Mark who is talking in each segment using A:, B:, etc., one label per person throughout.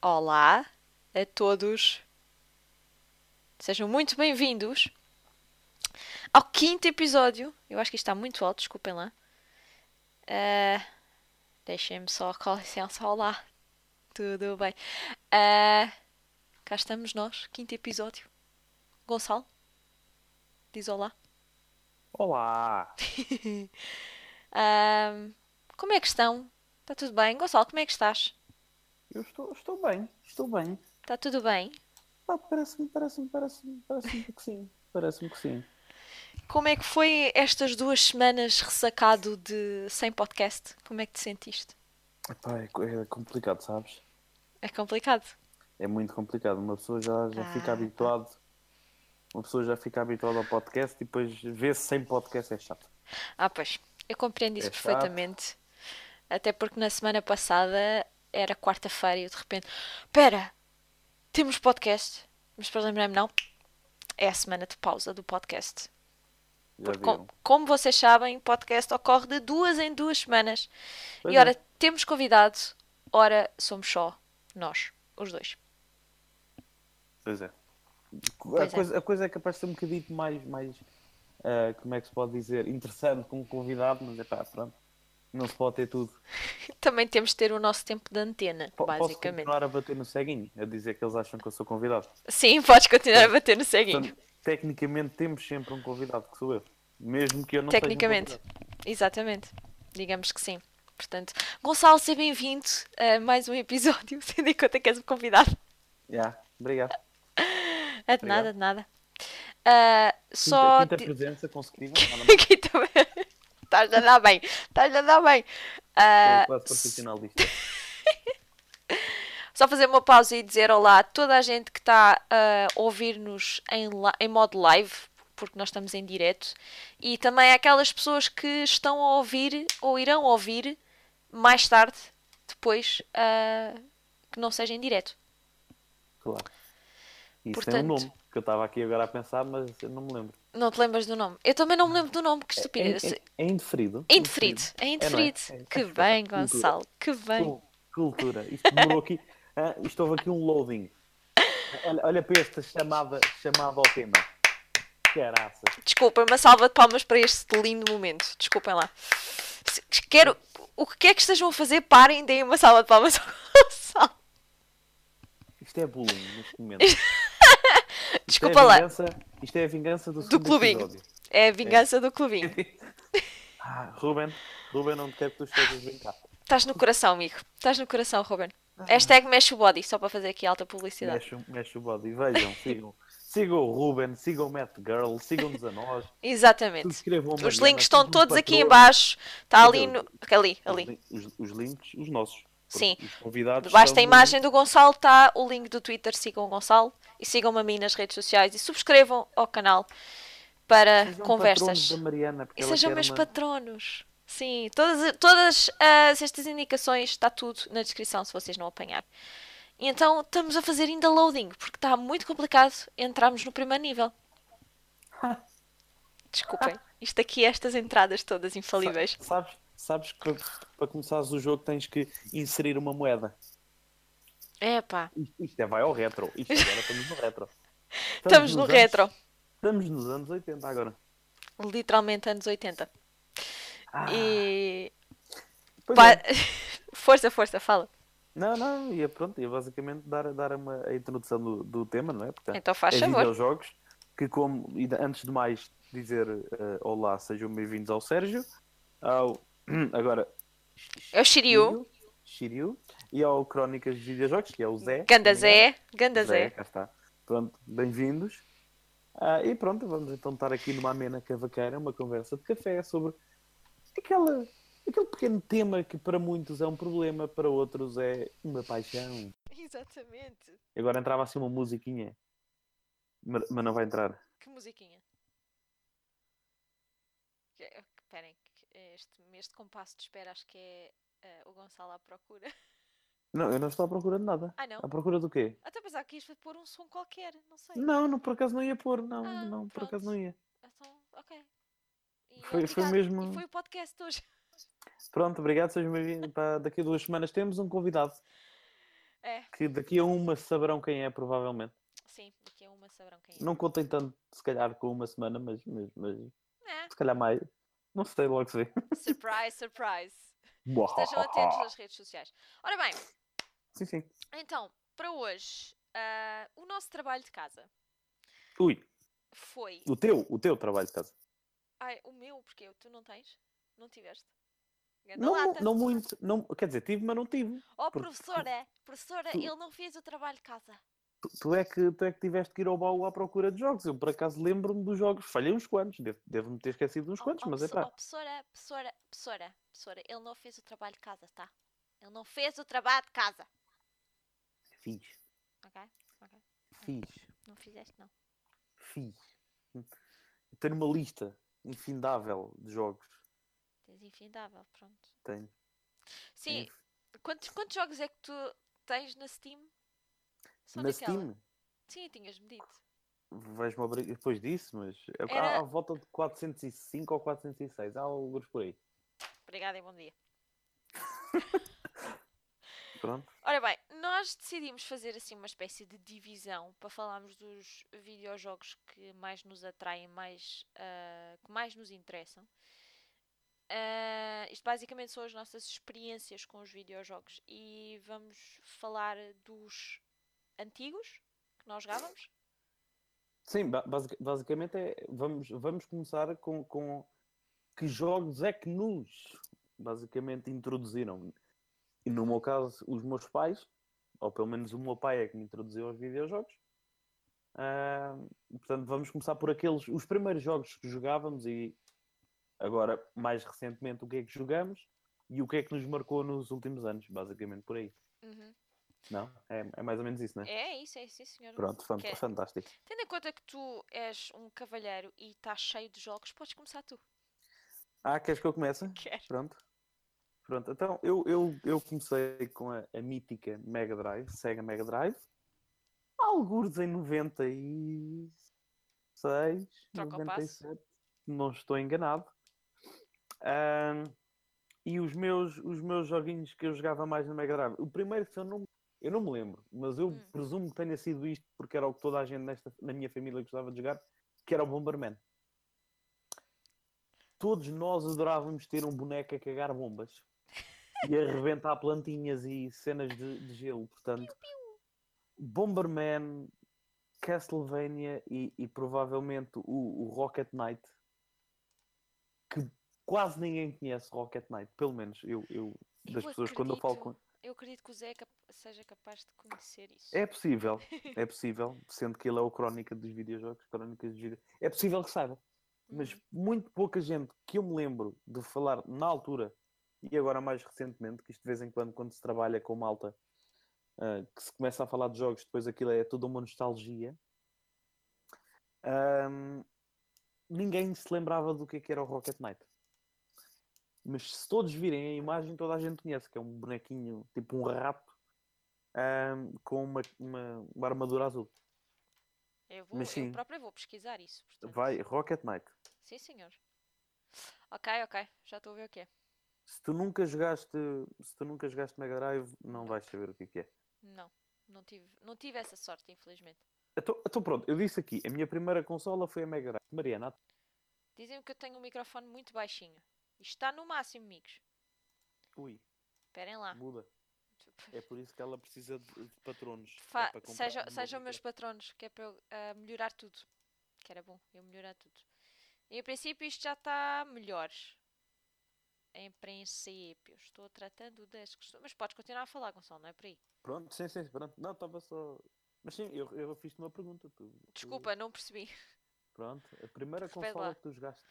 A: Olá a todos. Sejam muito bem-vindos ao quinto episódio. Eu acho que isto está muito alto, desculpem lá. Ah, Deixem-me só, com licença, olá. Tudo bem. Ah, cá estamos nós, quinto episódio. Gonçalo, diz olá.
B: Olá!
A: Ah, como é que estão? Está tudo bem? Gonçalo, como é que estás?
B: Eu estou, estou bem, estou bem.
A: Está tudo bem?
B: Pá, parece-me, parece-me, parece-me, parece-me que sim. Parece-me que sim.
A: Como é que foi estas duas semanas ressacado de sem podcast? Como é que te sentiste?
B: Epá, é, co- é complicado, sabes?
A: É complicado.
B: É muito complicado. Uma pessoa já, já
A: Ah,
B: fica habituada. Uma pessoa já fica habituada ao podcast e depois vê-se sem podcast é chato.
A: Ah, pois, eu compreendo isso
B: É chato.
A: perfeitamente. Até porque na semana passada era quarta-feira e eu de repente, pera, temos podcast, mas para lembrar-me não, é a semana de pausa do podcast.
B: Já
A: Porque,
B: viram?
A: com- como vocês sabem, o podcast ocorre de duas em duas semanas.
B: Pois
A: e
B: é.
A: ora, temos convidado, ora, somos só nós, os dois.
B: Pois é. A
A: Pois é.
B: coisa, a coisa é capaz de ser um bocadinho mais, mais ah, como é que se pode dizer, interessante como convidado, mas é pá, pronto. Não se pode ter tudo.
A: Também temos de ter o nosso tempo de antena,
B: Po- Posso
A: basicamente.
B: continuar a bater no ceguinho, a dizer que eles acham que eu sou convidado.
A: Sim, podes continuar a bater no ceguinho.
B: Portanto, tecnicamente temos sempre um convidado que sou eu. Mesmo que eu não seja um
A: Tecnicamente.
B: convidado.
A: Exatamente. Digamos que sim. Portanto, Gonçalo, seja bem-vindo a mais um episódio, tendo em conta que és o convidado.
B: Já, obrigado.
A: É de nada, de nada. Ah, só.
B: Quinta, quinta
A: di-
B: presença consecutiva.
A: Aqui também. Estás a dar bem. Estás a dar bem. Ah,
B: Nada mais, sou quase profissional disto.
A: Só fazer uma pausa e dizer olá a toda a gente que está a ouvir-nos em, la- em modo live, porque nós estamos em direto, e também aquelas pessoas que estão a ouvir ou irão ouvir mais tarde, depois, ah, que não seja em direto.
B: Claro. Isso tem
A: Portanto-
B: um nome que eu estava aqui agora a pensar, mas eu não me lembro.
A: Não te lembras do nome? Eu também não me lembro do nome, que
B: É,
A: estupidez.
B: é, é indeferido.
A: É indeferido, é indeferido.
B: É, não é? É.
A: Que bem,
B: Cultura.
A: Gonçalo, que bem.
B: Cul- Cultura. Isto demorou aqui. Ah, isto houve aqui um loading. Olha, olha para esta chamada, chamada ao tema. Caraças.
A: Desculpem, uma salva de palmas para este lindo momento. Desculpem lá. Se- Quero, o que é que estejam a fazer, parem, deem uma salva de palmas ao Gonçalo.
B: Isto é bullying neste momento. Isto
A: Desculpa
B: é a
A: lá.
B: vingança- Isto é a vingança do,
A: Do
B: segundo
A: clubinho.
B: episódio.
A: É a vingança do
B: É.
A: clubinho.
B: Ah, Ruben, Ruben, onde quer que tu estejas a brincar?
A: Estás no coração, amigo. Estás no coração, Ruben. Hashtag mexe o body, só para fazer aqui alta publicidade.
B: Ah. Mexe, o- mexe o body. Vejam, sigam. Sigam o Ruben, sigam o Matt Girl, sigam-nos a nós.
A: Exatamente.
B: Subscrevam a
A: Os
B: Mariana,
A: links estão
B: sigam o
A: todos aqui
B: patrono.
A: embaixo. Está ali
B: Meu
A: no. Ali,
B: Os
A: ali.
B: lin- Os, os links, os nossos. Porque
A: Sim.
B: Os convidados.
A: Debaixo
B: são
A: da
B: do-
A: imagem do Gonçalo está o link do Twitter. Sigam o Gonçalo e sigam-me a mim nas redes sociais e subscrevam ao canal para
B: Sejam patronos
A: conversas.
B: Da Mariana, porque
A: E
B: ela
A: sejam
B: quer
A: meus
B: uma-
A: patronos. Sim, todas, todas as, estas indicações está tudo na descrição se vocês não apanharem. E então estamos a fazer ainda loading, porque está muito complicado entrarmos no primeiro nível. Desculpem. Isto aqui, estas entradas todas infalíveis.
B: Sabes, sabes que para, para começares o jogo tens que inserir uma moeda.
A: É pá,
B: Isto, isto é vai ao retro. Isto agora estamos no retro.
A: estamos no
B: nos anos-
A: retro.
B: Estamos nos anos 80 agora.
A: Literalmente anos 80.
B: Ah,
A: E.
B: pois
A: pá-
B: é.
A: força, força, fala.
B: Não, não, ia pronto, ia basicamente dar, dar uma, a introdução do, do tema, não é? Portanto,
A: Então faz
B: é
A: favor.
B: videojogos, que como, e de- antes de mais dizer eh, olá, sejam bem-vindos ao Sérgio, ao, agora,
A: É o Shiryu.
B: Shiryu, Shiryu, e ao Crónicas de Videojogos, que é o Zé.
A: Ganda
B: se não me engano.
A: Zé. Ganda Zé.
B: é, cá está. Pronto, bem-vindos. Ah, e pronto, vamos então estar aqui numa amena cavaqueira, uma conversa de café sobre aquela, aquele pequeno tema que para muitos é um problema, para outros é uma paixão.
A: Exatamente.
B: Agora entrava assim uma musiquinha, mas mas não vai entrar.
A: Que musiquinha. Que- eh, Esperem, que este, este compasso de espera acho que é eh, o Gonçalo à procura.
B: Não, eu não estou à procura de nada.
A: Ah, não.
B: À procura do quê?
A: Até pensava que ias pôr um som qualquer, não sei.
B: Não, não, por acaso não ia pôr, não,
A: Ah,
B: não, por
A: pronto.
B: acaso não ia.
A: Então, ok. E
B: Foi- foi
A: obrigado.
B: mesmo-
A: E foi o podcast de hoje.
B: Pronto, obrigado, sejam bem-vindos. Pá, Daqui a duas semanas temos um convidado.
A: É,
B: Que daqui a uma saberão quem é, provavelmente.
A: sim, daqui a uma saberão quem é.
B: Não contem tanto, se calhar, com uma semana, mas, mas, mas
A: É,
B: se calhar mais. Não sei logo se vê.
A: surprise, surprise. Estejam atentos nas redes sociais. Ora bem,
B: Sim, sim.
A: então, para hoje, ah, o nosso trabalho de casa
B: Ui,
A: foi.
B: o teu, o teu trabalho de casa.
A: Ai, o meu, porque tu não tens? Não tiveste? Ganda
B: Não,
A: lata.
B: não muito. Não, quer dizer, tive, mas não tive.
A: Oh,
B: porque-
A: professora, professora,
B: tu-
A: ele não fez o trabalho de casa.
B: Tu, tu é que, tu é que tiveste que ir ao baú à procura de jogos. Eu, por acaso, lembro-me dos jogos. Falhei uns quantos. Devo- Devo-me ter esquecido uns
A: Oh,
B: quantos,
A: oh,
B: mas é
A: pesso-
B: pá.
A: oh, professora, professora, professora, professora, ele não fez o trabalho de casa, tá? Ele não fez o trabalho de casa.
B: Fiz,
A: Ok? Ok.
B: fiz,
A: Não fizeste, não.
B: fiz. Tenho uma lista infindável de jogos.
A: Tens infindável, pronto.
B: Tenho.
A: Sim,
B: Inf-
A: quantos, quantos jogos é que tu tens na Steam? Só
B: Na
A: daquela.
B: Steam,
A: Sim, tinhas-me dito.
B: vejo-me abrir depois disso, mas é
A: Era-
B: à, à volta de 405 ou 406, há alguns por aí.
A: Obrigada e bom dia.
B: Pronto.
A: Ora bem, nós decidimos fazer assim uma espécie de divisão para falarmos dos videojogos que mais nos atraem, mais, ah, que mais nos interessam. Ah, isto basicamente são as nossas experiências com os videojogos e vamos falar dos antigos que nós jogávamos.
B: Sim, ba- basic- basicamente é. Vamos, vamos começar com, com que jogos é que nos basicamente introduziram. E no meu caso, os meus pais, ou pelo menos o meu pai é que me introduziu aos videojogos. Ah, portanto, vamos começar por aqueles, os primeiros jogos que jogávamos e agora, mais recentemente, o que é que jogamos e o que é que nos marcou nos últimos anos, basicamente por aí. Não? É, é mais ou menos isso, não é?
A: É isso, é isso, sim, senhor.
B: Pronto, fan-
A: Que-
B: fantástico.
A: Tendo em conta que tu és um cavalheiro e estás cheio de jogos, podes começar tu.
B: Ah, queres que eu comece?
A: Quero.
B: Pronto. Pronto, então eu, eu, eu comecei com a, a mítica Mega Drive, Sega Mega Drive, alguns em 96,
A: Troca o passo.
B: 97, não estou enganado. Ahm, e os meus, os meus joguinhos que eu jogava mais no Mega Drive, o primeiro se eu não, eu não me lembro, mas eu
A: Hum.
B: presumo que tenha sido isto porque era o que toda a gente nesta, na minha família gostava de jogar, que era o Bomberman. Todos nós adorávamos ter um boneco a cagar bombas e a arrebentar plantinhas e cenas de, de gelo. Portanto, Bomberman, Castlevania e, e provavelmente o, o Rocket Knight, que quase ninguém conhece Rocket Knight, pelo menos eu, eu das
A: Eu
B: pessoas quando eu falo com.
A: acredito. Eu acredito que o Zé é cap- seja capaz de conhecer isso.
B: É possível, é possível, sendo que ele é o crónica dos videojogos, crónicas dos videojogos. É possível que saiba,
A: Uhum.
B: mas muito pouca gente que eu me lembro de falar na altura e agora mais recentemente, que isto de vez em quando, quando se trabalha com malta, ah, que se começa a falar de jogos, depois aquilo é toda uma nostalgia. Ahm, ninguém se lembrava do que, é que era o Rocket Knight. Mas se todos virem a imagem, toda a gente conhece, que é um bonequinho, tipo um rato, ahm, com uma, uma- uma armadura azul.
A: Eu, vou,
B: mas
A: eu
B: sim.
A: própria vou pesquisar isso. portanto.
B: Vai, Rocket Knight.
A: Sim, senhor. Ok, ok. Já estou a ver o que é.
B: Se tu nunca jogaste, se tu nunca jogaste Mega Drive, não vais saber o que é que é.
A: Não. Não tive, não tive essa sorte, infelizmente.
B: Então, então pronto, eu disse aqui, a minha primeira consola foi a Mega Drive. Mariana, a-
A: Dizem que eu tenho um microfone muito baixinho. Isto está no máximo, amigos.
B: ui,
A: Esperem lá.
B: muda. Ah. É por isso que ela precisa de, de patronos.
A: Fa-
B: é para comprar
A: sejam,
B: uma
A: sejam
B: outra.
A: meus patronos, que é para eu ah, melhorar tudo. Que era bom, eu melhorar tudo. Em princípio, isto já está melhor. Em princípio, estou tratando das questões. Mas podes continuar a falar, Gonçalo, não é por aí.
B: Pronto, sim, sim, pronto. Não, estava só. Mas sim, eu, eu fiz-te uma pergunta. Tu, tu-
A: Desculpa, não percebi.
B: Pronto, a primeira
A: Repete
B: consola
A: lá.
B: que tu jogaste.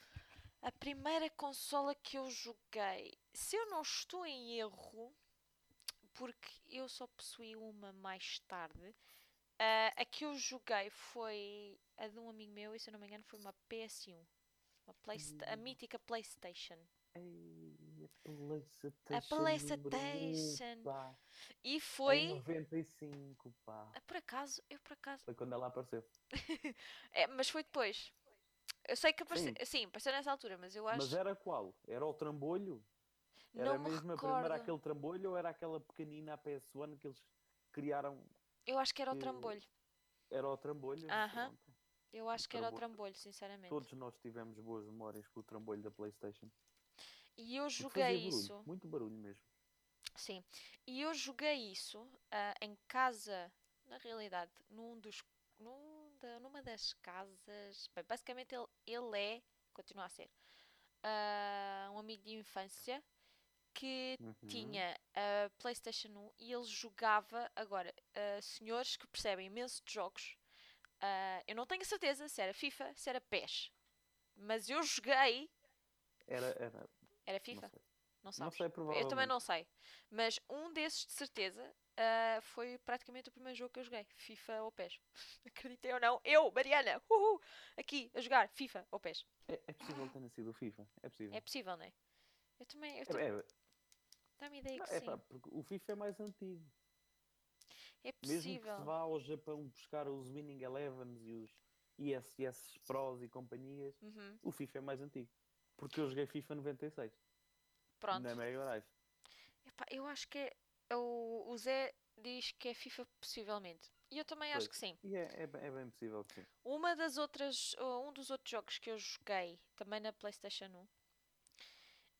A: A primeira consola que eu joguei, se eu não estou em erro, porque eu só possuí uma mais tarde, ah, a que eu joguei foi a de um amigo meu e, se eu não me engano, foi uma PS1. Uma Playsta-
B: Hum.
A: a mítica PlayStation.
B: Ei, a PlayStation.
A: PlayStation.
B: número um, pá.
A: E
B: Em
A: foi.
B: 95, pá.
A: Ah, Por acaso, eu por acaso.
B: Foi quando ela apareceu.
A: É, mas foi depois. Eu sei que apareceu.
B: Sim.
A: Sim, apareceu nessa altura, mas eu acho.
B: Mas era qual? Era o trambolho? Era
A: não me
B: mesmo a
A: recordo.
B: primeira aquele trambolho ou era aquela pequenina a PS1 que eles criaram.
A: Eu acho que era o
B: que
A: trambolho.
B: Era o trambolho.
A: Aham.
B: Pronto.
A: Eu acho que era o
B: trambolho.
A: trambolho, sinceramente.
B: Todos nós tivemos boas memórias com o trambolho da PlayStation.
A: E eu
B: Porque
A: joguei
B: fazia barulho,
A: isso.
B: Muito barulho mesmo.
A: Sim. E eu joguei isso ah, em casa, na realidade, num dos, num da- numa das casas. Bem, basicamente ele, ele é, continua a ser, ah, um amigo de infância que
B: Uhum.
A: tinha a PlayStation 1 e ele jogava. Agora, ah, senhores que percebem imenso de jogos, ah, eu não tenho a certeza se era FIFA, se era PES, mas eu joguei.
B: Era. era
A: Era
B: não
A: FIFA?
B: sei.
A: Não sabes?
B: Não sei,
A: Eu também
B: provavelmente.
A: não sei. Mas um desses, de certeza, ah, foi praticamente o primeiro jogo que eu joguei. FIFA ou PES. Acreditei ou não. Eu, Mariana, uhul, aqui a jogar FIFA ou PES.
B: É, é possível que tenha sido o FIFA. É possível.
A: É possível, não é? Eu também. Eu
B: É-
A: também
B: é-
A: Dá-me ideia
B: não,
A: que
B: é
A: sim.
B: pá, porque o FIFA é mais antigo.
A: É
B: Mesmo que se
A: possível.
B: vá ao Japão buscar os Winning Elevens e os ISS Pros e companhias,
A: Uhum,
B: o FIFA é mais antigo. Porque eu joguei FIFA 96
A: Pronto.
B: na é Mega Drive.
A: Epá, eu acho que é. é O, o Zé diz que é FIFA, possivelmente. E eu também acho
B: Pois.
A: que sim.
B: E é, é, bem- é bem possível que sim.
A: Uma das outras, ou um dos outros jogos que eu joguei também na PlayStation 1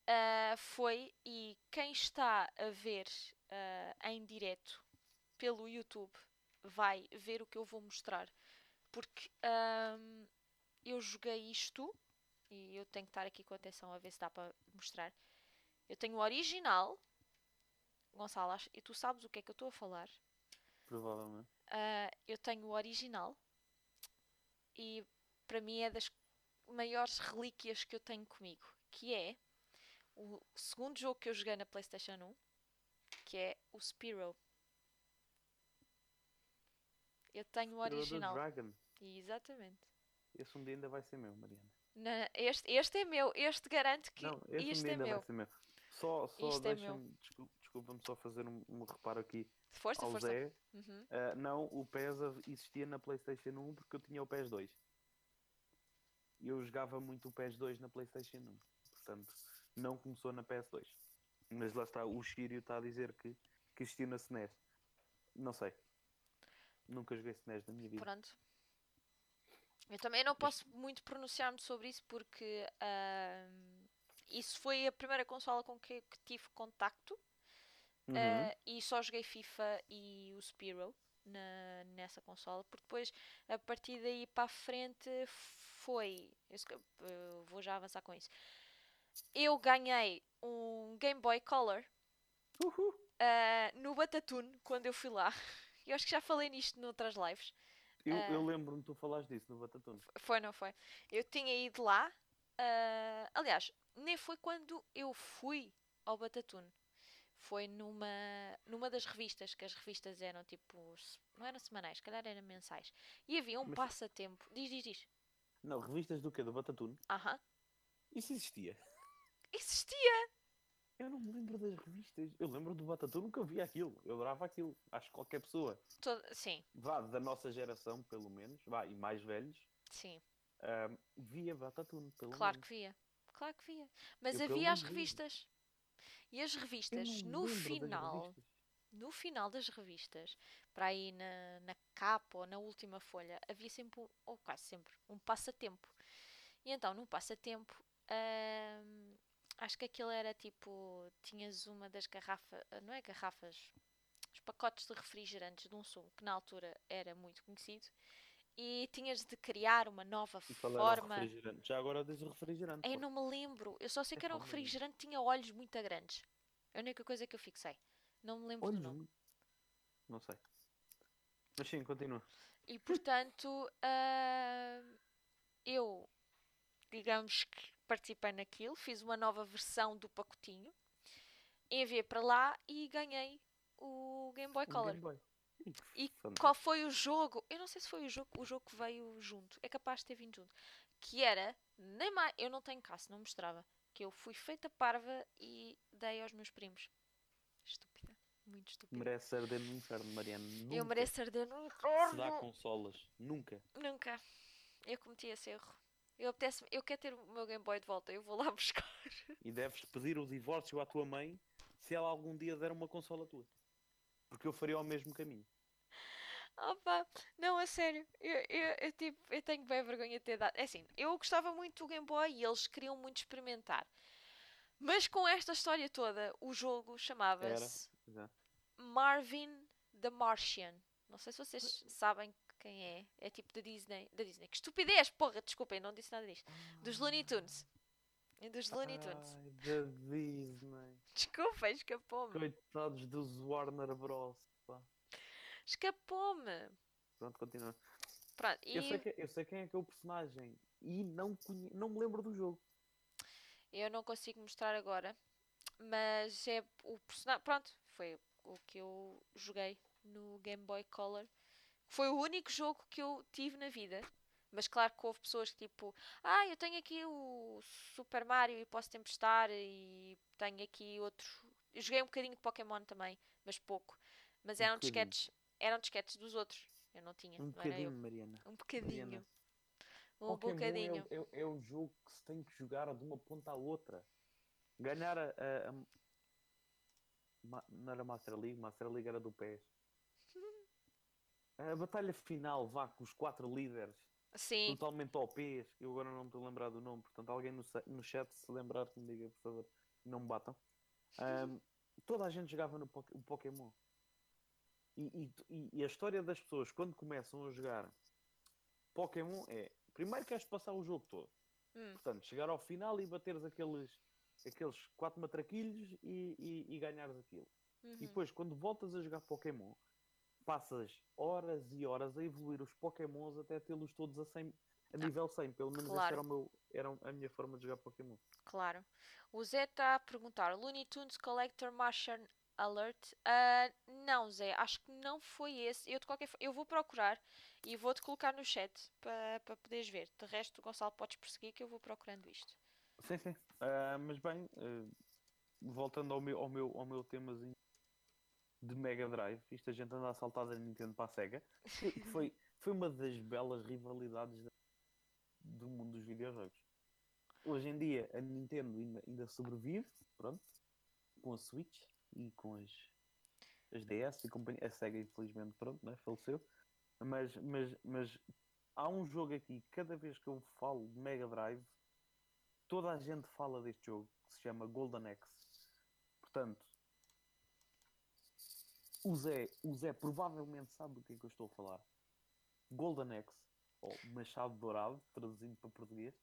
A: ah, foi, e quem está a ver ah, em direto pelo YouTube vai ver o que eu vou mostrar, porque ahm, eu joguei isto e eu tenho que estar aqui com atenção a ver se dá para mostrar. Eu tenho o original, Gonçalo, acho- e tu sabes o que é que eu estou a falar.
B: Provavelmente.
A: Ah, eu tenho o original e para mim é das maiores relíquias que eu tenho comigo, que é o segundo jogo que eu joguei na PlayStation 1, que é o Spyro. Eu tenho o
B: Era do
A: original.
B: Dragon.
A: Exatamente.
B: Esse um dia ainda vai ser meu, Mariana.
A: Na- este, este é meu, este garanto que
B: Não, esse um
A: este
B: dia
A: é
B: ainda
A: meu.
B: vai ser meu. Só, só
A: Isto é
B: deixa-me. descul- Desculpa-me só fazer um, um reparo aqui
A: Força,
B: ao
A: força.
B: Zé.
A: Uhum.
B: Ah, não, o PES hav- existia na PlayStation 1 porque eu tinha o PES 2. E eu jogava muito o PES 2 na PlayStation 1. Portanto, não começou na PS2. Mas lá está, o Shiryu está a dizer que, que existiu na SNES. Não sei. Nunca joguei SNES na minha vida.
A: Pronto. Eu também não posso muito pronunciar-me sobre isso porque ahm, isso foi a primeira consola com que, que tive contacto
B: Uhum.
A: ah, e só joguei FIFA e o Spyro na, nessa consola porque depois a partir daí para a frente foi. eu se ca- eu vou já avançar com isso. Eu ganhei um Game Boy Color
B: Uhum. Uhul.
A: ah, no Batatune quando eu fui lá. Eu acho que já falei nisto noutras lives.
B: Eu,
A: É.
B: eu lembro-me de tu falares disso no Batatune.
A: Foi, não foi? Eu tinha ido lá. ah, aliás, nem foi quando eu fui ao Batatune. Foi numa, numa das revistas, que as revistas eram tipo. se- Não eram semanais, se calhar eram mensais. E havia um
B: Mas-
A: passatempo. Diz, diz, diz.
B: Não, revistas do quê? Do Batatune?
A: Aham.
B: Isso existia.
A: Existia!
B: Eu não me lembro das revistas. Eu lembro do Batatune que eu via aquilo. Eu adorava aquilo. Acho que qualquer pessoa.
A: Toda- Sim,
B: vá, da nossa geração, pelo menos, vá, e mais velhos,
A: sim.
B: ahm, via Batatune, pelo
A: Claro
B: menos.
A: que via. Claro que via. Mas
B: Eu pelo
A: havia as
B: menos vi.
A: revistas. E as
B: Eu
A: revistas,
B: não
A: no
B: lembro das
A: final.
B: revistas.
A: no final das revistas, para aí na, na capa ou na última folha, havia sempre, um- ou quase sempre, um passatempo. E então, num passatempo, ahm, acho que aquilo era tipo: tinhas uma das garrafas, não é garrafas, os pacotes de refrigerantes de um sumo, que na altura era muito conhecido, e tinhas de criar uma nova
B: E qual era o
A: forma. É
B: refrigerante? É Já agora diz o refrigerante.
A: Eu
B: pô.
A: não me lembro, eu só sei que era um
B: Epá, não me lembro.
A: refrigerante que tinha olhos muito grandes. É a única coisa que eu fixei. Não me lembro
B: Olhos,
A: do nome.
B: não. Não sei. Mas sim, continua.
A: E portanto, ahm, eu, digamos que participei naquilo, fiz uma nova versão do pacotinho, enviei para lá e ganhei o Game Boy Color.
B: Um Game Boy. Ih,
A: E
B: fantástico.
A: qual foi o jogo? Eu não sei se foi o jogo, o jogo que veio junto, é capaz de ter vindo junto, que era, nem mais, eu não tenho cá, se não mostrava, que eu fui feita parva e dei aos meus primos. Estúpida, muito estúpida.
B: Merece ser dentro do inferno, Mariana. Nunca
A: Eu mereço arder no
B: se
A: inferno.
B: dá consolas. Nunca.
A: Nunca. Eu cometi esse erro. Eu, apetece, eu quero ter o meu Game Boy de volta, eu vou lá buscar.
B: E deves pedir o divórcio à tua mãe se ela algum dia der uma consola tua. Porque eu faria o mesmo caminho.
A: Opa, não, a sério, eu, eu, eu, tipo, eu tenho bem vergonha de ter dado. É assim, eu gostava muito do Game Boy e eles queriam muito experimentar. Mas com esta história toda, o jogo chamava-se
B: Era. exato.
A: Marvin the Martian. Não sei se vocês sabem quem é. É tipo da Disney. Da Disney. Que estupidez! Porra, desculpem, não disse nada disto. Dos Looney Tunes. E Dos
B: Ah.
A: Looney Tunes. Hum.
B: Ai, da Disney.
A: Desculpem, escapou-me.
B: Coitados dos Warner Bros. Pá.
A: Escapou-me.
B: Pronto, continua.
A: Pronto,
B: Eu, sei
A: e
B: que- eu sei quem é que é o personagem e não, conhe... não me lembro do jogo.
A: eu não consigo mostrar agora. Mas é o personagem. Pronto, foi o que eu joguei no Game Boy Color. Foi o único jogo que eu tive na vida. Mas claro que houve pessoas que tipo, ah, eu tenho aqui o Super Mario e posso tempestar e tenho aqui outro. Eu joguei um bocadinho de Pokémon também, mas pouco. Mas
B: Um
A: eram
B: bocadinho.
A: disquetes, eram disquetes dos outros. Eu não tinha, não
B: Um
A: era
B: bocadinho,
A: eu.
B: Mariana.
A: Um bocadinho.
B: Mariana.
A: Um
B: Pokémon
A: bocadinho.
B: É, o- é, é o jogo que se tem que jogar de uma ponta à outra. Ganhar a. a- a- Ma- Não era Master League, Master League era do PES. A batalha final, vá, com os quatro líderes,
A: Sim,
B: totalmente OPs. Eu agora não me estou a lembrar do nome, portanto, alguém no, sa- no chat, se lembrar, que me diga, por favor, não me batam. Ahm, toda a gente jogava no Pok- o Pokémon. E, e- e- e a história das pessoas, quando começam a jogar Pokémon, é primeiro queres passar o jogo todo.
A: Hum.
B: Portanto, chegar ao final e bateres aqueles, aqueles quatro matraquilhos e, e, e ganhares aquilo. E
A: Uhum,
B: depois, quando voltas a jogar Pokémon, passas horas e horas a evoluir os Pokémons até tê-los todos a, 100, a nível 100. Pelo menos
A: claro.
B: essa era, o meu, era a minha forma de jogar Pokémon.
A: claro. O Zé está a perguntar: Looney Tunes Collector Martian Alert? Ah, não, Zé, acho que não foi esse. Eu, de qualquer fo- eu vou procurar e vou-te colocar no chat para para poderes ver. De resto, Gonçalo, podes prosseguir que eu vou procurando isto.
B: Sim, sim. Ah, mas bem, ah, voltando ao meu, ao, meu, ao meu temazinho de Mega Drive, isto a gente anda a saltar da Nintendo para a SEGA, foi, foi, foi uma das belas rivalidades da- do mundo dos videojogos. Hoje em dia a Nintendo ainda, ainda sobrevive, pronto, com a Switch e com as, as DS e companhia. A SEGA infelizmente pronto, né, faleceu. Mas, mas, mas há um jogo aqui, cada vez que eu falo de Mega Drive, toda a gente fala deste jogo que se chama Golden Axe. Portanto, o Zé, o Zé provavelmente sabe do que é que eu estou a falar. Golden Axe, ou Machado Dourado, traduzido para português.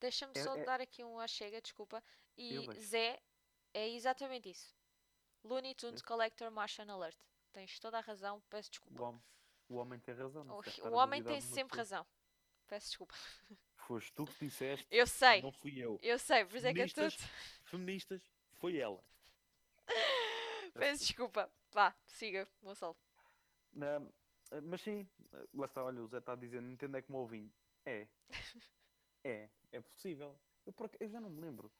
A: Deixa-me
B: É-
A: só
B: é-
A: dar aqui um à chega, desculpa.
B: Eu
A: E
B: vejo.
A: Zé, é exatamente isso. Looney Tunes Collector Martian Alert. Tens toda a razão, peço
B: O
A: desculpa.
B: homem, o homem tem razão. não
A: O,
B: disseste
A: o
B: estar a
A: homem tem
B: duvidar de uma
A: sempre
B: pessoa.
A: razão. Peço desculpa.
B: Foste tu que disseste,
A: Eu sei,
B: não fui eu.
A: eu sei, por isso é que eu estou.
B: Feministas, feministas, foi ela. Assim.
A: Peço desculpa. Vá, siga, Gonçalo.
B: Não, mas sim, lá está, olha, o Zé está a dizer, Nintendo é como o vinho. É. É, é possível. Eu, por ac- eu já não me lembro.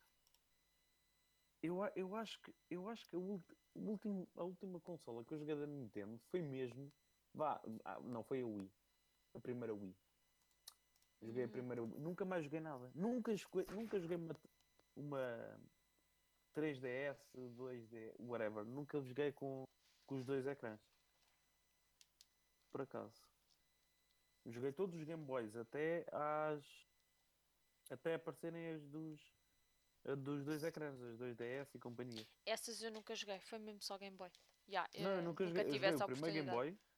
B: Eu, a- eu acho que, eu acho que a, ulti- o último, a última consola que eu joguei da Nintendo foi mesmo. Vá, ah, não, foi a Wii. A primeira Wii. Joguei a primeira Wii. Nunca mais joguei nada. Nunca, esco- nunca joguei uma, uma 3DS, 2D, whatever. Nunca joguei com, com os dois ecrãs por acaso. Joguei todos os Game Boys até às. até aparecerem as dos. a dos dois ecrãs, as 2DS e companhia.
A: Essas eu nunca joguei, foi mesmo só Game Boy. Ya,
B: não,
A: eu
B: eu nunca, joguei.
A: É, tive
B: eu
A: essa
B: joguei o primeiro Game
A: oportunidade.
B: Boy.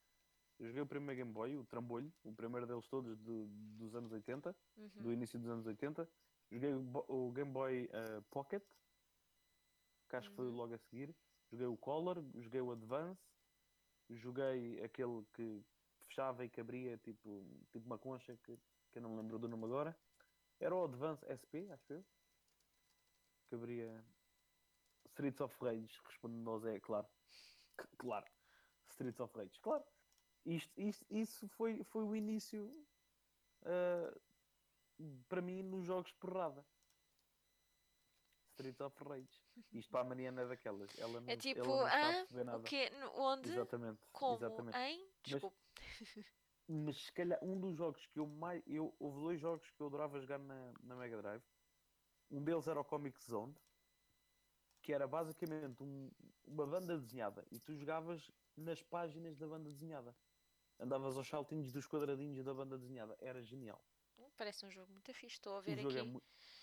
B: Eu joguei o primeiro Game Boy, o Trambolho, o primeiro deles todos do- dos anos 80,
A: Uhum.
B: do início dos anos 80. Joguei o, Bo- o Game Boy eh, Pocket, que acho que foi logo a seguir. Joguei o Color, joguei o Advance, joguei aquele que fechava e que abria, tipo, tipo uma concha, que, que eu não me lembro do nome agora. Era o Advance SP, acho eu. Que abria Streets of Rage, respondendo ao Zé, claro. C- claro. Streets of Rage, claro. Isto, isto- isso foi, foi o início ah, para mim nos jogos de porrada. Streets of Rage. Isto para a Mariana é daquelas. Ela não,
A: É tipo,
B: ela não está a
A: ah,
B: perceber
A: o
B: nada.
A: quê? No- Onde?
B: Exatamente.
A: Como?
B: Exatamente.
A: Em? Desculpa.
B: Mas se calhar um dos jogos que eu mais. Eu, houve dois jogos que eu adorava jogar na, na Mega Drive. Um deles era o Comic Zone. que era basicamente um- uma banda desenhada e tu jogavas nas páginas da banda desenhada. Andavas aos saltinhos dos quadradinhos da banda desenhada. Era genial.
A: Hum, Parece um jogo muito fixe. Estou a
B: O
A: ver
B: jogo,
A: aqui
B: é mu-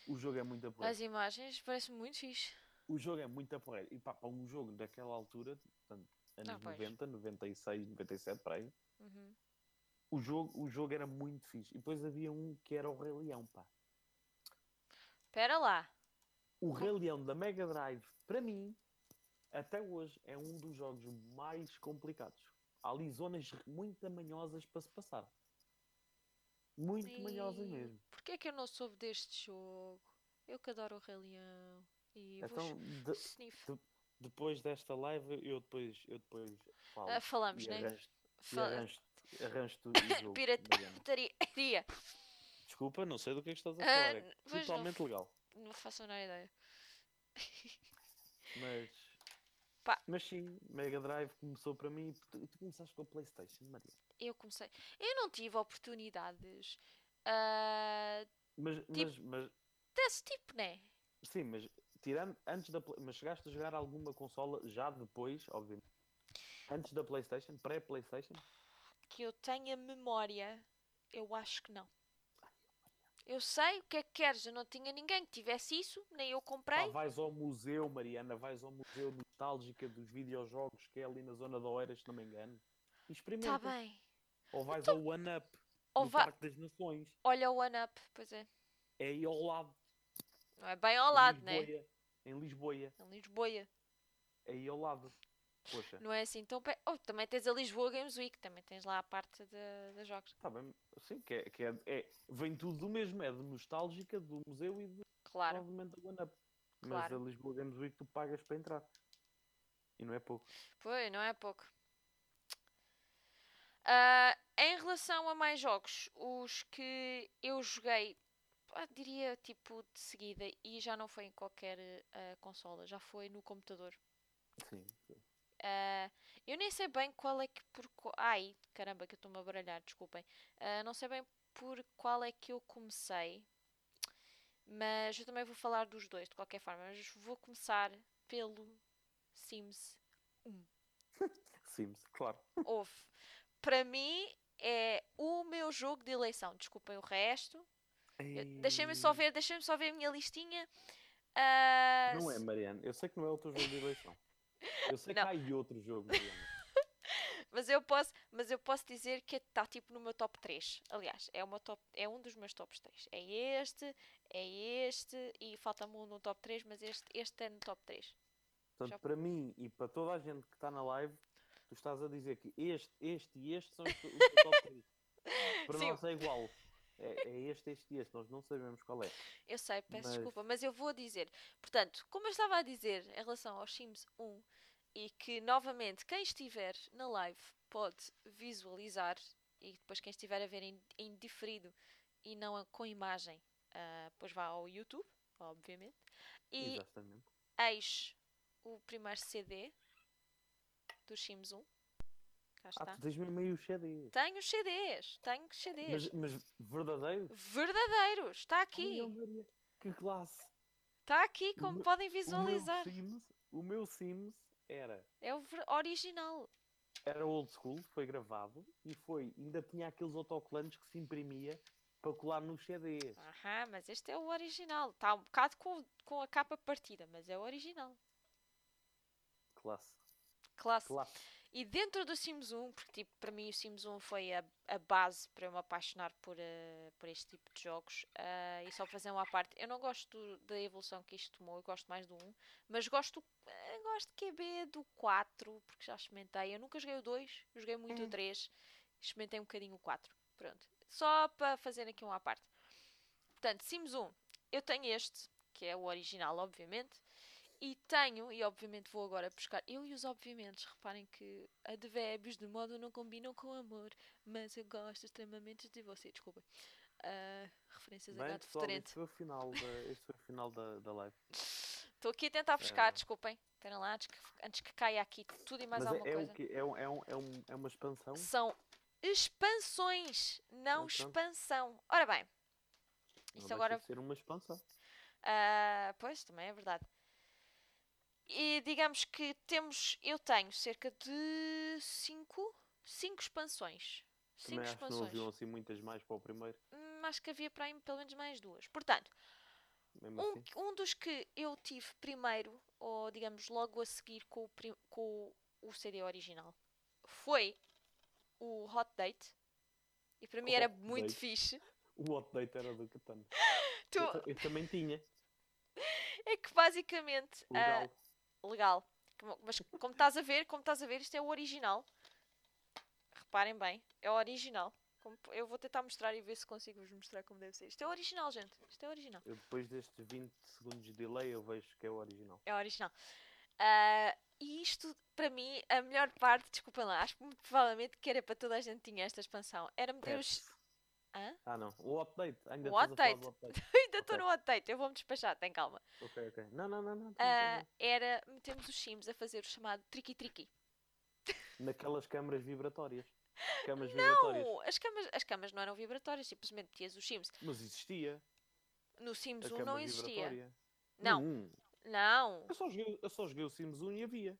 B: o jogo é muito apoio.
A: as imagens, parece muito fixe.
B: O jogo é muito aporreiro. E pá, para um jogo daquela altura, portanto, anos
A: Ah, pois.
B: 90, 96, 97, para aí,
A: Uhum.
B: o jogo, o jogo era muito fixe. E depois havia um que era o Rei Leão, pá.
A: Espera lá.
B: O Rei Leão da Mega Drive, para mim, até hoje, é um dos jogos mais complicados. Há ali zonas muito manhosas para se passar. Muito
A: E-
B: manhosas mesmo.
A: Porquê é que eu não soube deste jogo? Eu que adoro o Rei Leão. E
B: Então,
A: vou
B: de-
A: sniff.
B: de- depois desta live, eu depois, eu depois falo.
A: Ah, falamos,
B: e
A: né?
B: arranjo- e
A: Fa-
B: arranjo-te arranjo o jogo. Mariana.
A: Pirataria.
B: Desculpa, não sei do que é que estás a
A: Ah,
B: falar. É
A: pois
B: Então, totalmente legal.
A: Não faço a menor ideia.
B: Mas.
A: Pá.
B: Mas sim, Mega Drive começou para mim e tu, tu começaste com a Playstation, Maria.
A: Eu comecei. Eu não tive oportunidades ah,
B: Mas, mas, mas
A: desse tipo, né?
B: sim, mas tirando antes da Play- mas chegaste a jogar alguma consola já depois, obviamente. Antes da Playstation, pré-Playstation?
A: Que eu tenha memória. Eu acho que não. Eu sei o que é que queres. Eu não tinha ninguém que tivesse isso, nem eu
B: Pá,
A: comprei.
B: vais ao museu, Mariana, vais ao museu nostálgica dos videojogos que é ali na zona da Oeiras, se não me engano. E
A: Tá
B: Experimenta.
A: bem. Então,
B: Ou vais ao One Up,
A: Ou
B: no
A: vá-
B: Parque das Nações.
A: Olha o One Up, pois é.
B: É aí ao lado.
A: Não é bem ao lado,
B: em
A: né?
B: Lisboa. Em Lisboa. É
A: Em Lisboa.
B: aí ao lado. Poxa,
A: Não é assim tão perto. Oh, também tens a Lisboa Games Week, também tens lá a parte da da jogos.
B: está bem, sim, que, é, que é, é- vem tudo do mesmo, é de nostálgica, do museu e de,
A: Claro.
B: provavelmente do OneUp. Mas
A: Claro.
B: a Lisboa Games Week tu pagas para entrar. E não é pouco.
A: Pois, não é pouco. Ah, em relação a mais jogos, os que eu joguei, pá, diria tipo de seguida, e já não foi em qualquer ah, consola, já foi no computador.
B: Sim.
A: Ah, eu nem sei bem qual é que por. qu- Ai, caramba, que eu estou-me a baralhar, desculpem. Ah, não sei bem por qual é que eu comecei, mas eu também vou falar dos dois de qualquer forma. Mas vou começar pelo Sims
B: Sims, claro.
A: Houve. Para mim é o meu jogo de eleição. Desculpem o resto. Eu- Deixem-me só ver, deixem-me só ver a minha listinha. Ah,
B: Não é, Mariana. Eu sei que não é o teu jogo de eleição. Eu sei
A: Não.
B: que há aí outro jogo, Mariana.
A: Mas eu posso, mas eu posso dizer que está tipo no meu top 3. Aliás, é, o meu top, é um dos meus tops 3. É este, é este e falta-me um no top 3, mas este, este é no top 3. Já-
B: Portanto, para mim e para toda a gente que está na live, tu estás a dizer que este, este e este são os, os teus top 3. Para
A: Sim.
B: nós é igual. É, é este, este e este. Nós não sabemos qual é.
A: Eu sei, peço
B: Mas-
A: desculpa, mas eu vou dizer. Portanto, como eu estava a dizer em relação aos Sims 1, e que novamente quem estiver na live pode visualizar, e depois quem estiver a ver em, em diferido e não a- com imagem, ah, pois vá ao YouTube, obviamente. E
B: Exatamente.
A: eis o primeiro CD dos Sims 1. Cá
B: Ah,
A: está.
B: tu tens mesmo aí os CDs.
A: Tenho os CDs, tenho os CDs.
B: Mas, mas verdadeiro?
A: Verdadeiros, está aqui,
B: Ai, Maria, que classe.
A: está aqui,
B: O
A: como
B: meu-
A: podem visualizar.
B: O meu Sims, o meu Sims era,
A: É o ver- original.
B: era old school, foi gravado e foi, ainda tinha aqueles autocolantes que se imprimia para colar nos CDs.
A: Aham, mas este é o original. Está um bocado com, com a capa partida, mas é o original.
B: Classe,
A: Classe.
B: classe.
A: E dentro do Sims 1, porque tipo, para mim o Sims 1 foi a, a base para eu me apaixonar por, eh, por este tipo de jogos. ah, e só fazer uma parte. Eu não gosto do- da evolução que isto tomou, eu gosto mais do 1. Mas gosto, eh, gosto de QB do 4, porque já experimentei. Eu nunca joguei o 2, eu joguei muito o 3. Experimentei um bocadinho o 4. Pronto. Só para fazer aqui uma à parte. Portanto, Sims 1, eu tenho este, que é o original, obviamente. E tenho, e obviamente vou agora buscar. Eu e os obviamente, reparem que advérbios de modo não combinam com amor, mas eu gosto extremamente de você. Desculpem. Ah, referências a
B: Bem,
A: gato
B: pessoal,
A: futurente.
B: este foi o final, da, este foi o final da, da live.
A: Estou aqui a tentar buscar,
B: Ah.
A: desculpem. Esperem lá, antes que, antes que caia aqui tudo e mais
B: mas
A: alguma
B: é, é
A: coisa.
B: o que é, um- é, um- é, um- é uma expansão.
A: São expansões, não
B: Então.
A: expansão. Ora bem,
B: Não
A: isto
B: deixa
A: agora
B: de ser uma expansão.
A: Ah, pois, também é verdade. E digamos que temos, eu tenho cerca de 5 cinco expansões. Cinco
B: Também acho que não
A: expansões.
B: haviam assim muitas mais para o primeiro.
A: Hum, acho que havia para aí pelo menos mais duas. Portanto,
B: Mesmo
A: um,
B: assim.
A: que- um dos que eu tive primeiro, ou digamos logo a seguir com o, prim- com o CD original, foi o Hot Date. E para mim era
B: Hot
A: muito
B: Date.
A: fixe.
B: O update era do Catano.
A: Tu-
B: Eu, ta- eu também tinha.
A: é que basicamente. ah,
B: Legal.
A: legal. Como- Mas como estás a ver, como estás a ver, isto é o original. Reparem bem, é o original. Como- eu vou tentar mostrar e ver se consigo vos mostrar como deve ser. Isto é o original, gente. Isto é o original.
B: Eu, depois destes 20 segundos de delay eu vejo que é o original.
A: É o original. Ah, e isto, para mim, a melhor parte, desculpem lá, acho que muito provavelmente que era para toda a gente tinha esta expansão. Era meter os. Hã?
B: Ah não, o update. Ainda
A: O
B: estás a falar
A: update.
B: do update.
A: Ainda estou
B: Ok.
A: no hot date, eu vou-me despachar, tem calma.
B: ok, ok. Não, não, não, não.
A: Ah,
B: tranquilo.
A: era metermos os Sims a fazer o chamado triqui-triqui.
B: Naquelas câmaras vibratórias. Câmaras vibratórias.
A: Não, as camas, as camas não eram vibratórias, simplesmente metias os Sims.
B: Mas existia.
A: No
B: A
A: Sims 1
B: câmara
A: não existia.
B: vibratória. Uhum.
A: Não,
B: Nenhum.
A: não.
B: Eu só, joguei, eu só joguei o Sims 1 e havia.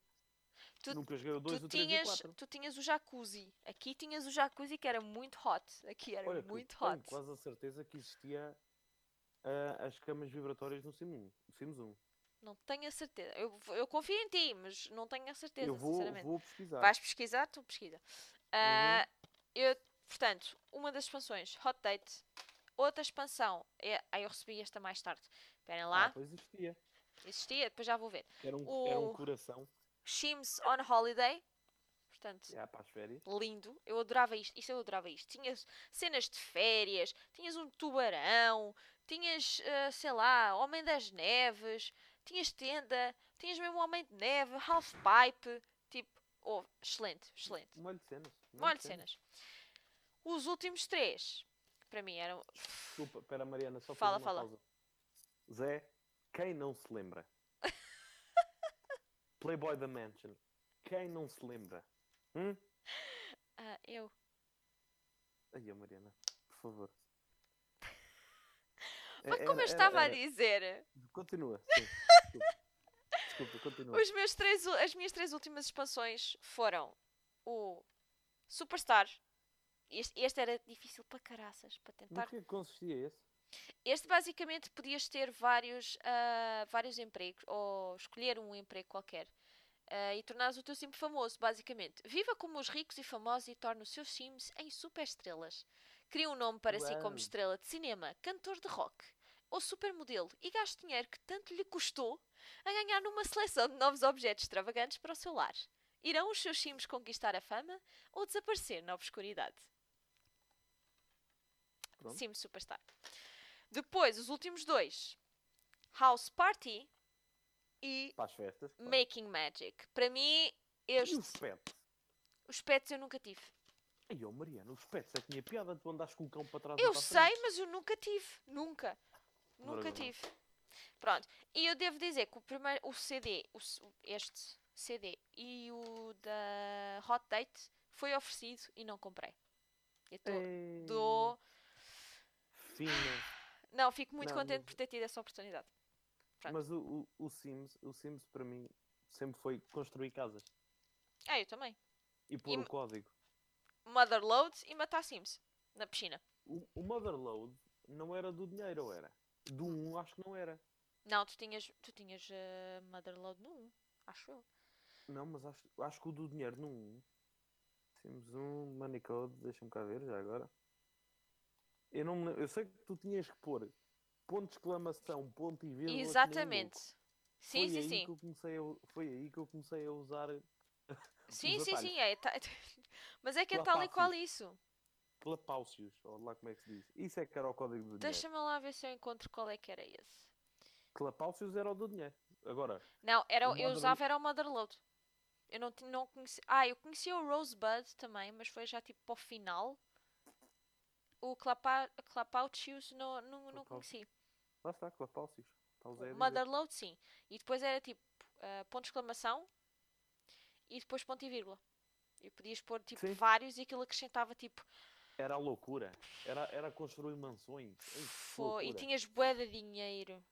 A: Tu,
B: Nunca joguei o 2,
A: tu,
B: o 3 e o
A: tinhas,
B: 4.
A: tu tinhas o jacuzzi. Aqui tinhas o jacuzzi que era muito hot. Aqui era
B: Olha, que
A: muito
B: tenho
A: hot.
B: quase a certeza que existia ah, as camas vibratórias no Sims 1. no Sims 1.
A: Não tenho a certeza. Eu, eu confio em ti, mas não tenho a certeza,
B: eu vou,
A: sinceramente.
B: vou Uhum. pesquisar.
A: Vais pesquisar? Tu pesquisa. Ah, eu, portanto, uma das expansões, Hot Date. Outra expansão, é, ah, eu recebi esta mais tarde. Esperem
B: Ah,
A: lá,
B: pois existia.
A: existia, depois já vou ver.
B: Era um,
A: O-
B: era um coração.
A: Sims on Holiday. Portanto,
B: Já para as férias.
A: lindo. Eu adorava isto. Isto eu adorava isto. Tinhas cenas de férias, tinhas um tubarão, tinhas, eh, sei lá, Homem das Neves, tinhas tenda, tinhas mesmo um Homem de Neve, Half Pipe. Tipo, oh, excelente, excelente.
B: Um Molho de cenas. molho
A: Olha cenas. Os últimos três, que para mim eram.
B: Desculpa, pera Mariana, só
A: Fala,
B: fazer uma
A: fala.
B: pausa. Zé, quem não se lembra? Playboy da Mansion. Quem não se lembra? Hum?
A: Ah, eu.
B: Aí, ó, Mariana, por favor.
A: Mas
B: É-
A: como
B: era-
A: eu estava
B: era-
A: a dizer,
B: Continua, sim. Desculpa, Desculpa, continua.
A: os meus três, u- as minhas três últimas expansões foram o Superstar. Este, este era difícil para caraças, para
B: No
A: tentar.
B: que consistia esse?
A: Este basicamente podias ter vários, ah, vários empregos, ou escolher um emprego qualquer. ah, e tornares o teu sim famoso, basicamente. Viva como os ricos e famosos e torna os seus sims em superestrelas. Cria um nome para si
B: Uau.
A: como estrela de cinema, cantor de rock ou supermodelo e gaste dinheiro que tanto lhe custou a ganhar numa seleção de novos objetos extravagantes para o seu lar. Irão os seus sims conquistar a fama ou desaparecer na obscuridade?
B: Pronto.
A: Sim, Superstar. Depois, os últimos dois: House Party e
B: Para as festas? claro.
A: Making Magic. Para mim,
B: E
A: este,
B: os pets?
A: os pets eu nunca tive.
B: Aí, ó, Mariana, os pets é que tinha piada. Tu andaste com o cão para trás e
A: Eu
B: para a frente.
A: sei, mas eu nunca tive. Nunca. Nunca
B: Maravilha.
A: tive. Pronto. E eu devo dizer que o primeiro, o CD, o s- o- este CD e o da Hot Date foi oferecido e não comprei. Eu tô,
B: Ei,
A: dou-
B: Fina.
A: Não, fico muito
B: Não,
A: contente
B: mas-
A: por ter tido essa oportunidade. Pronto.
B: Mas o, o, o Sims, o Sims para mim sempre foi construir casas
A: Ah, eu também.
B: e pôr
A: E
B: o
A: ma-
B: código.
A: Motherload e matar Sims na piscina.
B: O, o Motherload não era do dinheiro, ou era? Do 1 acho que não era.
A: Não, tu tinhas, tu tinhas eh, Motherload no 1, acho eu.
B: Não, mas acho, acho que o do dinheiro no 1. Sims 1, Money Code, deixa-me cá ver já agora. Eu, não, me lem- eu sei que tu tinhas que pôr ponto de exclamação, ponto e vírgula. que nem louco.
A: Exatamente. Sim,
B: Foi
A: sim,
B: aí
A: sim.
B: que eu comecei a, foi aí que eu comecei a usar
A: Sim,
B: Os
A: sim,
B: atalhos.
A: sim. É, tá- Mas é que é
B: Lá
A: tal e
B: passa
A: qual isso.
B: clapáucios, ou lá como é que se diz. Isso é que era o código do dinheiro.
A: Deixa-me lá ver se eu encontro qual é que era esse.
B: Clapáucios era o do dinheiro. Agora,
A: Não, era,
B: O
A: eu
B: Mother-
A: usava era o Motherload. Eu não, ti- não conhecia. Ah, eu conhecia o Rosebud também, mas foi já tipo para o final. O Clapa- Clapaucius não, não, não
B: Clapau-
A: conheci.
B: lá está, clapáucios. Está o Zé a dizer.
A: Motherload, sim. E depois era tipo ah, ponto de exclamação e depois ponto e vírgula. E podias pôr tipo
B: Sim.
A: vários e aquilo acrescentava tipo.
B: Era a loucura. Era, era construir mansões. Ei, que
A: Foi. E
B: loucura.
A: tinhas bué de dinheiro.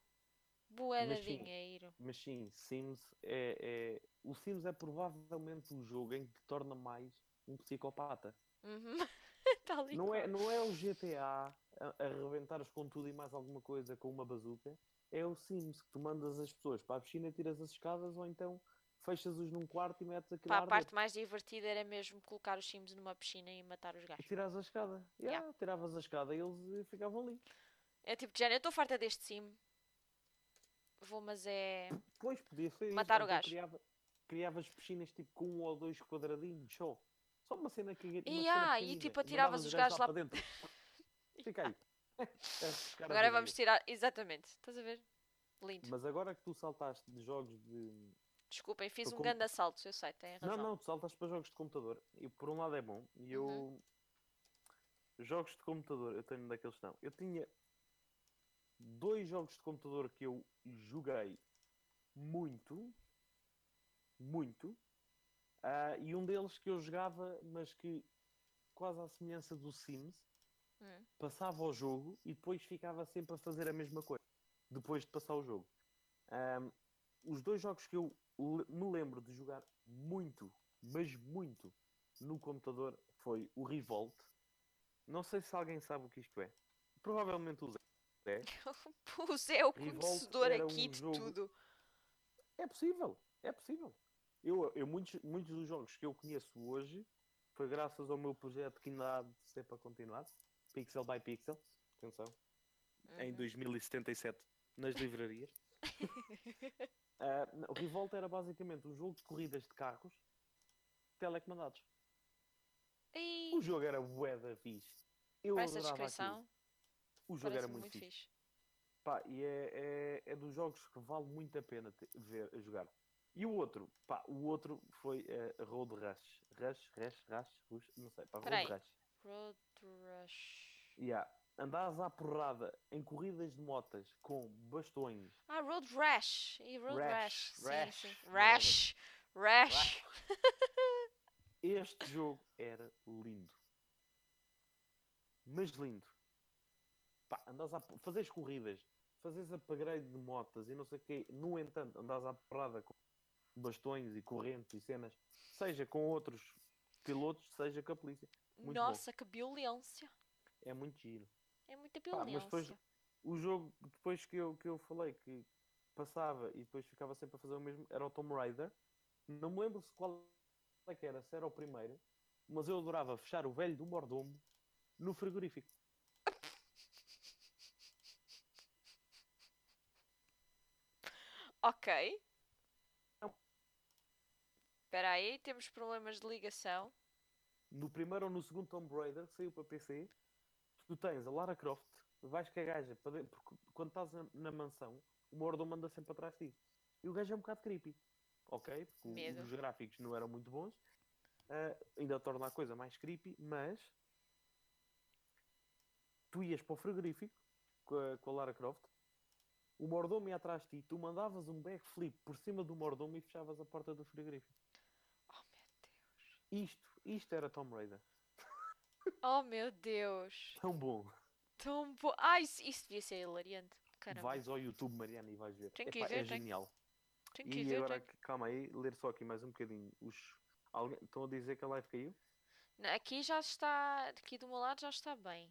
A: Bué de
B: Mas sim.
A: dinheiro.
B: Mas sim, Sims é, é- O Sims é provavelmente o jogo em que torna mais um psicopata.
A: Uhum. Tal e
B: Não é,
A: qual.
B: não é o GTA a, a arrebentares com tudo e mais alguma coisa com uma bazuca. É o Sims que tu mandas as pessoas para a piscina, tiras as escadas ou então fechas-os num quarto e metes aquilo
A: Pá,
B: a
A: a
B: arder.
A: parte mais divertida era mesmo colocar os Sims numa piscina e matar os
B: E
A: gajos.
B: tiras a escada. Yeah, Tiravas a escada e eles eh, ficavam ali.
A: É tipo, de género, eu estou farta deste Sim. Vou, mas é.
B: Pois podia ser. isso,
A: Matar o
B: ou então
A: gajo.
B: Criava, criavas piscinas tipo com um ou dois quadradinhos só. Só uma cena que. Uma
A: E,
B: cena
A: ah, e,
B: pequenina,
A: tipo, atiravas
B: mandavas
A: os gajos
B: gajos
A: lá
B: para dentro. Fica aí.
A: Agora vamos tirar. Exatamente, estás a ver? Lindo.
B: Mas agora que tu saltaste de jogos de.
A: Desculpem, fiz
B: Tô
A: um
B: com-
A: grande assalto, eu sei, têm razão.
B: Não, não, tu saltaste para jogos de computador. E por um lado é bom. E eu. Jogos de computador, eu tenho um daqueles não. Eu tinha dois jogos de computador que eu joguei muito. Muito. ah, e um deles que eu jogava, mas que quase à semelhança do Sims,
A: Hum.
B: passava o jogo e depois ficava sempre a fazer a mesma coisa. Depois de passar o jogo. Ahm, os dois jogos que eu le- me lembro de jogar muito, mas muito, no computador foi o Revolt. Não sei se alguém sabe o que isto é. Provavelmente o Zé.
A: O Zé é o
B: Revolt
A: conhecedor
B: era
A: aqui
B: um
A: de
B: jogo-
A: tudo.
B: É possível, é possível. Eu, eu- muitos, muitos dos jogos que eu conheço hoje foi graças ao meu projeto que ainda há de ser para continuar, Pixel by Pixel, atenção,
A: Uhum.
B: em 2077, nas livrarias. Ah, não, o Revolt era basicamente um jogo de corridas de carros telecomandados.
A: Ih,
B: O jogo era bué da fixe. Eu
A: parece a
B: adorava aquilo.
A: descrição.
B: O jogo
A: Parece
B: era
A: muito,
B: muito fixe.
A: fixe.
B: Pá, e é, é, é dos jogos que vale muito a pena te- ver a jogar. E o outro, pá, o outro foi eh, Road Rush. Rush, Rush, Rush, Rush, não sei, pá,
A: Peraí.
B: Road Rush.
A: Road Rush.
B: Yeah. Andares à porrada em corridas de motas com bastões.
A: Ah, Road Rash. E Road Rash.
B: Rash,
A: Sim,
B: rash,
A: sim.
B: whatever.
A: Rash. Rash.
B: Este jogo era lindo. Mas lindo. Pá, andas a fazes corridas, fazes upgrade de motas e não sei o quê. No entanto, andas à porrada com bastões e correntes e cenas, seja com outros pilotos, seja com a polícia. Muito bom.
A: Nossa, que violência.
B: É muito giro.
A: É muita
B: Pá, mas
A: violência.
B: depois o jogo depois que eu, que eu falei que passava e depois ficava sempre a fazer o mesmo era o Tomb Raider. Não me lembro se qual é que era, se era o primeiro, mas eu adorava fechar o velho do mordomo no frigorífico.
A: Ok.
B: Não.
A: Espera aí, temos problemas de ligação.
B: No primeiro ou no segundo Tomb Raider que saiu para PC, tu tens a Lara Croft, vais com a gaja para dentro, porque quando estás na, na mansão, o mordomo anda sempre atrás de ti. E o gajo é um bocado creepy. Ok? Porque o-
A: Medo.
B: os gráficos não eram muito bons. Ah, ainda torna a coisa mais creepy, mas tu ias para o frigorífico com a, com a Lara Croft, o mordomo ia atrás de ti, tu mandavas um backflip por cima do mordomo e fechavas a porta do frigorífico.
A: Oh meu Deus.
B: Isto, isto era Tomb Raider.
A: Oh meu Deus.
B: Tão bom.
A: Tão bom. Ai, isso, isso devia ser hilariante. Caramba.
B: Vais ao YouTube, Mariana, e vais ver.
A: Tenho que
B: Epá,
A: ir ver,
B: é
A: tenho.
B: genial.
A: Tenho que ir
B: E
A: ver.
B: agora,
A: tenho-
B: que- calma aí, ler só aqui mais um bocadinho. Os... Alguém... Estão a dizer que a live caiu?
A: Não, Aqui já está. Aqui do meu lado já está bem.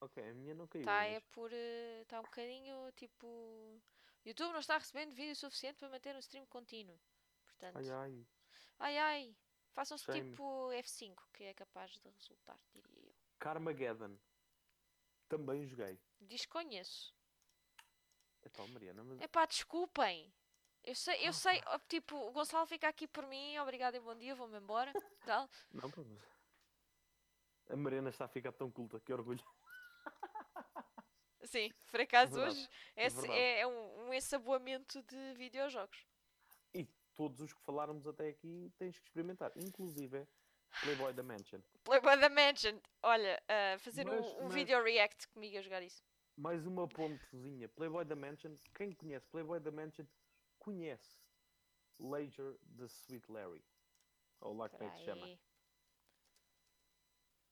B: Ok, a minha não caiu.
A: Está
B: mas-
A: é por. Está um bocadinho tipo. YouTube não está recebendo vídeo suficiente para manter um stream contínuo. Portanto.
B: Ai ai,
A: Ai ai. Façam-se
B: Shame.
A: tipo F5, que é capaz de resultar, diria eu.
B: Carmageddon. Também joguei.
A: Desconheço.
B: É tal, Mariana, mas.
A: Epá, desculpem. Eu sei, eu sei, ó, tipo, o Gonçalo fica aqui por mim, obrigado e bom dia, vou-me embora. Tal.
B: Não, pô, mas... A Mariana está a ficar tão culta, que orgulho.
A: Sim, por acaso
B: Verdade,
A: hoje é, se-
B: verdade.
A: é- é um, um ensaboamento de videojogos.
B: E todos os que falarmos até aqui tens que experimentar. Inclusive é Playboy da Mansion.
A: Playboy the Mansion, olha, ah, fazer um-
B: Mas-
A: um,
B: mas-
A: video react comigo a jogar isso.
B: Mais uma pontezinha. Playboy da Mansion. Quem conhece Playboy da Mansion conhece Ledger the Sweet Larry. Ou lá como é que se chama.
A: Peraí.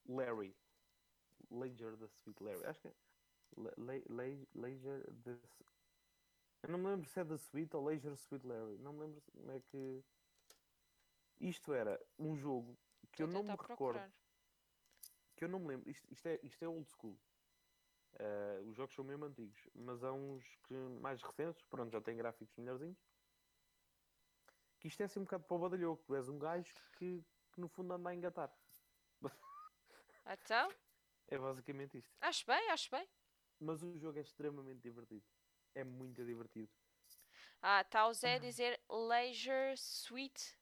B: Larry. Ledger the Sweet Larry. Acho que é. Le- Le- Le- Ledger the. S- Eu não me lembro se é da Sweet ou Leisure Sweet Larry. Não me lembro se- como é que. Isto era um jogo que eu
A: Estou a
B: não me
A: tentar
B: recordo. Que eu não me lembro. Isto, isto é, isto é old school. Ah, os jogos são mesmo antigos. Mas há uns que mais recentes, pronto, já têm gráficos melhorzinhos. Que isto é assim um bocado para o badalhoco. Tu és um gajo que, que no fundo anda a engatar.
A: Então,
B: É basicamente isto.
A: acho bem, acho bem.
B: Mas o jogo é extremamente divertido. É muito divertido.
A: Ah, está o
B: Uhum.
A: Zé a dizer Leisure Suite.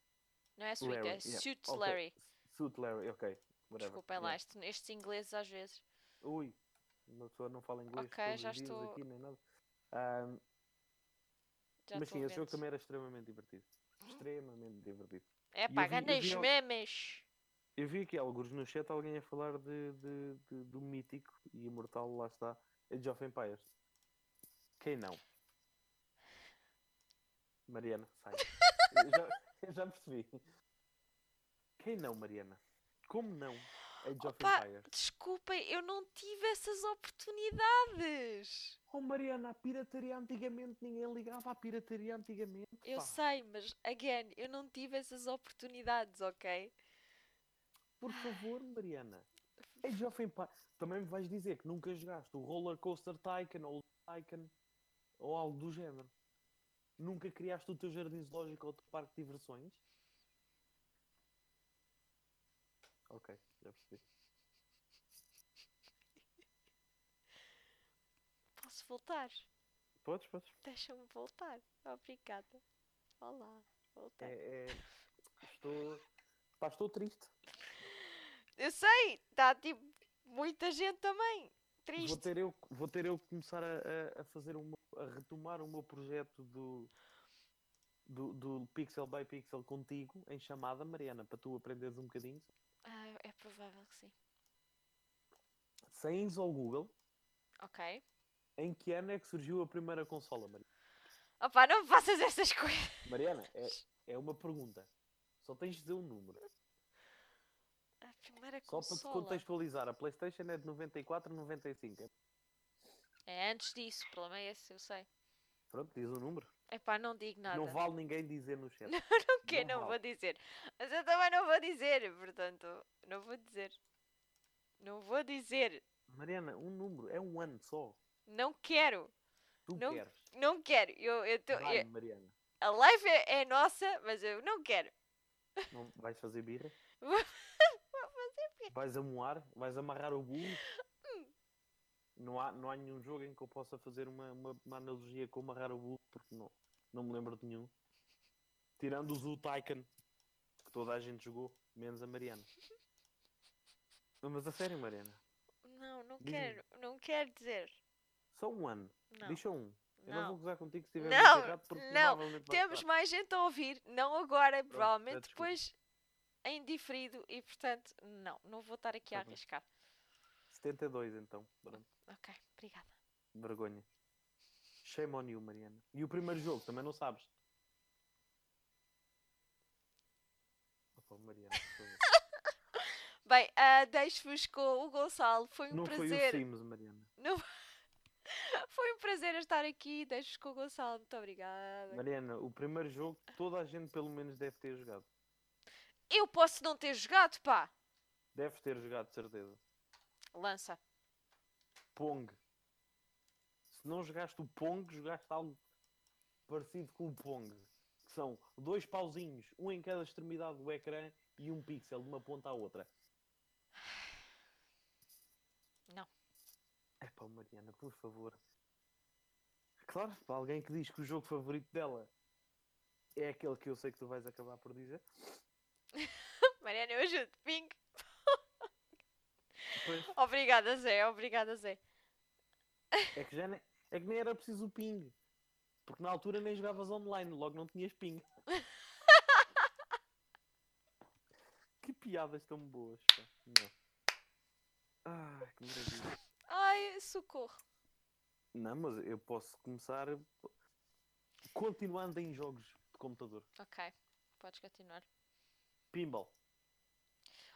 A: Não é Suite, é
B: yeah,
A: Suit
B: ok.
A: Larry.
B: Suit Larry, ok. Whatever.
A: Desculpem lá,
B: Yeah.
A: este- estes ingleses às vezes.
B: Ui, uma pessoa não fala inglês
A: Ok,
B: todos
A: já
B: os dias
A: estou-
B: aqui, nem nada. Ah,
A: Já estou
B: mas
A: Uhum.
B: sim,
A: a
B: esse jogo
A: ver.
B: também era extremamente divertido. Extremamente divertido.
A: É
B: eu
A: pá,
B: vi- eu
A: grandes
B: vi um al-
A: memes.
B: Eu vi aqui alguns no chat alguém a falar de, de- de- do mítico e imortal, lá está, Age of Empires. Quem não? Mariana, sai. eu, já, eu já percebi. Quem não, Mariana? Como não? Age of
A: Opa!
B: Empires.
A: Desculpem, eu não tive essas oportunidades.
B: Oh, Mariana, a pirataria antigamente, ninguém ligava à pirataria antigamente.
A: Eu
B: pá.
A: sei, mas, again, eu não tive essas oportunidades, ok?
B: Por favor, Mariana. Age of Empires. Também me vais dizer que nunca jogaste o Roller Coaster Tycoon ou o Tycoon ou algo do género. Nunca criaste o teu jardim zoológico ou o teu parque de diversões? Ok, já percebi.
A: Posso voltar?
B: Podes, podes.
A: Deixa-me voltar. Obrigada. Olá, voltei.
B: É, é, Estou... Pá, estou triste.
A: Eu sei, está tipo muita gente também.
B: Vou
A: Triste.
B: ter, eu, vou ter eu que começar a, a- a fazer o meu- a retomar o meu projeto do, do, do Pixel by Pixel contigo em chamada, Mariana, para tu aprenderes um bocadinho.
A: Ah, é provável que sim.
B: Sem ires ao Google,
A: Ok.
B: em que ano é que surgiu a primeira consola, Mariana?
A: Opa, não me faças essas coisas.
B: Mariana, é, é uma pergunta. Só tens de dizer um número.
A: A primeira
B: Só para te
A: consola.
B: contextualizar, a Playstation é de 94 a 95.
A: É antes disso, pelo menos esse eu sei.
B: Pronto, diz o número.
A: Epá, não digo nada.
B: Não vale ninguém dizer no chat.
A: Que eu não
B: não
A: vou
B: vale.
A: dizer. Mas eu também não vou dizer, portanto, não vou dizer. Não vou dizer.
B: Mariana, um número, é um ano só.
A: Não quero.
B: Tu
A: Não,
B: queres.
A: não quero. Eu, eu tô, é-
B: Vai,
A: eu-
B: Mariana.
A: a live é, é nossa, mas eu não quero.
B: Não vais fazer birra?
A: Vou
B: Vais amoar? Vais amarrar o burro?
A: Hum.
B: Não há, não há nenhum jogo em que eu possa fazer uma, uma, uma analogia com amarrar o burro, porque não, não me lembro de nenhum. Tirando o Zoo Tycoon, que toda a gente jogou, menos a Mariana. Mas a sério, Mariana,
A: Não, não
B: Diz-me.
A: quero. Não quero dizer.
B: só um ano.
A: Não.
B: Diz só um. Eu não
A: Não.
B: vou gozar contigo se tiver
A: Não,
B: muito errado, porque
A: não.
B: provavelmente vai
A: Temos
B: estar.
A: mais gente a ouvir, não agora,
B: peço
A: provavelmente
B: desculpa.
A: depois em diferido e portanto, não, não vou estar aqui a
B: Tá bem.
A: arriscar.
B: 72, então. Pronto.
A: Ok, obrigada.
B: Vergonha. Shame on you, Mariana. E o primeiro jogo, também não sabes. Opa, Mariana, por favor.
A: Bem, ah, deixo-vos com o Gonçalo, foi um
B: não foi o
A: prazer.
B: Sims, Mariana.
A: Não- Foi um prazer eu estar aqui, deixo-vos com o Gonçalo, muito obrigada.
B: Mariana, o primeiro jogo que toda a gente pelo menos deve ter jogado.
A: Eu posso não ter jogado, pá!
B: Deve ter jogado, de certeza.
A: Lança.
B: Pong. Se não jogaste o Pong, jogaste algo parecido com o Pong. Que são dois pauzinhos, um em cada extremidade do ecrã e um pixel de uma ponta à outra.
A: Não.
B: É pá, Mariana, por favor. Claro, para alguém que diz que o jogo favorito dela é aquele que eu sei que tu vais acabar por dizer.
A: Mariana, eu ajudo. Ping.
B: Pois,
A: Obrigada, Zé. Obrigada, Zé.
B: é, que já nem, é que nem era preciso o ping. Porque na altura nem jogavas online, logo não tinhas ping. que piadas tão boas, pá. Não. Ah, que maravilha.
A: Ai, socorro.
B: Não, mas eu posso começar continuando em jogos de computador.
A: Ok, podes continuar.
B: Pinball.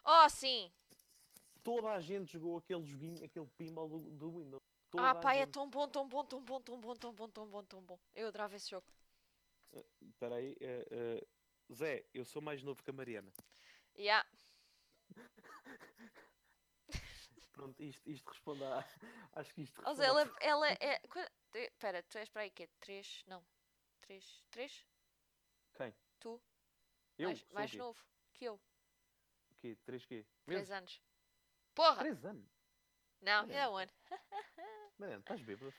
A: Oh, sim!
B: toda a gente jogou aquele joguinho, aquele pinball do, do Windows.
A: Ah,
B: a
A: pá, é
B: gente-
A: tão bom, tão bom, tão bom, tão bom, tão bom, tão bom, tão bom. Eu adorava esse jogo.
B: Espera aí. eh, eh, Zé, eu sou mais novo que a Mariana.
A: Yeah.
B: Pronto, isto, isto responde a... Acho que isto
A: Ou
B: responde
A: seja, ela,
B: à-
A: ela é. quan- te- Pera, tu és para aí quê? 3? Não. 3? 3?
B: Quem?
A: Tu?
B: Eu?
A: mais
B: Sou o
A: mais
B: quê?
A: novo que eu.
B: O quê? 3 quê?
A: 3 anos. Porra!
B: 3 anos?
A: Não, ainda
B: Três.
A: é um ano.
B: Mariana, estás bêbada?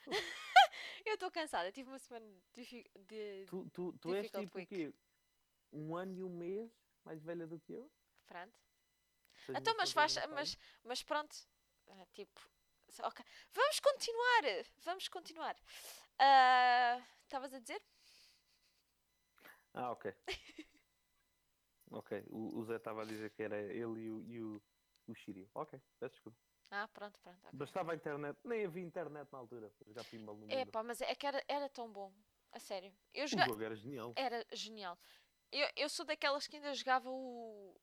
A: Eu estou cansada. Eu tive uma semana de. de...
B: Tu, tu, tu és
A: Difficult
B: tipo o quê? Um ano e um mês mais velha do que eu?
A: Pronto.
B: Tens
A: Então,
B: noção
A: mas
B: do
A: faz.
B: que eu
A: Mas, mas pronto. Ah, tipo. só- Ok. Vamos continuar! Vamos continuar. Ah, Estavas a dizer?
B: falo? Ah, ok. ok, o, o Zé estava a dizer que era ele e o, e o, o Shiryu. Ok, peço desculpa.
A: Ah, pronto, pronto. ok.
B: Bastava a internet, nem havia internet na altura para jogar pinball no mundo.
A: É pá, mas é que era, era tão bom. A sério. Eu
B: o
A: joga...
B: jogo era genial.
A: Era genial. Eu, eu sou daquelas que ainda jogava o.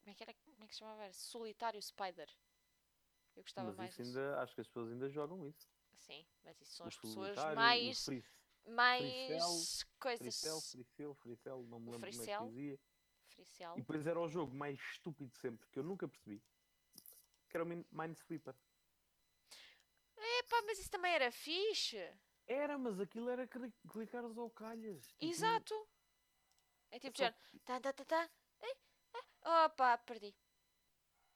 A: Como é que, era? Como é que se chamava? Era Solitário Spider. Eu gostava
B: Mas
A: mais
B: isso
A: disso.
B: ainda, acho que as pessoas ainda jogam isso.
A: Sim, mas isso
B: O
A: são as pessoas
B: solitário, o
A: mais.
B: free-
A: mais. coisas.
B: Fricel, Fricel, Fricel, não me lembro
A: Fricel?
B: como é que dizia.
A: Fricial.
B: E depois era o jogo mais estúpido sempre, que eu nunca percebi. Que era o Min- Minesweeper.
A: Epá, É mas isso também era
B: Uhum.
A: fixe.
B: Era, mas aquilo era cli- clicar os calhas. Tipo,
A: Exato. É tipo
B: Só
A: já. Tá, tá, tá, tá. Ei, ah, Opa, perdi.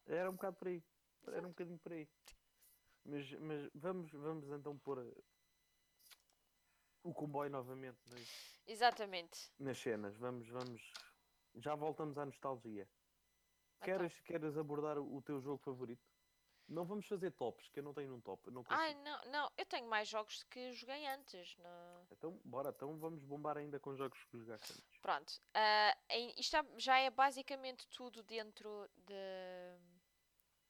B: Era um bocado por aí. Era um bocadinho por aí. Mas, mas vamos, vamos então pôr eh, o comboio novamente nas,
A: Exatamente.
B: nas cenas. Vamos, vamos. Já voltamos à nostalgia.
A: Então.
B: Queres, queres abordar o teu jogo favorito? Não vamos fazer tops, que eu não tenho um top. eu Não consigo.
A: Ai, não, não. Eu tenho mais jogos que joguei antes. Não...
B: Então, bora, então vamos bombar ainda com jogos que jogaste antes.
A: Pronto, ah, em- isto já- já é basicamente tudo dentro de,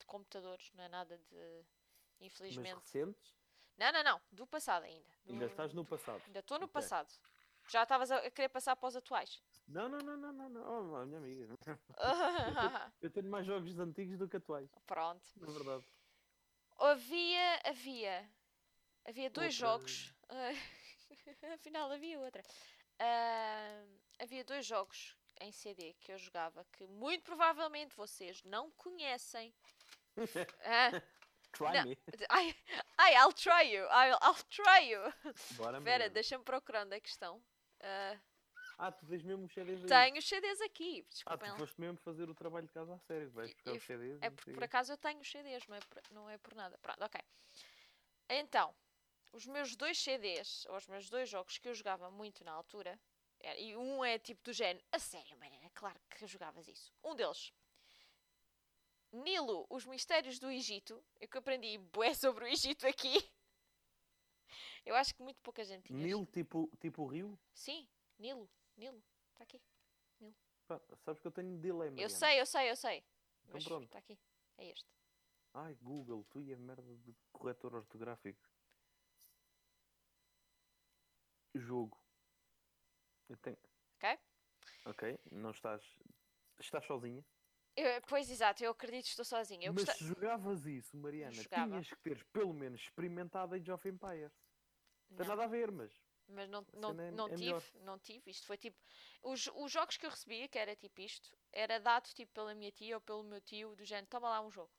A: de computadores, não é nada de.
B: Mas
A: Infelizmente.
B: recentes,
A: Não, não, não, é? do passado ainda. Do-
B: ainda estás no passado.
A: Ainda estou no
B: Ok.
A: passado. Já estavas a a querer passar para os atuais.
B: Não, não, não, não, não, não. Oh, minha amiga. Eu tenho mais jogos antigos do que atuais,
A: Pronto.
B: na verdade.
A: Havia, havia, havia dois
B: Outra.
A: jogos. Afinal, havia outra. Ah, havia dois jogos em CD que eu jogava que muito provavelmente vocês não conhecem. Ah,
B: Try
A: Não.
B: me.
A: Ai, ai, I'll try you, I'll, I'll try you.
B: Bora,
A: Vera,
B: menina.
A: deixa-me procurar onde é que estão. Ah,
B: Ah, tu tens mesmo os CDs aí.
A: tenho os CDs aqui,
B: Ah,
A: desculpem
B: tu
A: lá.
B: foste mesmo fazer o trabalho de casa a sério. Vais
A: E-
B: buscar
A: e
B: os CDs.
A: É
B: não
A: porque
B: sei
A: por
B: o quê.
A: acaso eu tenho os CDs, não é por, não é por nada. Pronto, ok. Então, os meus dois CDs, ou os meus dois jogos que eu jogava muito na altura, era- e um é tipo do género, a sério, Mariana, claro que jogavas isso. Um deles, Nilo, Os Mistérios do Egito, eu que aprendi bué sobre o Egito aqui. Eu acho que muito pouca gente tinha.
B: Nilo, tipo, tipo o Rio.
A: Sim, Nilo, Nilo, está aqui.
B: Pá, sabes que eu tenho delay, Mariana.
A: Eu sei, eu sei, eu sei.
B: Então
A: Mas
B: pronto.
A: está aqui, é este.
B: Ai, Google, tu e a merda de corretor ortográfico. Jogo. Eu tenho...
A: Ok?
B: Ok, não estás... Estás sozinha.
A: Eu- pois exato, eu acredito que estou sozinha. Eu
B: Mas
A: gosta-
B: se jogavas isso, Mariana,
A: Jogava.
B: tinhas que teres pelo menos experimentado Age of Empires. Não tem
A: Não,
B: nada a ver, mas...
A: mas não,
B: a
A: não,
B: cena é-
A: não
B: é
A: tive,
B: melhor.
A: não tive. Isto foi tipo. Os, os jogos que eu recebia, que era tipo isto, era dado tipo pela minha tia ou pelo meu tio, do género, toma lá um jogo.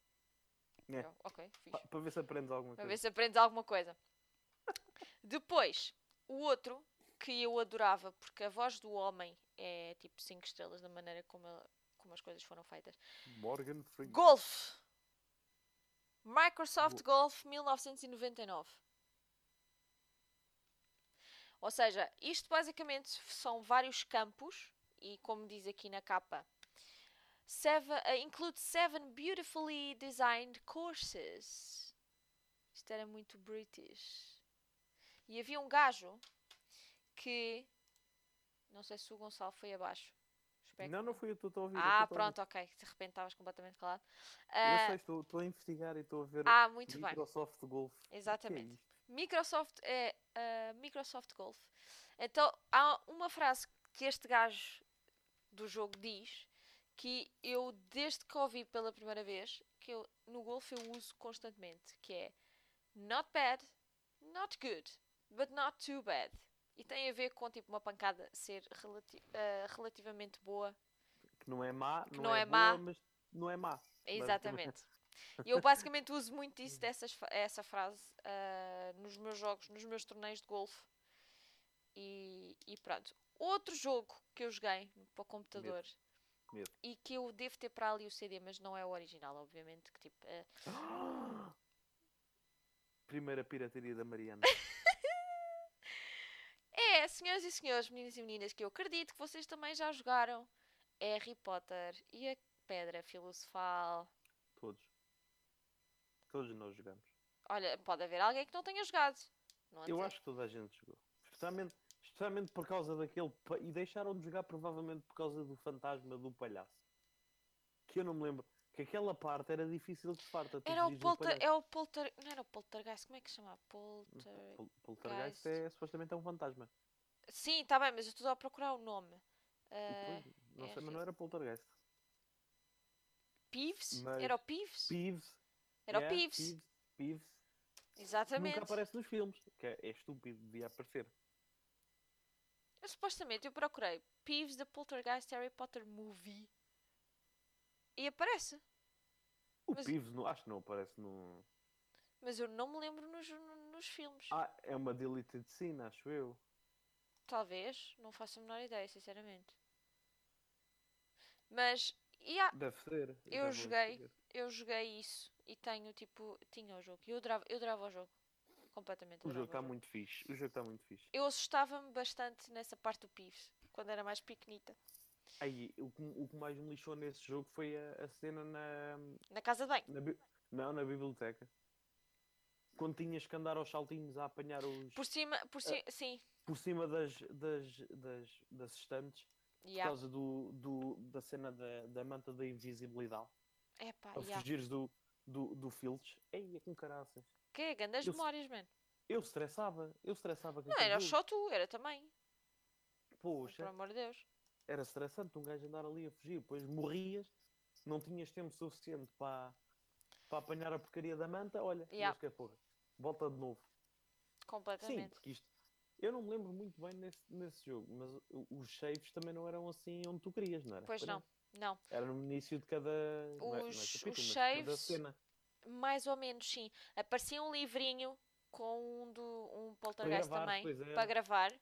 B: É.
A: Eu, ok, fixe.
B: pa- Para ver se aprendes alguma
A: Para
B: coisa.
A: ver se aprendes alguma coisa. Depois, o outro que eu adorava, porque a voz do homem é tipo 5 estrelas da maneira como, ela- como as coisas foram feitas.
B: Morgan Freeman.
A: Golf! Microsoft Golf 1999. Ou seja, isto basicamente são vários campos e como diz aqui na capa, seven, eh, include seven beautifully designed courses. Isto era muito British. E havia um gajo que não sei se o Gonçalo foi abaixo. Espero que
B: Não, não fui eu, que estou a ouvir. eu
A: ah,
B: estou a ouvir.
A: pronto, ok. De repente estavas completamente calado.
B: Eu
A: Ah,
B: sei, estou, estou a investigar e estou a ver
A: ah, muito bem.
B: Microsoft Golf. O que é
A: Exatamente.
B: isto?
A: Microsoft é ah, Microsoft Golf. Então há uma frase que este gajo do jogo diz que eu desde que ouvi pela primeira vez que eu no golfe eu uso constantemente, que é Not bad, not good, but not too bad. E tem a ver com tipo uma pancada ser relati- eh, relativamente boa.
B: Que não é má,
A: Que
B: não,
A: não
B: é,
A: é má.
B: boa, mas não é má.
A: Exatamente. E eu basicamente uso muito isso dessas, fra- essa frase ah, nos meus jogos, nos meus torneios de golfe. E, e pronto. Outro jogo que eu joguei para o computador
B: Medo.
A: e que eu devo ter para ali o CD, mas não é o original, obviamente. Que tipo, ah,
B: Primeira pirataria da Mariana.
A: É, senhoras e senhores, meninas e meninas, que eu acredito que vocês também já jogaram Harry Potter e a Pedra Filosofal.
B: Todos. Todos nós jogamos.
A: Olha, pode haver alguém que não tenha jogado. Não é
B: Eu
A: dizer-
B: acho que toda a gente jogou. Especialmente, especialmente por causa daquele. pa- E deixaram de jogar provavelmente por causa do fantasma do palhaço. Que eu não me lembro. Que aquela parte era difícil de farta. tu um
A: Era o
B: diriges
A: polter...
B: palhaço.
A: É o polter... Não era o poltergeist, como é que se chama? Polter...
B: Pol- Poltergeist é supostamente é um fantasma.
A: Sim, está bem, mas eu estou a procurar o nome.
B: E
A: Ah,
B: depois, não
A: é
B: sei, mas
A: real.
B: não era poltergeist.
A: Peeves?
B: Mas-
A: Era o Peeves?
B: Peeves.
A: Era o
B: yeah,
A: Peeves.
B: Peeves. Peeves.
A: Exatamente.
B: Nunca aparece nos filmes. Que é, é estúpido, devia aparecer.
A: Eu, supostamente eu procurei Peeves the Poltergeist Harry Potter Movie e aparece.
B: O
A: Mas-
B: Peeves não, acho que não aparece no.
A: Mas eu não me lembro nos, nos filmes.
B: Ah, é uma deleted scene, acho eu.
A: Talvez, não faço a menor ideia, sinceramente. Mas yeah,
B: Deve ser. já
A: eu
B: vou
A: joguei,
B: investigar.
A: eu joguei isso e tenho tipo, tinha o jogo. E Eu adorava, eu adorava o jogo. Completamente.
B: O jogo
A: adorava
B: está muito fixe. O jogo está muito fixe.
A: Eu assustava-me bastante nessa parte do PIF, quando era mais pequenita.
B: Aí, o que, o que mais me lixou nesse jogo foi a, a cena na,
A: Na casa de banho.
B: na bi- Não, na biblioteca. Quando tinhas que andar aos saltinhos a apanhar os.
A: Por
B: Por,
A: cima, por
B: Ah,
A: cima, sim.
B: cima das, das, das, das estantes. Por
A: Yeah.
B: causa do, do, da cena da, da manta da invisibilidade.
A: Epá,
B: Para
A: Ah, yeah.
B: fugires do, do, do filtro. Ei, é com caraças.
A: Que grandes
B: Eu-
A: memórias, mano.
B: Eu estressava. Eu estressava com
A: Não,
B: aquele
A: era
B: jogo.
A: só tu, era também. Mas,
B: Poxa.
A: Por amor de Deus.
B: era estressante um gajo andar ali a fugir, depois morrias, não tinhas tempo suficiente para, para apanhar a porcaria da manta, olha,
A: Yeah.
B: mas que é porra, volta de novo. Sim,
A: Completamente.
B: porque isto. Eu não me lembro muito bem nesse, nesse jogo, mas o- os shapes também não eram assim onde tu querias, não era?
A: pois não, não.
B: Era no início de cada. não é- não é
A: Os-
B: capítulo,
A: os
B: mas de cada
A: shapes-
B: cena.
A: Mais ou menos, sim. Aparecia um livrinho com um, do, um poltergeist
B: gravar,
A: também
B: pois é. era.
A: para Ah, gravar.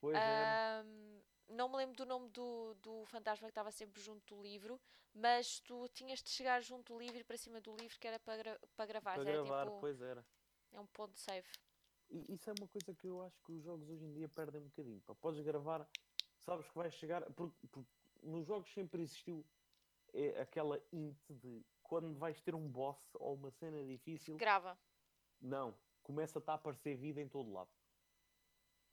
B: Pois era.
A: Ahm, não me lembro do nome do, do fantasma que estava sempre junto do livro, mas tu tinhas de chegar junto do livro e para cima do livro que era para, gra- para gravar.
B: Para
A: era
B: gravar,
A: tipo
B: pois era.
A: é um ponto de save.
B: E isso é uma coisa que eu acho que os jogos hoje em dia perdem um bocadinho. Pá. Podes gravar, sabes que vais chegar. Porque, porque nos jogos sempre existiu é, aquela int de quando vais ter um boss ou uma cena difícil.
A: Grava.
B: Não, começa-te a aparecer vida em todo lado.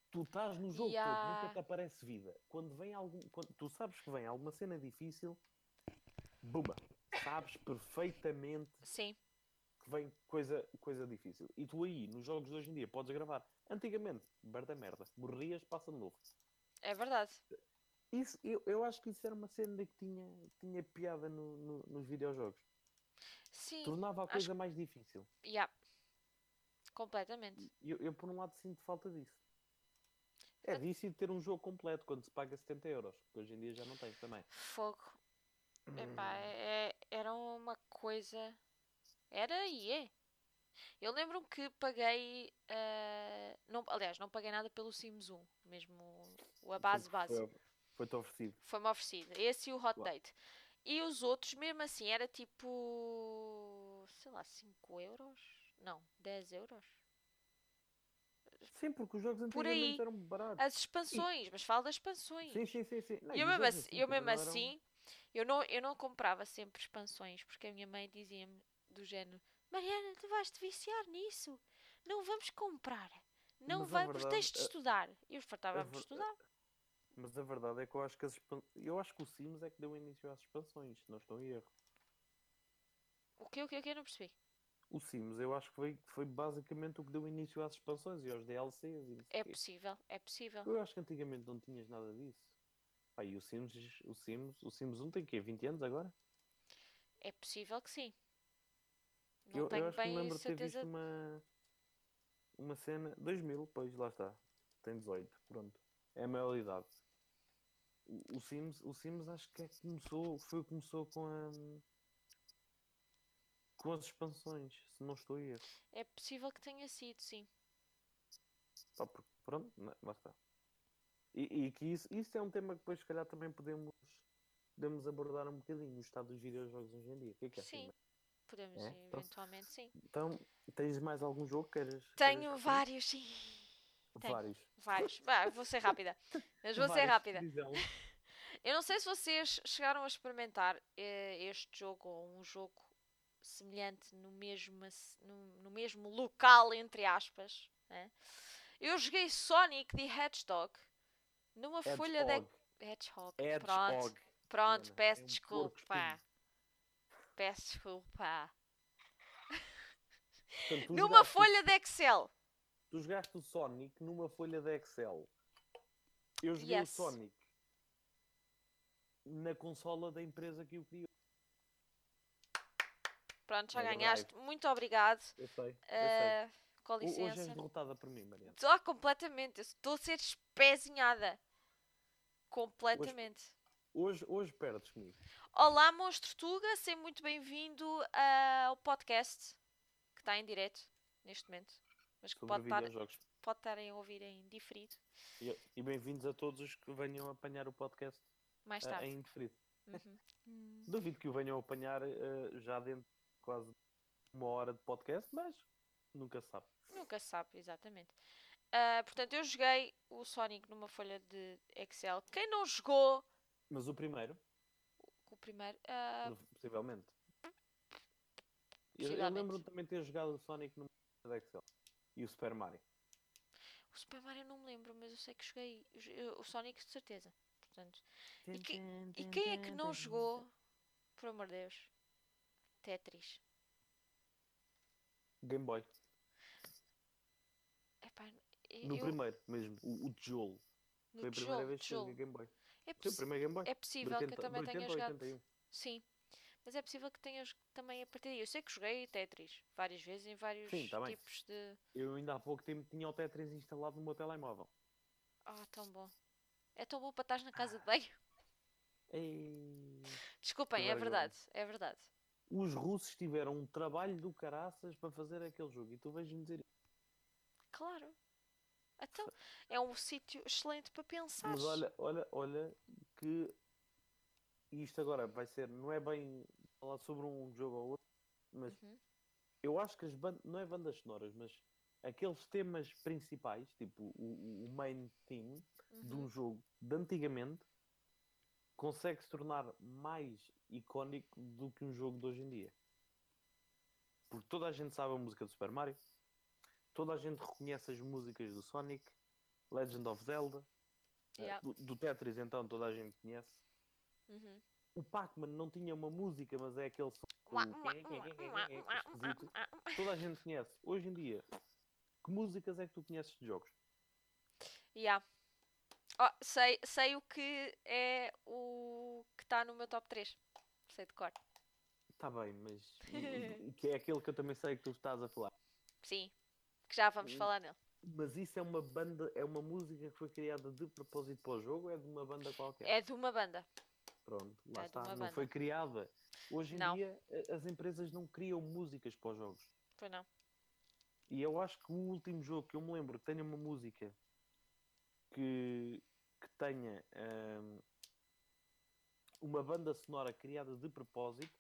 B: Tu estás no jogo
A: Ya.
B: todo, nunca te aparece vida. Quando vem algum. Quando, tu sabes que vem alguma cena difícil, bumba! Sabes perfeitamente
A: Sim,
B: que vem coisa, coisa difícil. E tu aí, nos jogos de hoje em dia, podes gravar. Antigamente, berda merda, morrias, passa de novo.
A: é verdade.
B: Isso, eu, eu acho que isso era uma cena que tinha, tinha piada no- no- nos videojogos.
A: Sim,
B: Tornava a
A: acho
B: coisa mais difícil.
A: yeah. completamente.
B: E Eu, eu, por um lado, sinto falta disso. É disso e de ter um jogo completo quando se paga 70 euros, que hoje em dia já não tens também.
A: Fogo.
B: Hum.
A: Epá, é- era uma coisa. Era e é. Eu lembro-me que paguei. ah, não, aliás, não paguei nada pelo Sims 1, mesmo o- a base base.
B: Foi- Foi-te oferecido.
A: Foi-me oferecido. Esse e o Hot
B: Uau.
A: Date. E os outros, mesmo assim, era tipo. sei lá, 5 euros? Não, 10 euros?
B: Sim, porque os jogos
A: Por
B: antigamente
A: aí.
B: eram baratos.
A: As expansões, mas falo das expansões.
B: Sim, sim, sim. sim. é Não,
A: E
B: e
A: eu
B: os
A: mesmo
B: jogos
A: assim, eu,
B: também
A: mesmo
B: eram-
A: assim eu, não, eu não comprava sempre expansões, porque a minha mãe dizia-me do género: Mariana, tu vais te viciar nisso. Não vamos comprar. Não
B: Mas a
A: vamos,
B: verdade
A: tens de
B: é-
A: estudar. E eu fartava-me de
B: ver-
A: estudar.
B: Mas a verdade é que eu acho que as expan- eu acho que o Sims é que deu início às expansões, se não estou em erro.
A: O que, o que, o que? Eu não percebi.
B: O Sims eu acho que foi, foi basicamente o que deu início às expansões e aos DLCs. E não sei
A: É
B: quê.
A: possível, é possível.
B: Eu acho que antigamente não tinhas nada disso. Pá, e o Sims, o Sims, o Sims 1 tem quê? 20 anos agora?
A: É possível que sim.
B: eu,
A: Não
B: eu
A: tenho
B: acho que me
A: bem
B: lembro de ter
A: certeza.
B: visto uma, Uma cena, 2000, pois lá está. Tem 18, pronto. É a maior idade. O, o Sims, o Sims acho que é que começou, foi o que começou com a com as expansões, se não estou a erro.
A: É possível que tenha sido, sim.
B: Pá, porque, pronto, né, lá está. E, e que isso, isso é um tema que depois se calhar também podemos, podemos abordar um bocadinho, o estado dos videojogos hoje em dia. O que é que é?
A: Sim,
B: Filipe?
A: podemos
B: É? Pronto.
A: eventualmente, sim.
B: Então, tens mais algum jogo que queiras?
A: Tenho
B: queiras-
A: vários, sim. tenho.
B: Vários.
A: Vários. Vá, vou ser rápida. Mas vou ser
B: Vários,
A: rápida.
B: dizão.
A: Eu não sei se vocês chegaram a experimentar eh, este jogo ou um jogo semelhante no mesmo, ass- no, no mesmo local, entre aspas. né? Eu joguei Sonic the Hedgehog numa
B: É
A: folha da.
B: Hedgehog.
A: Hedgehog. Pronto,
B: Hedgehog.
A: pronto
B: Ana,
A: peço
B: é um
A: desculpa.
B: porco, sim.
A: Peço desculpa.
B: Portanto, tu
A: Numa
B: jogaste-
A: folha de Excel.
B: Tu jogaste o Sonic numa folha de Excel. Eu joguei
A: Yes.
B: o Sonic na consola da empresa que o criou.
A: Pronto, já
B: Mega Drive.
A: ganhaste. Muito obrigado.
B: É Eu sei, eu sei.
A: Eh, com
B: Ho- Hoje é és
A: licença.
B: derrotada por mim, Mariana.
A: Estou completamente. eu Estou a ser espezinhada. Completamente.
B: Hoje, hoje perdes comigo.
A: Olá, Monstro Tuga. Seja muito bem-vindo ah, ao podcast que está em direto neste momento. Mas que
B: Sobre
A: pode estar,
B: videojogos.
A: pode estar a ouvir em diferido
B: E, e bem-vindos a todos os que venham apanhar o podcast
A: mais
B: eh,
A: tarde.
B: em diferido.
A: Uhum. Hum,
B: Duvido que o venham apanhar eh, já dentro de quase uma hora de podcast, mas nunca se sabe.
A: Nunca se sabe, exatamente. Ah, portanto, eu joguei o Sonic numa folha de Excel. Quem não jogou
B: Mas o primeiro,
A: o primeiro. ah,
B: possivelmente. Eu, eu
A: Possivelmente.
B: lembro-me também de ter jogado o Sonic numa folha de Excel. E o Super Mario.
A: o Super Mario eu não me lembro, mas eu sei que joguei. eu jo- eu- O Sonic, de certeza. Portanto, E que- E quem é que não jogou, por amor de Deus, Tetris?
B: Game Boy.
A: Epá,
B: No
A: eu,
B: primeiro mesmo. O, o tijolo.
A: no
B: Foi a
A: tijolo,
B: primeira vez que
A: tijolo.
B: joguei Game Boy.
A: É,
B: Foi o
A: possi-
B: primeiro Game Boy.
A: é
B: De
A: possível que eu
B: 80
A: também
B: de um.
A: tenha
B: 80,
A: jogado.
B: 81.
A: Sim, mas é possível que tenha jogado também a partir daí. Eu sei que joguei Tetris várias vezes em vários
B: Sim, tá bem.
A: tipos de.
B: Eu ainda há pouco tempo tinha o Tetris instalado no meu telemóvel.
A: Ah, tão bom. É tão bom para estar na casa de banho.
B: Ei.
A: Desculpem, é
B: Agora jogam.
A: verdade, é verdade.
B: Os russos tiveram um trabalho do caraças para fazer aquele jogo. E tu vais-me dizer isso.
A: Claro. Então, é um sítio excelente para pensar.
B: Mas olha, olha, olha que isto agora vai ser, não é bem falar sobre um jogo ou outro, mas
A: Uhum.
B: eu acho que as bandas, não é bandas sonoras, mas aqueles temas principais, tipo o, o- o main theme de
A: Uhum.
B: um jogo de antigamente, consegue se tornar mais icónico do que um jogo de hoje em dia. Porque toda a gente sabe a música do Super Mario, toda a gente reconhece as músicas do Sonic, Legend of Zelda, eh,
A: Yeah.
B: do, do Tetris então toda a gente conhece.
A: Uhum.
B: O Pac-Man não tinha uma música, mas é aquele som com
A: Mua, mua,
B: é,
A: mua, mua, mua, mua,
B: esquisito.
A: mua.
B: Toda a gente conhece. Hoje em dia, que músicas é que tu conheces de jogos?
A: Yeah. Ó, sei, sei o que é o que está no meu top 3. Sei de cor.
B: Está Tá bem, mas que é aquele que eu também sei que tu estás a falar.
A: Sim. Que já vamos
B: Hum.
A: falar nele.
B: Mas isso é uma banda, é uma música que foi criada de propósito para o jogo, é de uma banda qualquer.
A: É de uma banda.
B: Pronto,
A: é
B: lá
A: de
B: está,
A: uma
B: não
A: banda.
B: foi criada. Hoje em
A: Não.
B: dia a- as empresas não criam músicas para os jogos.
A: Pois não.
B: E eu acho que o último jogo que eu me lembro que tenha uma música que, que tenha ahm, uma banda sonora criada de propósito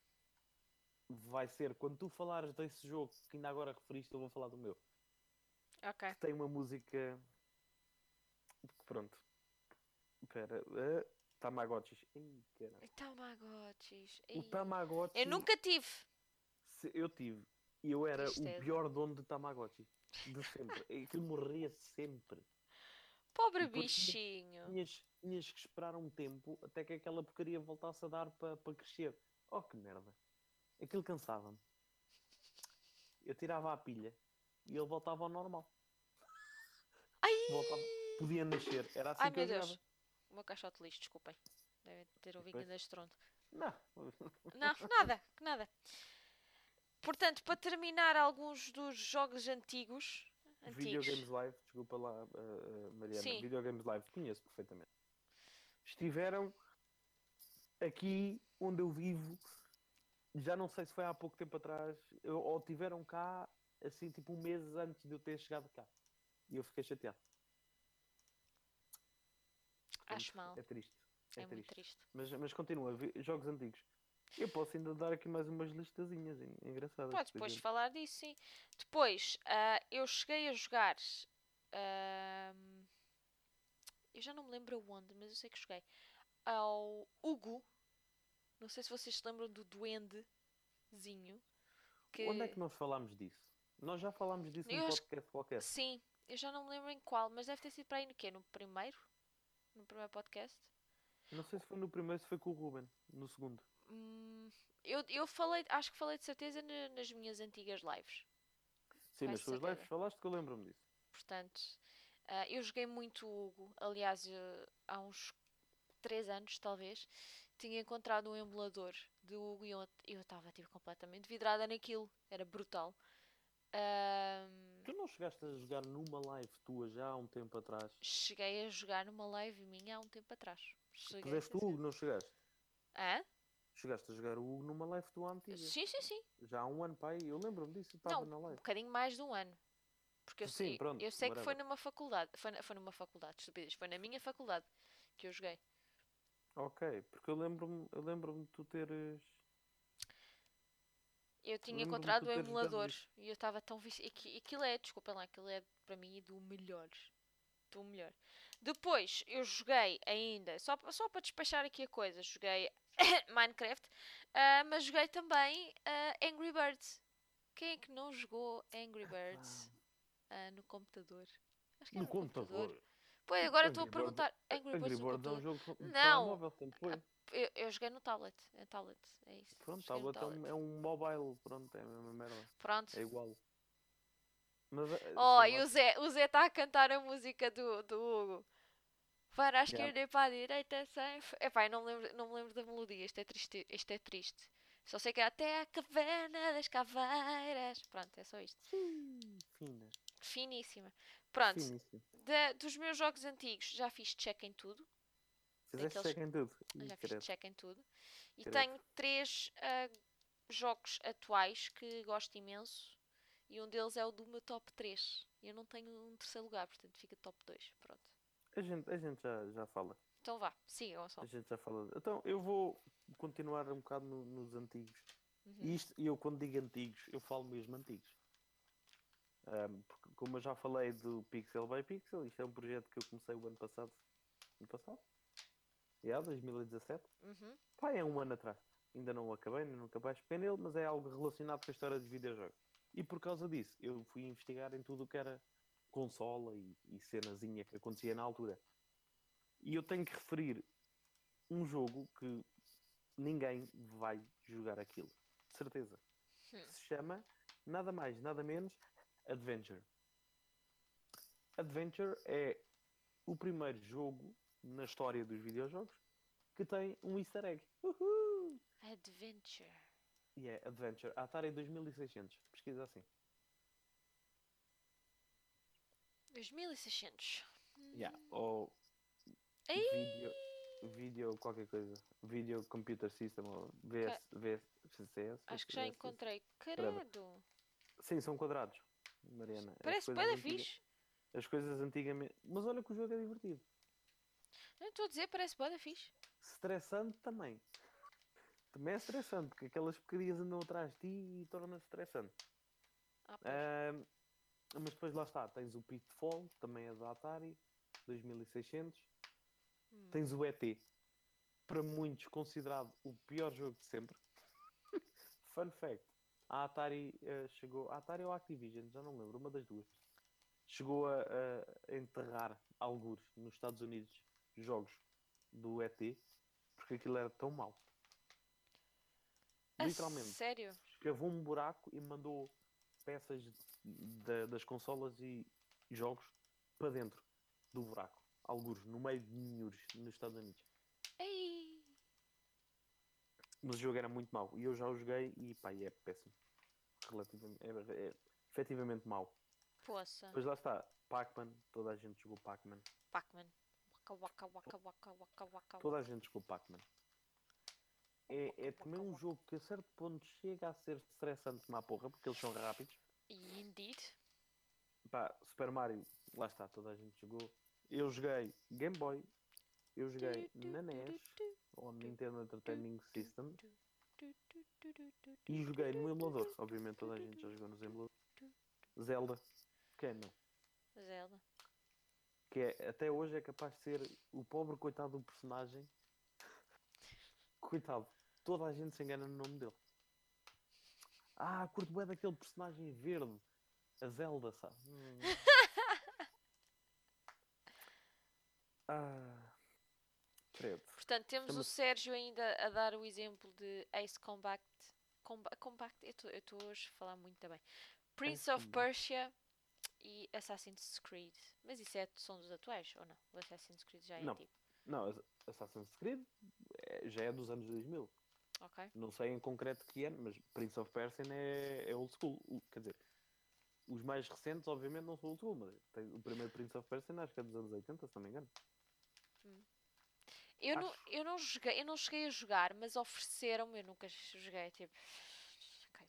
B: vai ser quando tu falares desse jogo que ainda agora referiste, eu vou falar do meu.
A: Ok.
B: Que tem uma música. Pronto. Espera. ah, Tamagotchis. Ih, caralho.
A: Tamagotchis.
B: O
A: Então, Ei.
B: Tamagotchi.
A: Eu nunca tive.
B: se- eu tive. e Eu era
A: Tristeza.
B: o pior dono de Tamagotchi. De sempre. Aquilo morria sempre.
A: Pobre
B: Porque-
A: bichinho.
B: tinhas, tinhas que esperar um tempo até que aquela porcaria voltasse a dar para crescer. Oh, que merda. Aquilo cansava-me. Eu tirava a pilha e ele voltava ao normal.
A: Ai!
B: Voltava. Podia nascer. Era assim
A: Ai
B: que eu
A: meu
B: jogava.
A: Deus. O meu caixote de lixo, desculpem. Devem ter ouvido
B: Pois.
A: ainda estrondo.
B: Não.
A: Não, nada, que nada. Portanto, para terminar alguns dos jogos antigos, Antigos.
B: Videogames Live, desculpa lá, uh, uh, Mariana.
A: Sim.
B: Videogames Live, conheço perfeitamente. Estiveram aqui onde eu vivo, já não sei se foi há pouco tempo atrás, eu- ou tiveram cá, assim, tipo um mês antes de eu ter chegado cá. E eu fiquei chateado.
A: Acho
B: Portanto,
A: mal.
B: É triste.
A: É,
B: É,
A: muito
B: triste.
A: triste.
B: Mas, mas continua, vi- jogos antigos. Eu posso ainda dar aqui mais umas listazinhas en- engraçadas.
A: Pode
B: por
A: depois
B: exemplo.
A: falar disso, sim. Depois, ah, eu cheguei a jogar. ah, eu já não me lembro onde, mas eu sei que joguei. Ao Hugo. Não sei se vocês se lembram do Duendezinho. Que...
B: Onde é que nós falámos disso? Nós já falámos disso
A: Eu
B: num
A: acho
B: podcast qualquer.
A: Sim, eu já não me lembro em qual, mas deve ter sido para aí no quê? No primeiro? No primeiro podcast?
B: Não sei se foi no primeiro, se foi com o Ruben, no segundo.
A: Hum, eu, eu falei, acho que falei de certeza na- nas minhas antigas lives.
B: Sim,
A: Com
B: nas suas
A: certeza.
B: lives falaste que eu lembro-me disso.
A: Portanto, ah, eu joguei muito o Hugo. Aliás, eu- há uns 3 anos, talvez, tinha encontrado um emulador de Hugo e eu eu estava tipo, completamente vidrada naquilo. Era brutal. Ahm,
B: Tu não chegaste a jogar numa live tua já há um tempo atrás?
A: cheguei a jogar numa live minha há um tempo atrás. Cheguei,
B: Puseste o
A: sim,
B: Hugo, não chegaste?
A: senhor. Hã?
B: Chegaste a jogar o Hugo numa live tua antiga.
A: Sim, sim, sim.
B: Já há um ano, pai, eu lembro-me disso, eu estava
A: Não,
B: na
A: um
B: live.
A: bocadinho mais de um ano. Porque eu
B: Sim,
A: sei,
B: pronto,
A: eu sei que foi
B: whatever.
A: numa faculdade. Foi, na- foi numa faculdade, estupidez. Foi na minha faculdade que eu joguei.
B: Ok, porque eu lembro-me eu lembro de tu teres.
A: Eu tinha
B: Lembro-me
A: encontrado
B: de
A: o
B: ter jogado
A: emulador
B: isso.
A: e eu estava tão vici- aqui Aquilo é, desculpem lá, aquilo é para mim do melhor. Do melhor. Depois eu joguei ainda, só, pa- só para despachar aqui a coisa, joguei Minecraft, ah, mas joguei também ah, Angry Birds. Quem é que não jogou Angry Birds ah, no computador? Acho que é
B: No computador.
A: Pois, agora
B: Angry
A: estou a
B: Birds-
A: perguntar. Angry Birds no
B: Birds é
A: computador.
B: um jogo de
A: Não. Ah,
B: telemóvel, tanto foi.
A: Eu, eu joguei no tablet. É tablet, é isso.
B: Pronto,
A: Joguei no
B: tablet é um, é um mobile, pronto, é a mesma merda.
A: Pronto.
B: É igual. Mas, eh,
A: Oh,
B: sei
A: e
B: lá,
A: o Zé, o Zé está a cantar a música do, do Hugo. Para a
B: Já.
A: esquerda e para a direita, sem. f- Epá, eu não me lembro, não me lembro da melodia. Isto é triste. Isto é triste. Só sei que é até a caverna das caveiras. Pronto, é só isto.
B: Fina.
A: Finíssima. Pronto,
B: Finíssimo.
A: da- dos meus jogos antigos já fiz check em tudo.
B: Fizeste
A: daqueles-
B: check em tudo.
A: Eu
B: Ih,
A: já fiz
B: credo.
A: check em tudo. E
B: Credo.
A: tenho três ah, jogos atuais que gosto imenso. E um deles é o do meu top 3. Eu não tenho um terceiro lugar, portanto fica top 2. Pronto.
B: A gente, a gente já, já fala.
A: Então vá, sigam só.
B: A gente já fala. Então, eu vou continuar um bocado no- nos antigos. E isto, eu quando digo antigos, eu falo mesmo antigos. Ahm, porque, como eu já falei do Pixel by Pixel, isto é um projeto que eu comecei o ano passado. Ano passado? Já, 2017.
A: Uhum.
B: Pá, é um ano atrás. Ainda não o acabei, ainda nunca baixei nele, mas é algo relacionado com a história dos videojogos. E por causa disso, eu fui investigar em tudo o que era consola e, e cenazinha que acontecia na altura. E eu tenho que referir um jogo que ninguém vai jogar aquilo. De certeza.
A: Hum.
B: Se chama, nada mais, nada menos, Adventure. Adventure é o primeiro jogo na história dos videojogos que tem um easter egg. Uhul!
A: Adventure.
B: E é Adventure, Atari 2600. Pesquisa assim.
A: 2600.
B: Hum. Yeah. Ou
A: Ei!
B: vídeo, vídeo qualquer coisa. Video Computer System ou VS, VSCS.
A: Acho que já
B: VSCS.
A: encontrei.
B: Whatever.
A: Credo.
B: Sim, são quadrados. Mariana. As
A: Parece
B: coisas
A: bué da
B: antiga-
A: fixe.
B: As coisas antigamente. Mas olha que o jogo é divertido.
A: Não estou a dizer, parece bué da fixe.
B: Estressante também. Também é estressante, porque aquelas porcarias andam atrás de ti e torna-se estressante.
A: Ah,
B: É,
A: pois.
B: Ahm, mas depois lá está, tens o Pitfall, também é da Atari, 2600.
A: Hum.
B: Tens o ET, para muitos considerado o pior jogo de sempre. Fun fact, a Atari eh, chegou, a Atari ou a Activision, já não lembro, uma das duas. Chegou a, a- a enterrar algures nos Estados Unidos jogos do ET, porque aquilo era tão mau.
A: A
B: Literalmente
A: Sério?
B: cavou um buraco e mandou peças da- das consolas e jogos para dentro do buraco. Alguns, no meio de ninhures, nos Estados Unidos.
A: Ei!
B: Mas o jogo era muito mau. E eu já o joguei e pá, e é péssimo. Relativamente, é, é efetivamente mau.
A: Poça.
B: Pois lá está, Pac-Man, toda a gente jogou Pac-Man.
A: Pac-Man. Waka, waka, waka, waka, waka, waka.
B: Toda a gente jogou Pac-Man. É, é também um jogo que a certo ponto chega a ser estressante como a porra, porque eles são rápidos.
A: E indeed.
B: Pá, Super Mario, lá está, toda a gente jogou. Eu joguei Game Boy, eu joguei na NES, ou Nintendo Entertainment System, e joguei no emulador. Obviamente toda a gente já jogou nos emuladores. Zelda, quem não?
A: Zelda.
B: Que é, até hoje é capaz de ser o pobre coitado do personagem. Coitado, toda a gente se engana no nome dele. Ah, curto bem daquele personagem verde. A Zelda, sabe? Hum. ah, credo.
A: Portanto, temos
B: Estamos-
A: o Sérgio ainda a dar o exemplo de Ace Combat. Comba- Combat, eu estou hoje a falar muito bem. Prince of
B: Combat.
A: Persia e Assassin's Creed. Mas isso é, são dos atuais ou não? O Assassin's Creed já é
B: Não.
A: tipo.
B: Não, Ass- Assassin's Creed é- já é dos anos 2000.
A: Ok.
B: Não sei em concreto que ano, mas Prince of Persia é, é old school. O- Quer dizer, os mais recentes, obviamente, não são old school, mas tem- o primeiro Prince of Persia acho que é dos anos 80, se não me engano.
A: Eu não, eu não joguei, eu não cheguei a jogar, mas ofereceram-me, eu nunca joguei, tipo. ok.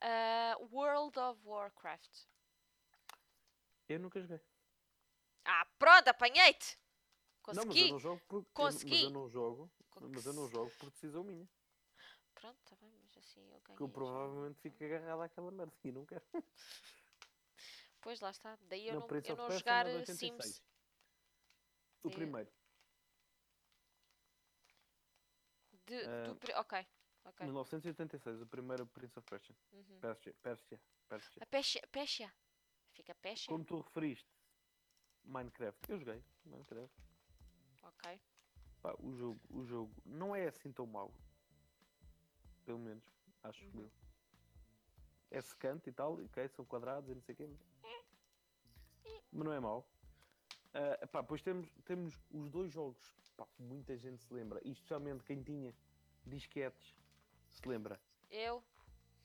A: Ah, World of Warcraft.
B: Eu nunca joguei.
A: Ah, pronto, apanhei-te!
B: Não, mas eu
A: Consegui!
B: não jogo porque.
A: Consegui!
B: Mas eu não jogo.
A: Con-
B: Mas eu não jogo por decisão minha.
A: Pronto, tá bem, mas assim eu ganhei.
B: Que eu provavelmente fico agarrado àquela merda e não quero.
A: Pois lá está. Daí eu
B: Não,
A: não,
B: Prince
A: eu
B: of
A: não
B: Persia é
A: jogar
B: de
A: eh,
B: 86.
A: Sims. É,
B: O
A: Sim.
B: primeiro,
A: De,
B: Ah.
A: do pri- ok, ok.
B: 1986, o primeiro Prince of Persia.
A: Uhum.
B: Persia, Persia, Persia.
A: A Pesha, Pesha. Fica Pesha?
B: Como tu referiste, Minecraft. Eu joguei Minecraft.
A: Ok.
B: Pá, o, jogo, o jogo não é assim tão mau. Pelo menos, acho
A: Uhum.
B: eu. É secante e tal, e ok, são quadrados e não sei o quê. Mas, mas não é mau. Ah, pá, pois temos, temos os dois jogos pá, que muita gente se lembra, e especialmente quem tinha disquetes se lembra.
A: Eu.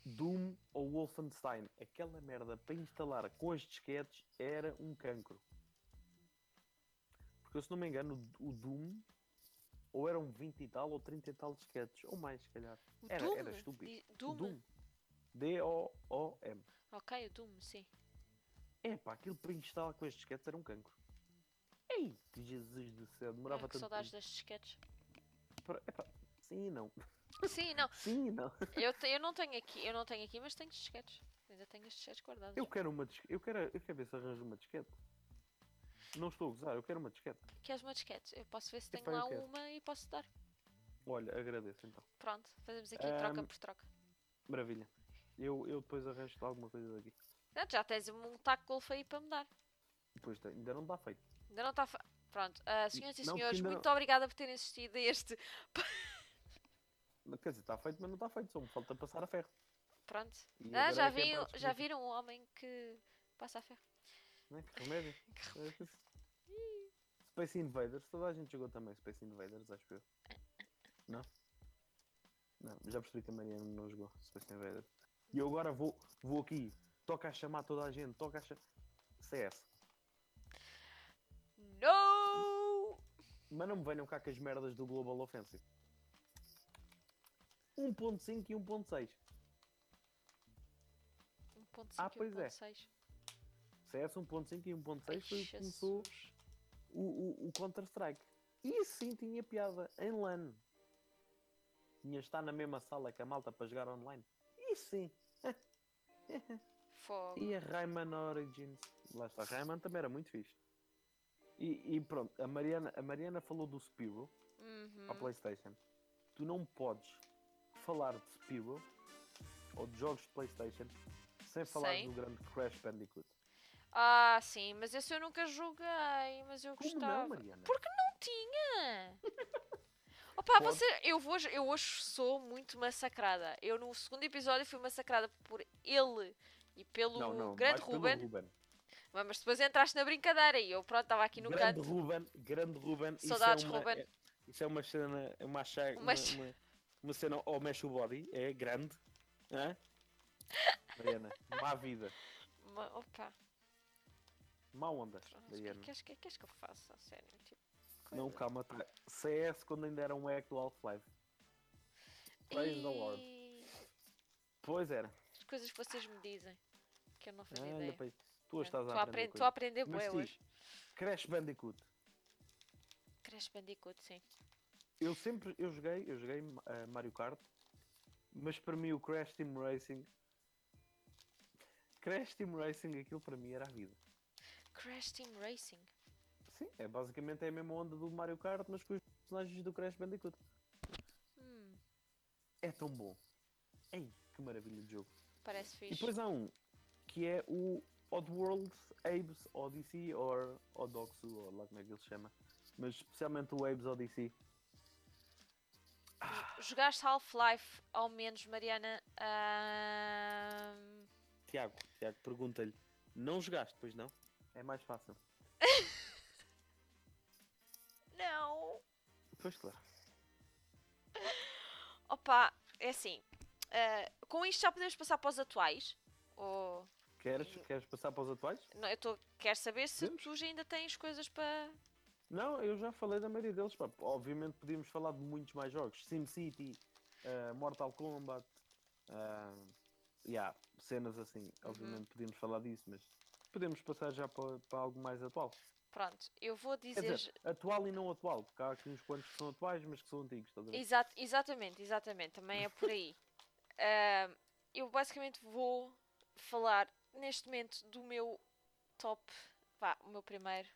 B: Doom ou Wolfenstein, aquela merda para instalar com as disquetes era um cancro. Porque se não me engano, o Doom ou eram 20 e tal ou 30 e tal disquetes, ou mais se calhar.
A: O
B: Era,
A: Doom.
B: era estúpido.
A: Di- Doom.
B: Doom. D-O-O-M.
A: Ok, o Doom, sim.
B: É pá, aquilo para instalar com as disquetes era um cancro. Ei, Jesus do céu,
A: Ai,
B: demorava
A: Ah, É, que
B: tanto
A: saudades
B: tempo.
A: das disquetes.
B: Para- epá, Sim e não.
A: Sim, não.
B: Sim e não.
A: Eu, te- eu não tenho aqui, eu não tenho aqui, mas tenho disquetes. Ainda tenho as disquetes guardadas.
B: Eu quero uma disquete. Eu quero, eu quero ver se arranjo uma disquete. Não estou a gozar, eu quero uma disquete.
A: Queres uma disquete? Eu posso ver se tenho
B: Epá, eu
A: lá
B: quero.
A: uma e posso dar.
B: Olha, agradeço então.
A: Pronto, fazemos aqui
B: Ahm.
A: troca por troca.
B: Maravilha. Eu, eu depois arranjo alguma coisa daqui.
A: Pronto, já tens um taco de golfe aí para me dar.
B: Depois tem. Ainda não está feito.
A: Ainda não está. Fa... Pronto, ah, senhoras e
B: Não, porque
A: senhores,
B: ainda não-
A: muito obrigada por terem assistido a este.
B: Mas, Quer dizer, está feito, mas não está feito. Só me falta passar a ferro.
A: Pronto.
B: E
A: Ah,
B: agora
A: já,
B: é que é
A: vi,
B: para despedir.
A: já viram um homem que passa a ferro.
B: Né? Que remédio. É isso. Space Invaders. Toda a gente jogou também Space Invaders, acho eu. Não? Não, já percebi que a Mariana não jogou Space Invaders. E eu agora vou, vou aqui. Toca a chamar toda a gente. Toca a chamar. CS.
A: No!
B: Mas não me venham cá com as merdas do Global Offensive. 1.5 e 1.6.
A: 1.5
B: Ah, pois é.
A: 1.6.
B: CS 1.5 e 1.6 foi o
A: Ai,
B: que começou
A: Jesus.
B: o, o, o Counter-Strike. E isso sim tinha piada em LAN. Tinha estar na mesma sala que a malta para jogar online. E sim.
A: Fogo.
B: E a Rayman Origins. Lá está. Rayman também era muito fixe. E, e pronto, a Mariana, a Mariana falou do Spiro
A: Uhum.
B: à PlayStation. Tu não podes falar de Spiro ou de jogos de PlayStation sem falar
A: Sem.
B: do grande Crash Bandicoot.
A: Ah, sim, mas esse eu nunca joguei, mas eu
B: Como
A: gostava.
B: não, Mariana?
A: Porque não tinha! Opa,
B: Pode.
A: você, eu, vou, eu hoje sou muito massacrada. Eu no segundo episódio fui massacrada por ele e pelo
B: não, não,
A: grande
B: mais pelo
A: Ruben.
B: Ruben.
A: Mas mas depois entraste na brincadeira e eu pronto, estava aqui no
B: grande
A: canto.
B: Ruben, grande Ruben. isso
A: Saudades,
B: é uma,
A: Ruben.
B: é- isso é uma cena, é uma, cha-
A: Uma
B: uma,
A: cha-
B: uma, uma cena ou mexe o body, é grande. Hã? Mariana, má vida.
A: Ma- Opa,
B: Má onda.
A: Pronto, o que, é
B: Diana.
A: que queres- o que é que queres que eu faça? A Sério, tipo, coisa.
B: Não, calma. tá. CS quando ainda era um hack do Half-Life. Praise the Lord.
A: Ih,
B: Pois era. Ah,
A: As coisas que vocês me dizem. Que eu não fazia
B: Olha,
A: ideia. É,
B: pai, tu hoje estás
A: Estou
B: a
A: a
B: aprender.
A: aprender, estou a
B: coisas.
A: aprender
B: Mas
A: bué
B: sim,
A: hoje.
B: Crash Bandicoot.
A: Crash Bandicoot, sim.
B: Eu sempre, eu joguei, eu joguei eh, Mario Kart, mas para mim o Crash Team Racing, Crash Team Racing, aquilo para mim era a vida.
A: Crash Team Racing.
B: Sim, é basicamente é a mesma onda do Mario Kart, mas com os personagens do Crash Bandicoot.
A: Hum,
B: É tão bom. Ei, que maravilha de jogo.
A: parece
B: E
A: fixe.
B: depois há um, que é o Oddworld Abe's Odyssey, ou Odoxu, ou lá como é que ele se chama. Mas especialmente o Abe's Odyssey.
A: Jogaste Half-Life, ao menos, Mariana. Ahm,
B: Tiago, Tiago, pergunta-lhe, não jogaste, pois não? É mais fácil.
A: Não.
B: Pois claro.
A: Opa, é assim. ah, com isto já podemos passar para os atuais? Ou.
B: Queres, queres passar para os atuais?
A: Não, eu tô, quero saber se
B: Podemos?
A: tu ainda tens coisas para.
B: Não, eu já falei da maioria deles. pá. Obviamente podíamos falar de muitos mais jogos. SimCity, eh, Mortal Kombat, e yeah, cenas
A: Uhum.
B: assim. Obviamente podíamos falar disso, mas podemos passar já para, para algo mais atual.
A: Pronto, eu vou
B: Quer
A: dizer.
B: dizer, atual e não atual, porque há aqui uns quantos que são atuais, mas que são antigos. Estás a ver?
A: Exato, exatamente, exatamente. Também é por aí. Ahm, eu basicamente vou falar neste momento do meu top, vá, o meu primeiro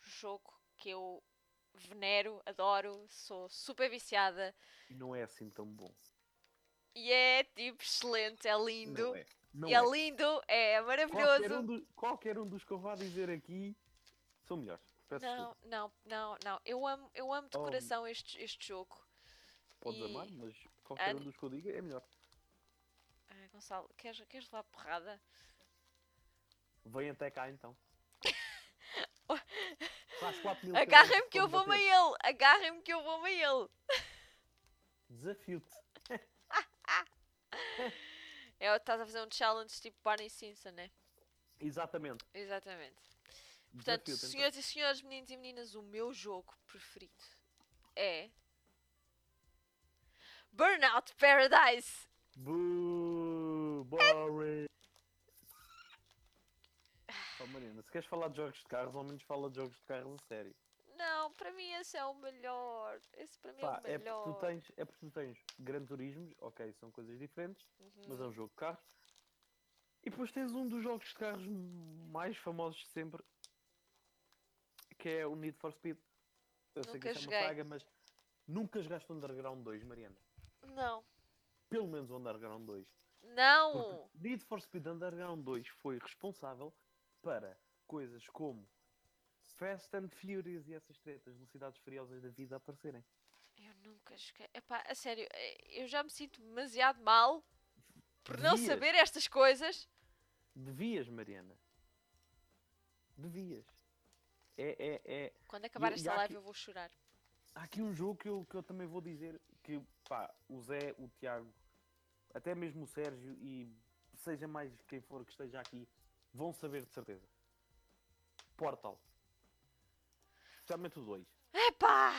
A: jogo que eu venero, adoro, sou super viciada
B: E não é assim tão bom.
A: e é tipo excelente, é lindo.
B: Não é. Não
A: é,
B: é.
A: lindo, é
B: Qualquer, um
A: maravilhoso.
B: dos, qualquer um dos que eu vá dizer aqui são melhores. Peço
A: Não,
B: desculpa.
A: não, não, não. Eu amo, eu amo de
B: Oh.
A: coração este, este jogo.
B: Podes
A: e-
B: amar, mas qualquer
A: Ah,
B: um dos que eu diga é melhor.
A: Ah, Gonçalo, queres, queres levar porrada?
B: Vem até cá então. Faz 4 mil
A: Agarrem-me
B: cabeças
A: que eu
B: para
A: vou-me a
B: bater.
A: ele! Agarrem-me que eu vou-me a ele!
B: Desafio-te.
A: É, estás a fazer um challenge tipo Barney Simpson, né?
B: Exatamente.
A: Exatamente. Portanto,
B: Desafio-te. então.
A: senhoras e senhores, meninos e meninas, o meu jogo preferido é. Burnout Paradise!
B: Boo, boring. Oh, Marina, se queres falar de jogos de carros, ao menos fala de jogos de carros a sério.
A: Não, para mim esse é o melhor. Esse para mim
B: Pá,
A: é
B: é
A: o melhor.
B: porque tu tens, é porque tu tens Gran Turismos, ok, são coisas diferentes,
A: Uhum.
B: mas é um jogo de carros. E depois tens um dos jogos de carros mais famosos de sempre, que é o Need for Speed. Eu sei que
A: Nunca
B: isso é
A: joguei.
B: uma saga, mas nunca jogaste o Underground 2, Mariana.
A: Não,
B: Pelo menos o Underground 2.
A: não!
B: Need for Speed Underground 2 foi responsável para coisas como Fast and Furious e essas tretas, velocidades furiosas da vida aparecerem.
A: Eu nunca joguei. Epá, a sério, eh, eu já me sinto demasiado mal por não
B: Devias.
A: saber estas coisas.
B: Devias, Mariana. Devias. É, é, é.
A: Quando acabar
B: E- e
A: esta
B: há
A: live
B: aqui-
A: eu vou chorar.
B: Há aqui um jogo que eu, que eu também vou dizer que, pá, o Zé, o Tiago, até mesmo o Sérgio e seja mais quem for que esteja aqui, vão saber de certeza. Portal. Especialmente o 2.
A: Epá!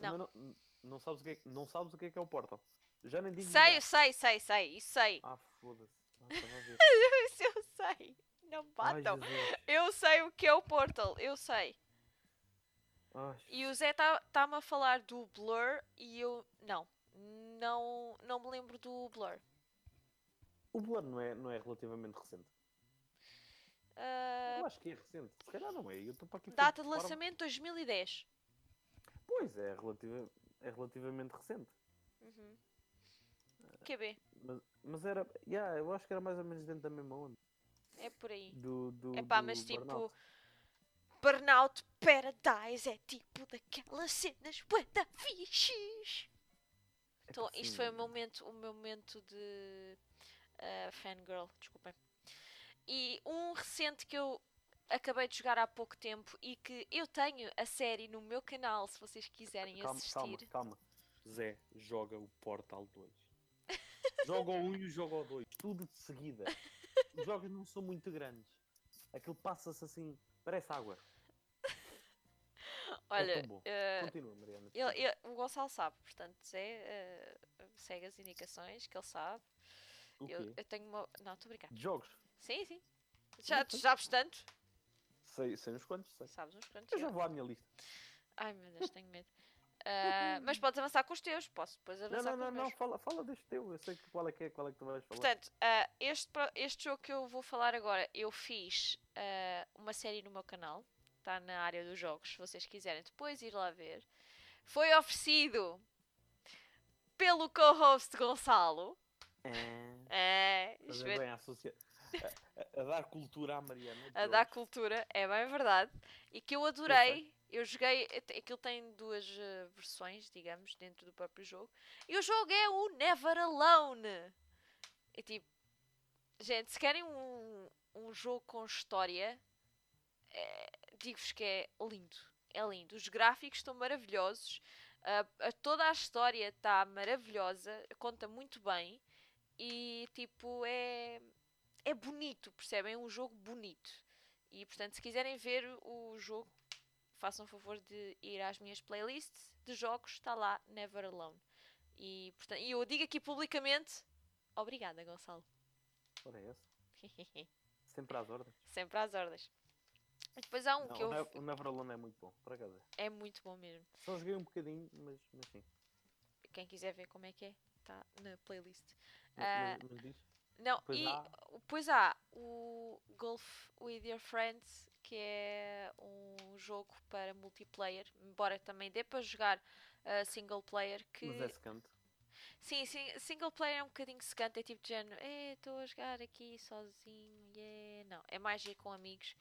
B: Não.
A: Não.
B: Não, não, sabes o que é, que- não sabes o que é que é o Portal. Já nem digo.
A: Sei, eu
B: nada.
A: sei, sei, sei, isso sei.
B: Ah, foda-se. Ah, estava a ver.
A: Isso eu sei. Não me
B: Ai,
A: batam.
B: Jesus.
A: eu sei o que é o Portal, eu sei.
B: Ai,
A: E o Zé está-me a falar do Blur e eu. Não. Não, não me lembro do Blur.
B: o Blur não é, não é relativamente recente.
A: Ah,
B: Eu acho que é recente. Se calhar não é. Eu estou para aqui.
A: data de
B: fora-
A: lançamento 2010.
B: Pois é, relativa, é relativamente recente.
A: Uhum.
B: Ah.
A: QB.
B: Mas, mas era. Yeah, eu acho que era mais ou menos dentro da mesma onda.
A: É por aí.
B: Do, do,
A: É pá,
B: do
A: mas tipo.
B: Burnout.
A: Burnout Paradise é tipo daquelas cenas bué fixes.
B: É
A: Então,
B: que
A: isto
B: sim,
A: foi o meu momento, o meu momento de ah, fangirl, desculpem. E um recente que eu acabei de jogar há pouco tempo e que eu tenho a série no meu canal, se vocês quiserem
B: Calma, É
A: assistir.
B: calma, calma. Zé, joga o Portal 2. um joga o 1 e joga o 2. Tudo de seguida. Os jogos não são muito grandes. Aquilo passa-se assim, parece água.
A: Olha,
B: é tão bom.
A: eh,
B: Continua, Mariana.
A: ele- ele- o Gonçalo sabe, portanto, Zé, eh, segue as indicações que ele sabe.
B: o quê?
A: Eu, eu tenho uma. Não, estou a brincar.
B: De jogos?
A: Sim, sim. Já, tu sabes tanto.
B: Sei, sei uns quantos, sei.
A: Sabes uns quantos.
B: Eu já
A: eu-
B: vou à minha lista.
A: Ai meu Deus, tenho medo. Ah, mas podes avançar com os teus, posso depois
B: Não,
A: avançar
B: não,
A: com
B: não,
A: os meus.
B: não, fala, fala deste teu. Eu sei que qual é que é, qual é que tu vais falar.
A: Portanto, ah, este, pro- este jogo que eu vou falar agora, eu fiz ah, uma série no meu canal, está na área dos jogos, se vocês quiserem depois ir lá ver. Foi oferecido pelo co-host Gonçalo.
B: É,
A: É, isto
B: fazer
A: é-
B: bem à sociedade. A, a- a dar cultura à Mariana. de
A: a dar
B: jogos.
A: cultura, é bem verdade. E que eu adorei. Eu joguei. eh, Aquilo tem duas eh, versões, digamos, dentro do próprio jogo. E o jogo é o Never Alone. É tipo. Gente, se querem um, um jogo com história, eh, digo-vos que é lindo. É lindo. Os gráficos estão maravilhosos. a- a- toda a história está maravilhosa. Conta muito bem. E tipo, é é bonito, percebem? É um jogo bonito. E portanto, se quiserem ver o jogo, façam o favor de ir às minhas playlists de jogos, está lá Never Alone. E, portanto, e eu digo aqui publicamente: obrigada, Gonçalo.
B: Ora, é essa. Sempre às ordens.
A: Sempre às ordens. E depois há um
B: Não,
A: que eu.
B: o Ne- o Neverland é muito bom, por acaso. é.
A: É muito bom mesmo.
B: Só joguei um bocadinho, mas, mas sim.
A: Quem quiser ver como é que é, está na playlist. Ah.
B: Mas, mas- mas diz.
A: Não,
B: Pois
A: e
B: há.
A: pois há o Golf with Your Friends, que é um jogo para multiplayer, embora também dê para jogar ah, single player, que
B: Mas é secante.
A: sim, sim, single player é um bocadinho secante, é tipo de género, estou a jogar aqui sozinho, yeah. não, é mais ir com amigos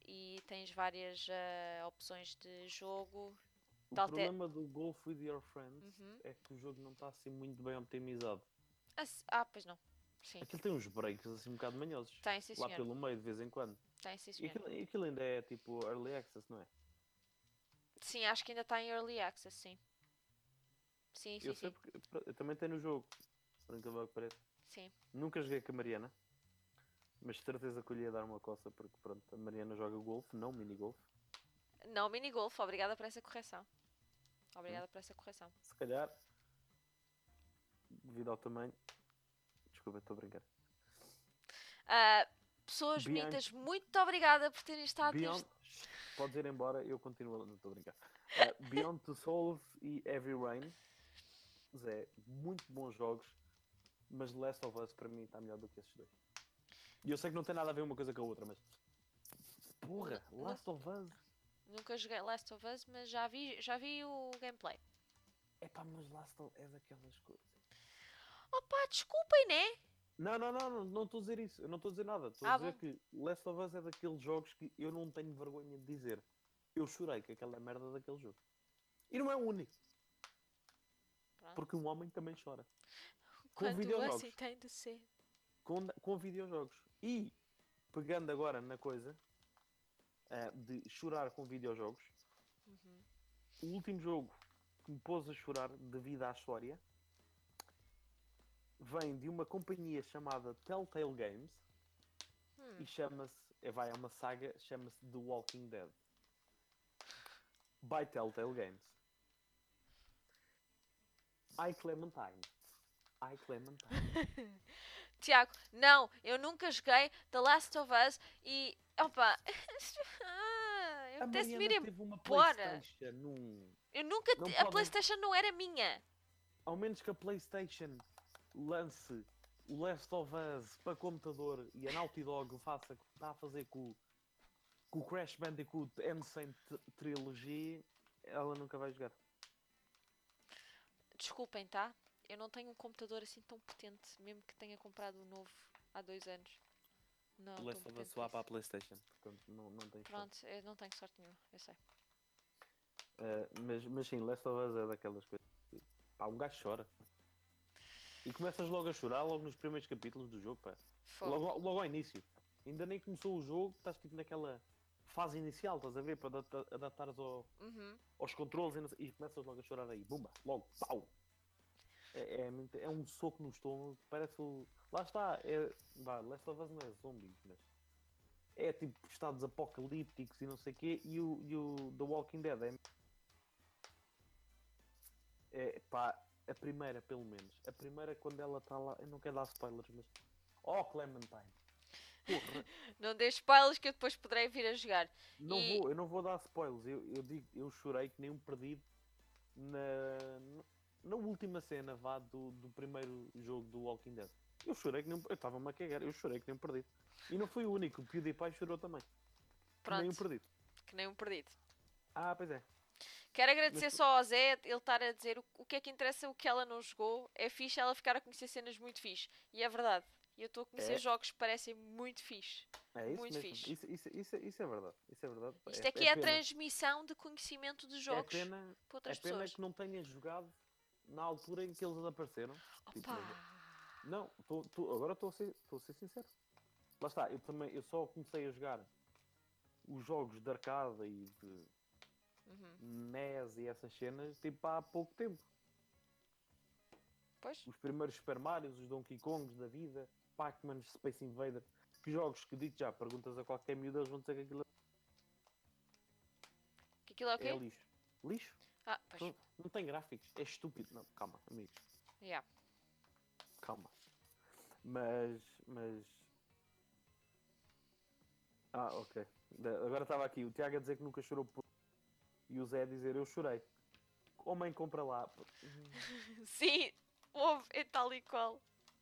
A: e tens várias ah, opções de jogo.
B: O
A: Tal te-
B: problema do Golf with Your Friends
A: Uhum.
B: é que o jogo não está assim muito bem optimizado.
A: Ah, se- Ah, pois não. Sim.
B: Aquilo tem uns breaks assim um bocado manhosos.
A: Tem, sim,
B: lá
A: senhor.
B: pelo meio, de vez em quando.
A: Tem, sim,
B: E
A: senhor.
B: aquilo, e aquilo ainda é tipo early access, não é?
A: Sim, acho que ainda está em early access, sim. Sim, sim,
B: eu
A: sim.
B: sei porque pr- eu também tenho no jogo. Por incrível que pareça.
A: sim.
B: Nunca joguei com a Mariana. Mas de certeza que eu lhe ia dar uma coça porque pronto, a Mariana joga golfe, não minigolfe.
A: Não, minigolf, obrigada por essa correção.
B: Hum.
A: Obrigada por essa correção.
B: Se calhar, devido ao tamanho. Desculpa, estou a brincar.
A: Ah, pessoas
B: Bianca-
A: bonitas, muito obrigada por terem estado
B: Beyond...
A: neste.
B: Shh, Podes ir embora, eu continuo. Não estou a brincar. Eh, Beyond the Souls e Heavy Rain. Zé, muito bons jogos. Mas The Last of Us para mim está melhor do que esses dois. E eu sei que não tem nada a ver uma coisa com a outra, mas. Porra,
A: Não-
B: Last of Us.
A: Nunca joguei Last of Us, mas já vi, já vi o gameplay.
B: É pá, mas Last of Us é daquelas coisas.
A: Opa, desculpem, né?
B: Não, não, não, não, não estou a dizer isso. Eu não estou a dizer nada. Estou
A: Ah,
B: a dizer
A: bom.
B: que Last of Us é daqueles jogos que eu não tenho vergonha de dizer. Eu chorei com aquela merda daquele jogo. E não é o único,
A: Pronto.
B: porque um homem também chora. Com
A: Quando
B: videojogos.
A: assim tem de ser.
B: Com, com videojogos. E, pegando agora na coisa ah, de chorar com videojogos, o último jogo que me pôs a chorar devido à história vem de uma companhia chamada Telltale Games e chama-se, é, vai, é uma saga, chama-se The Walking Dead. By Telltale Games. I Clementine. I Clementine.
A: Tiago, não, eu nunca joguei The Last of Us e. Opa! Ah, eu
B: A
A: até se me ir
B: Mariana teve uma
A: embora.
B: Playstation num...
A: Eu nunca.
B: Não
A: ti- a
B: podem.
A: PlayStation não era minha.
B: Ao menos que a Playstation lance o Last of Us para computador e a Naughty Dog faça o que está a fazer com, o- com o Crash Bandicoot N100 t- Trilogy, ela nunca vai jogar.
A: Desculpem, tá? Eu não tenho um computador assim tão potente, mesmo que tenha comprado um novo há dois anos. Não,
B: O
A: tão
B: Last of
A: potente
B: Us lá
A: com
B: para a
A: isso.
B: Playstation. Portanto, não, não tem sorte.
A: Pronto, eu não tenho sorte nenhuma, eu sei.
B: Uh, mas, mas sim, Last of Us é daquelas coisas. que, Pá, um gajo chora. E começas logo a chorar, logo nos primeiros capítulos do jogo, pá.
A: Fogo.
B: Logo, ao- logo ao início. Ainda nem começou o jogo, estás tipo naquela fase inicial, estás a ver? Para adapta- adaptares ao-
A: Uhum.
B: aos controles e, não sei- e começas logo a chorar aí. Bumba, logo, pau! É, é, muito- é um soco no estômago, parece o. Lá está, é. Vá, Last of Us não é zombies, mas. é tipo estados apocalípticos e não sei o quê, e o, e o The Walking Dead é... é. pá, a primeira, pelo menos. A primeira, quando ela está lá. Eu não quero dar spoilers, mas. Oh, Clementine! Porra,
A: Não dê spoilers que eu depois poderei vir a jogar.
B: não
A: E-
B: vou, eu não vou dar spoilers. Eu, eu, digo, eu chorei que nem um perdido na, na última cena vá, do, do primeiro jogo do Walking Dead. Eu chorei que nem um, Eu estava-me a cagar, eu chorei que nem um perdido. E não fui o único, o PewDiePie chorou também. Que nem um
A: Pronto,
B: perdido.
A: que nem um perdido.
B: Ah, pois é.
A: Quero agradecer só ao Zé ele estar a dizer o, o que é que interessa o que ela não jogou. É fixe ela ficar a conhecer cenas muito fixe. E é verdade. E eu estou a conhecer
B: É.
A: jogos que parecem muito fixe.
B: É isso
A: Muito
B: mesmo.
A: fixe.
B: Isso, isso, isso, isso é verdade. Isso é verdade.
A: Isto é, que é, a
B: pena.
A: transmissão de conhecimento de
B: É
A: jogos
B: pena,
A: para
B: é
A: outras
B: pena
A: pessoas.
B: que não tenha jogado na altura em que eles apareceram. Tipo,
A: Opa!
B: Não, tô, tô- agora estou a, ser- tô a ser sincero. Lá está, eu também eu só comecei a jogar os jogos de arcade e de
A: Uhum.
B: NES e essas cenas tipo há pouco tempo.
A: Pois?
B: Os primeiros Super Marios, os Donkey Kongs da vida, Pac-Man, Space Invader, que jogos que digo já, perguntas a qualquer miúdo, eles vão dizer que aquilo
A: Que aquilo é o quê?
B: é lixo. Lixo?
A: Ah, pois.
B: Não, não tem gráficos, é estúpido. Não, calma, amigos,
A: Yeah.
B: calma. Mas. mas... Ah, ok. Da- Agora estava aqui o Tiago a dizer que nunca chorou por. E o Zé a dizer: Eu chorei. Homem, compra lá.
A: Sim, houve, é tal e qual.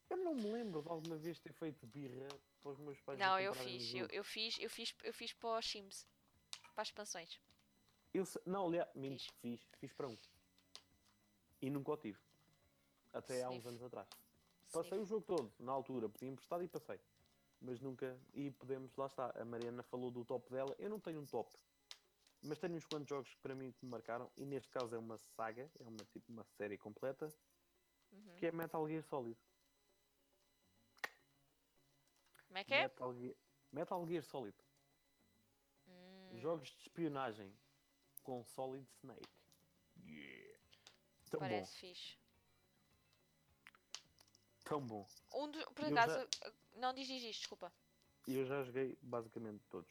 B: Eu não me lembro de alguma vez ter feito birra para os meus pais. me
A: Não, eu
B: comprarem o
A: fiz,
B: jogo.
A: eu, eu fiz, eu fiz, eu fiz para os Sims. Para as expansões.
B: Eu se- não, aliás, minto, fiz. fiz, para um. E nunca o tive. Até há uns
A: Sniff.
B: anos atrás. Passei o jogo todo, na altura, pedi emprestado e passei. Mas nunca. E podemos, lá está. A Mariana falou do top dela. Eu não tenho um top. Mas tenho uns quantos jogos que para mim que me marcaram. E neste caso é uma saga, é uma, tipo, uma série completa.
A: Uhum.
B: Que é Metal Gear Solid.
A: Como é que é?
B: Metal, Gear, Metal Gear Solid.
A: Hum,
B: Jogos de espionagem com Solid Snake. Yeah. Tão
A: parece fixe.
B: bom, tão bom.
A: Um dos. Por
B: Eu
A: acaso. Não diz, diz, diz, desculpa.
B: E eu já joguei basicamente todos.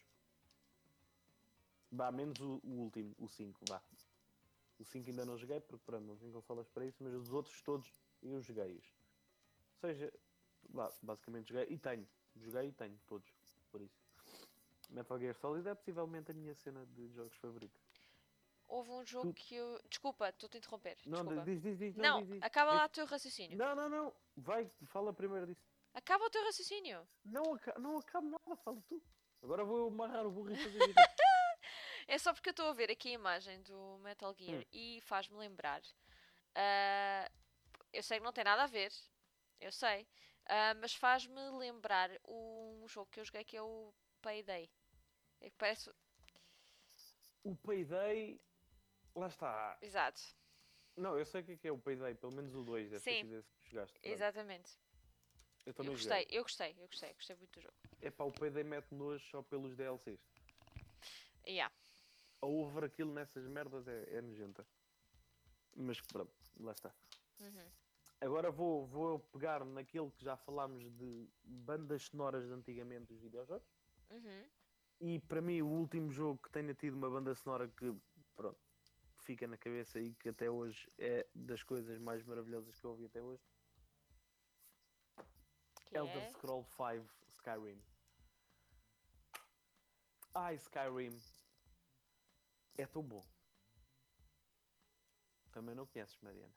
B: Vá, menos o, o último, o 5, vá. O 5 ainda não joguei, porque pronto, não tenho consolas para isso, mas os outros todos eu joguei-os. Ou seja, vá, basicamente joguei e tenho. Joguei e tenho todos, por isso. Metal Gear Solid é possivelmente a minha cena de jogos favorita.
A: Houve um jogo que eu. Desculpa, estou-te a interromper.
B: Não,
A: desculpa.
B: diz, diz, diz.
A: Não,
B: diz, diz.
A: acaba
B: Diz.
A: lá o teu raciocínio.
B: Não, não, não. Vai, fala primeiro disso.
A: Acaba o teu raciocínio.
B: Não, aca- não acabo nada, fala tu. Agora vou eu amarrar o burro e fazer isso.
A: É só porque eu estou a ver aqui a imagem do Metal Gear
B: Hum.
A: e faz-me lembrar. Ah, eu sei que não tem nada a ver, eu sei, Ah, mas faz-me lembrar um jogo que eu joguei que é o Payday. É que parece.
B: O Payday. Lá está.
A: Exato,
B: Não, eu sei o que é que é o Payday, pelo menos o 2, deve ter
A: Sim.
B: sido esse que jogaste. pronto.
A: exatamente.
B: Eu
A: Eu
B: também
A: gostei, eu gostei, eu gostei, gostei muito do jogo.
B: É pá, o Payday mete-me hoje só pelos DLCs.
A: Yeah.
B: A over aquilo nessas merdas é, é nojenta. Mas pronto, lá está.
A: Uhum.
B: Agora vou, vou eu pegar naquele que já falámos de bandas sonoras de antigamente dos videojogos.
A: Uhum.
B: E para mim, o último jogo que tenha tido uma banda sonora que, pronto, fica na cabeça e que até hoje é das coisas mais maravilhosas que eu ouvi até hoje,
A: Que
B: Elder
A: é?
B: Scroll 5 Skyrim. Ai, Skyrim. É tão bom. Também não conheces, Mariana.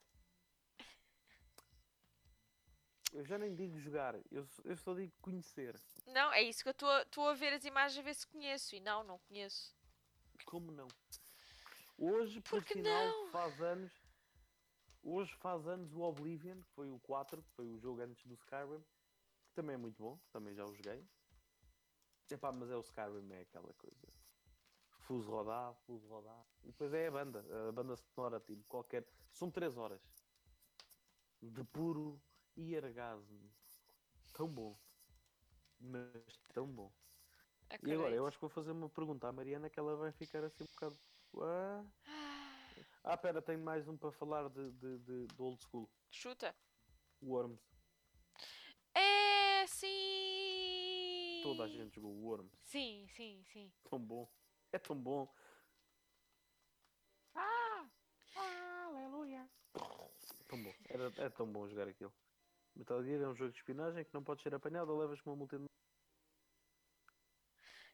B: Eu já nem digo jogar, eu, só- eu só digo conhecer.
A: Não, é isso que eu estou a- estou a ver as imagens a ver se conheço. E não, não conheço.
B: Como não? Hoje, por
A: Porque
B: sinal,
A: não?
B: faz anos. Hoje faz anos o Oblivion, que foi o 4, que foi o jogo antes do Skyrim, que também é muito bom, também já o joguei. Epá, mas é o Skyrim, é aquela coisa. Fuso rodar, fuso rodar. E depois é a banda, a banda sonora, tipo, qualquer. São 3 horas de puro e orgasmo. Tão bom. Mas tão bom. E agora, eu acho que vou fazer uma pergunta à Mariana que ela vai ficar assim um bocado. Ué? Ah, pera, tenho mais um para falar de, de, de, do old school.
A: Chuta.
B: Worms.
A: É sim!
B: Toda a gente jogou o Worms.
A: Sim, sim, sim.
B: Tão bom. É tão bom. Ah! Aleluia! Tão bom. Era, era tão bom jogar aquilo. Metal Gear é um jogo de espionagem que não pode ser apanhado ou levas com uma multa de...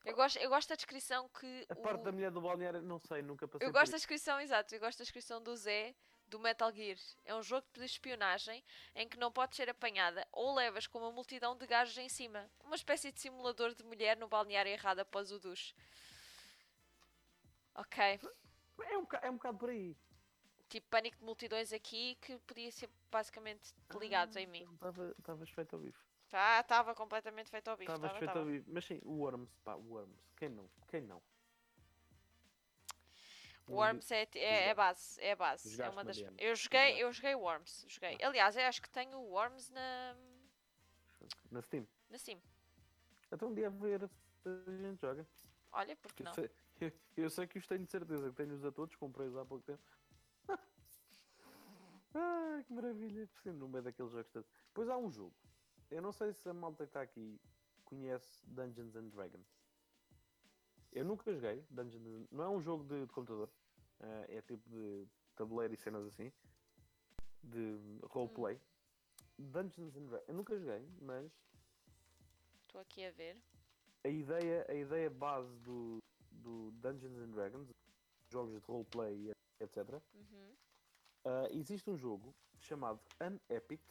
A: Eu gosto, eu gosto da descrição que.
B: A
A: o-
B: parte da mulher do balneário, não sei, nunca passei
A: Eu
B: por
A: gosto da
B: isso.
A: descrição, exato. Eu gosto da descrição do Zé do Metal Gear. É um jogo de espionagem em que não podes ser apanhada ou levas com uma multidão de gajos em cima. Uma espécie de simulador de mulher no balneário errado após o duche. Ok.
B: É um, boca- é um bocado por aí.
A: Tipo pânico de multidões aqui que podia ser basicamente ligado
B: Ah,
A: em mim.
B: Estavas feito ao bife.
A: Tá, estava completamente feito ao bicho.
B: Estavas
A: tava,
B: feito
A: tava.
B: ao bife. Mas sim, o Worms, pá, o Worms. Quem não? Quem não?
A: Worms é, é, é base, é base. É
B: Jogaste,
A: uma das...
B: Mariana?
A: Eu joguei,
B: Jogaste? Ah.
A: eu joguei Worms, joguei. Aliás, eu acho que tenho o Worms na
B: Na Steam.
A: na Sim.
B: Então um dia a ver se a gente joga.
A: Olha, porque
B: Que
A: não?
B: Eu, sei, eu, eu sei que os tenho de certeza, que tenho-os a todos, comprei-os há pouco tempo. ah, que maravilha! Por cima, no meio daqueles jogos todos. Pois há um jogo. Eu não sei se a malta que está aqui conhece Dungeons and Dragons. Eu nunca joguei Dungeons and... Não é um jogo de, de computador. Ah, é tipo de tabuleiro e cenas assim. De roleplay. Dungeons and Dragons. Eu nunca joguei, mas
A: Estou aqui a ver.
B: a ideia, a ideia base do, do Dungeons and Dragons, jogos de roleplay, e etc.
A: Uhum.
B: ah, existe um jogo chamado Unepic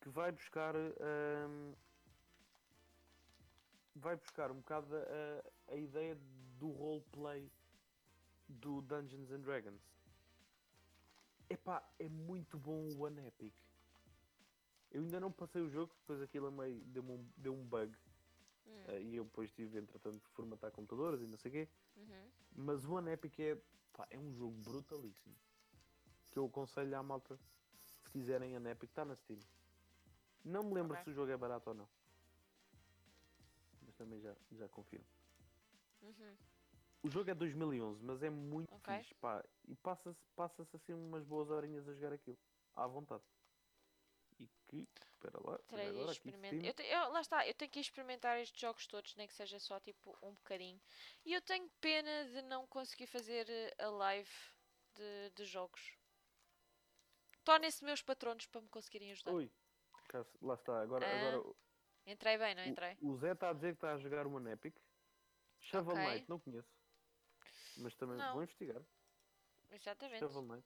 B: que vai buscar ahm, vai buscar um bocado a, a ideia do roleplay do Dungeons and Dragons. Epá, é muito bom o Unepic. Eu ainda não passei o jogo, depois aquilo a meio deu-me um, deu um bug. Ah, e eu depois tive, entretanto, de formatar computadores e não sei o quê.
A: Uhum.
B: Mas o One Epic é, pá, é um jogo brutalíssimo. Que eu aconselho à malta, se quiserem One Epic, está na Steam. Não me lembro
A: Ok.
B: se o jogo é barato ou não. Mas também já, já confirmo.
A: Uhum.
B: O jogo é 2011, mas é muito
A: Ok.
B: fixe, pá. E passa-se passa assim umas boas horinhas a jogar aquilo. À vontade. E que, espera lá,
A: Terei de
B: agora aqui
A: experimentar.
B: Steam.
A: Eu, te- eu- lá está, eu tenho que ir experimentar estes jogos todos, nem que seja só tipo um bocadinho. E eu tenho pena de não conseguir fazer eh, a live de, de jogos. Tornem-se meus patronos para me conseguirem ajudar.
B: Ui, cá- lá está, agora,
A: Ah.
B: agora
A: Entrei bem, não
B: O-
A: entrei?
B: O Zé está a dizer que está a jogar uma Epic. Shovel
A: Ok.
B: Knight, não conheço. Mas também
A: Não.
B: vou investigar.
A: Exatamente.
B: Shovel Knight.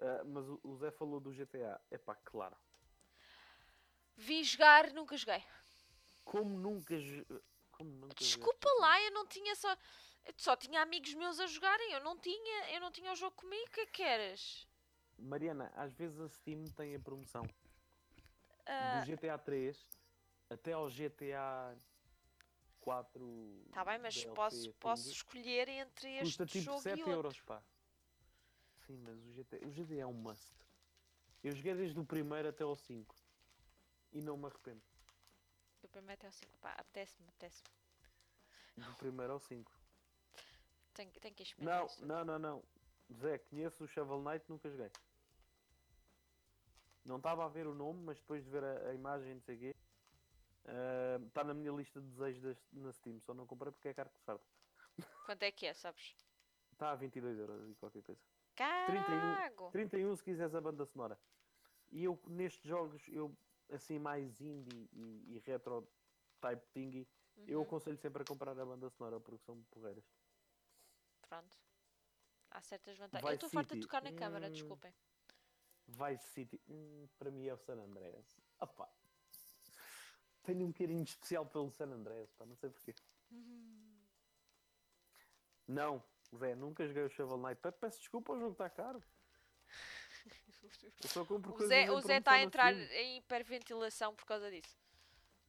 B: Ah, mas o o Zé falou do GTA. É pá, claro.
A: Vi jogar, nunca joguei.
B: Como nunca. jo- Como nunca
A: Desculpa lá, eu não tinha só. eu só tinha amigos meus a jogarem, eu não tinha, eu não tinha o jogo comigo, o que é que queres?
B: jogaste? Mariana, às vezes a Steam tem a promoção
A: Ah,
B: do GTA 3 até ao GTA 4.
A: tá bem, mas
B: DLC,
A: posso,
B: assim,
A: posso escolher entre este
B: Custa tipo
A: jogo
B: 7
A: e outro.
B: euros, pá. Sim, mas o GTA, o GTA é um must. Eu joguei desde o primeiro até ao 5. E não me arrependo.
A: Do primeiro até ao 5. Pá, apetece-me, apetece-me.
B: Do primeiro ao 5.
A: Tenho, que- tenho que experimentar.
B: Não,
A: isto.
B: não, não, não. Zé, conheço o Shovel Knight, nunca joguei. Não estava a ver o nome, mas depois de ver a, a imagem, não sei o quê. Está na minha lista de desejos das- na Steam, só não comprei porque é caro que farta.
A: Quanto é que é, sabes?
B: Está a 22 euros e qualquer coisa. 31,
A: Carago!
B: 31 se quiseres a banda sonora. E eu, nestes jogos, eu assim mais indie e, e retro type thingy,
A: Uhum.
B: eu aconselho sempre a comprar a banda sonora porque são porreiras.
A: Pronto. Há certas vantagens. Eu
B: Vai
A: estou farta de
B: City.
A: tocar na câmara,
B: Hum.
A: desculpem.
B: Vice City, hum, para mim é o San Andreas. Opa. Tenho um carinho especial pelo San Andreas, pá, não sei porquê.
A: Uhum.
B: Não, Zé, nunca joguei o Shovel Knight. Pe- Peço desculpa, o jogo está caro. Eu só compro
A: O
B: coisas
A: Zé,
B: em
A: o Zé
B: promoção
A: está a
B: na
A: entrar
B: Steam.
A: em hiperventilação por causa disso.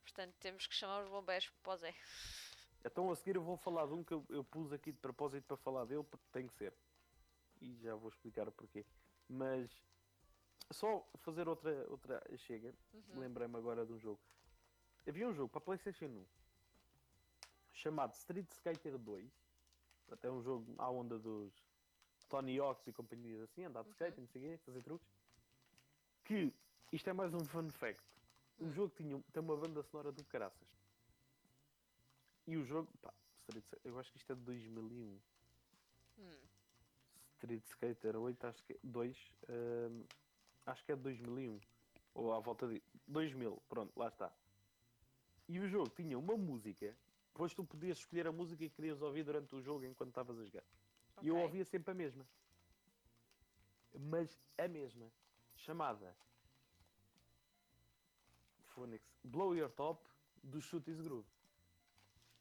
A: Portanto, temos que chamar os bombeiros para o Zé.
B: Então a seguir eu vou falar de um que eu, eu pus aqui de propósito para falar dele, porque tem que ser. E já vou explicar o porquê. Mas só fazer outra, outra chega.
A: Uhum.
B: Lembrei-me agora de um jogo. Havia um jogo para Playstation 1 chamado Street Skater 2. Até um jogo à onda dos Tony Hawks e companhias assim, andar de skate, não sei o quê, fazer truques. Que isto é mais um fun fact. O jogo tinha, tem uma banda sonora do caraças. E o jogo, pá, Street, Sk- eu acho que isto é de 2001.
A: Hum.
B: Street Skater 8, acho que 2, hum, acho que é de 2001. Ou à volta de 2000, pronto, lá está. E o jogo tinha uma música, depois tu podias escolher a música que querias ouvir durante o jogo enquanto estavas a jogar. E eu
A: Ok.
B: ouvia sempre a mesma. Mas a mesma. Chamada Phoenix Blow Your Top do Shoot Is Groove.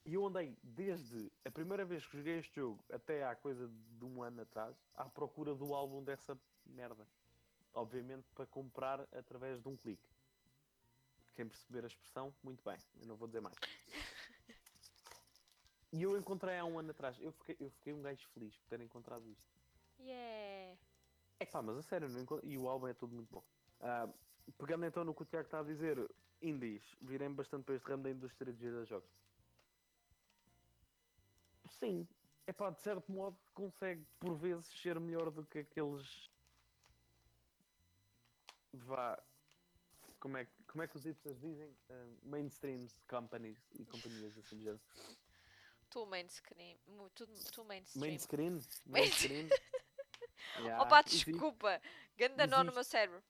B: E eu andei desde a primeira vez que joguei este jogo até há coisa de um ano atrás à procura do álbum dessa merda. Obviamente para comprar através de um clique. Quem perceber a expressão, muito bem. Eu não vou dizer mais. E eu encontrei há um ano atrás. Eu fiquei, eu fiquei um gajo feliz por ter encontrado isto.
A: Yeah.
B: É pá, mas a sério, não encont- e o álbum é tudo muito bom. Ah, pegando então no que o Tiago está a dizer, indies, virem bastante para este ramo da indústria de videojogos. Sim, é pá, de certo modo consegue por vezes ser melhor do que aqueles. Vá. Como é, que- como é que os hipsters dizem? Ah, mainstreams, companies e companhias assim de género.
A: Tu mainstream. mu- Tu, tu mainstream.
B: Main screen?
A: Main-
B: Main screen? Yeah.
A: Opa,
B: Exi-
A: desculpa. Ganda nó no
B: Ah, Existe.
A: meu cérebro.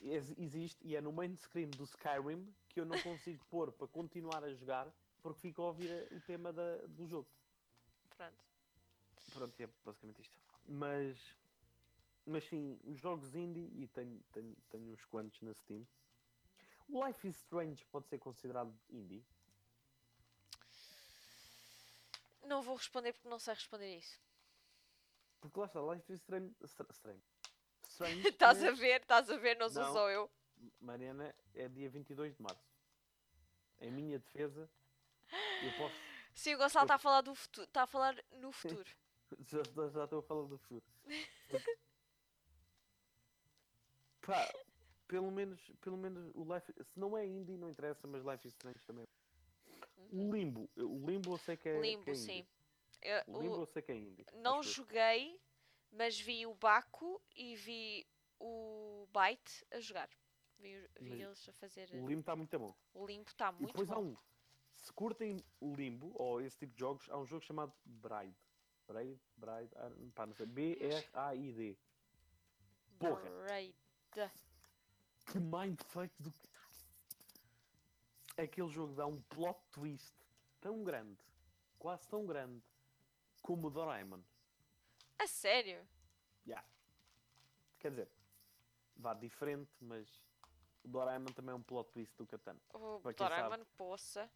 B: ex- Existe e é no main screen do Skyrim que eu não consigo pôr para continuar a jogar porque fico a ouvir a- o tema da- do jogo.
A: Pronto.
B: Pronto, e é basicamente isto. Mas, mas sim, os jogos indie e tenho, tenho, tenho uns quantos na Steam. O Life is Strange pode ser considerado indie.
A: Não vou responder porque não sei responder isso.
B: Porque lá está, Life is Strange. Stra- Strange. Strange
A: Estás
B: né?
A: a ver, estás a ver, não sou
B: Não.
A: só eu.
B: Mariana, é dia 22 de março. Em minha defesa, eu posso.
A: Sim, o Gonçalo está a falar do futuro. Está a falar no futuro.
B: Já, já, já estou a falar do futuro. Pá, pelo menos, pelo menos o Life. Se não é indie, não interessa, mas Life is Strange também. O Limbo, o Limbo eu sei que é. que é
A: Uhum. Limbo,
B: indie.
A: sim. Eu-
B: O Limbo eu sei que é indie.
A: Não
B: acho eu.
A: joguei, mas vi o Baco e vi o Byte a jogar. Vi, vi
B: Mas
A: eles a fazer.
B: O Limbo está muito bom.
A: O limpo está
B: E
A: muito
B: depois há
A: bom.
B: um. Se curtem o Limbo ou esse tipo de jogos, há um jogo chamado Bride. Bride, Bride, ah, pá, não sei. B-R-A-I-D. um porra.
A: Braid.
B: Que mindfuck do que. Aquele jogo dá um plot twist tão grande, quase tão grande, como o Doraemon.
A: A sério?
B: Yeah. Quer dizer, vá diferente, mas o Doraemon também é um plot twist do Catan.
A: O
B: Para quem
A: Doraemon, poça.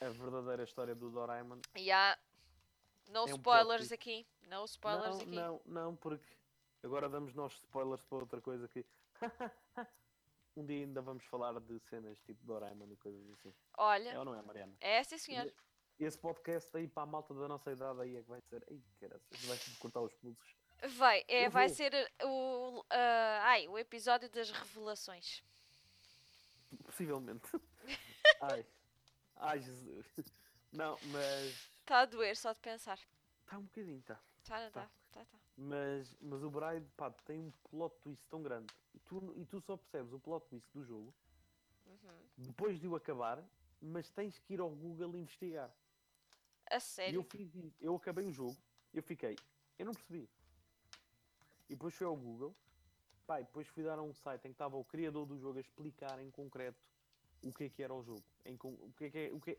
B: A verdadeira história do Doraemon.
A: E há. No
B: É um
A: spoilers
B: plot
A: aqui. No spoilers
B: não,
A: aqui.
B: não, não, porque agora damos nós spoilers para outra coisa que. um dia ainda vamos falar de cenas tipo Doraemon e coisas assim. É
A: Olha,
B: ou não é, Mariana?
A: é essa senhor.
B: Esse podcast aí para a malta da nossa idade aí é que vai ser. Ei, caras, vai ter de cortar os pulsos.
A: Vai, é,
B: Eu
A: vai
B: vou.
A: ser o. ah, ai, o episódio das revelações.
B: Possivelmente. Ai. Ai, Jesus. Não, mas.
A: Está Tá a doer só de pensar.
B: Está um bocadinho, tá.
A: Tá, não tá.
B: Tá.
A: Tá, tá.
B: Mas, mas o Bride, pá, tem um plot twist tão grande. E tu, e tu só percebes o plot twist do jogo Uhum. depois de o acabar, mas tens que ir ao Google investigar.
A: A
B: E eu
A: sério.
B: fiz isso. Eu acabei o jogo, eu fiquei, eu não percebi. E depois fui ao Google, pá, e depois fui dar a um site em que estava o criador do jogo a explicar em concreto o que é que era o jogo, em, con- o que é que é- o que é-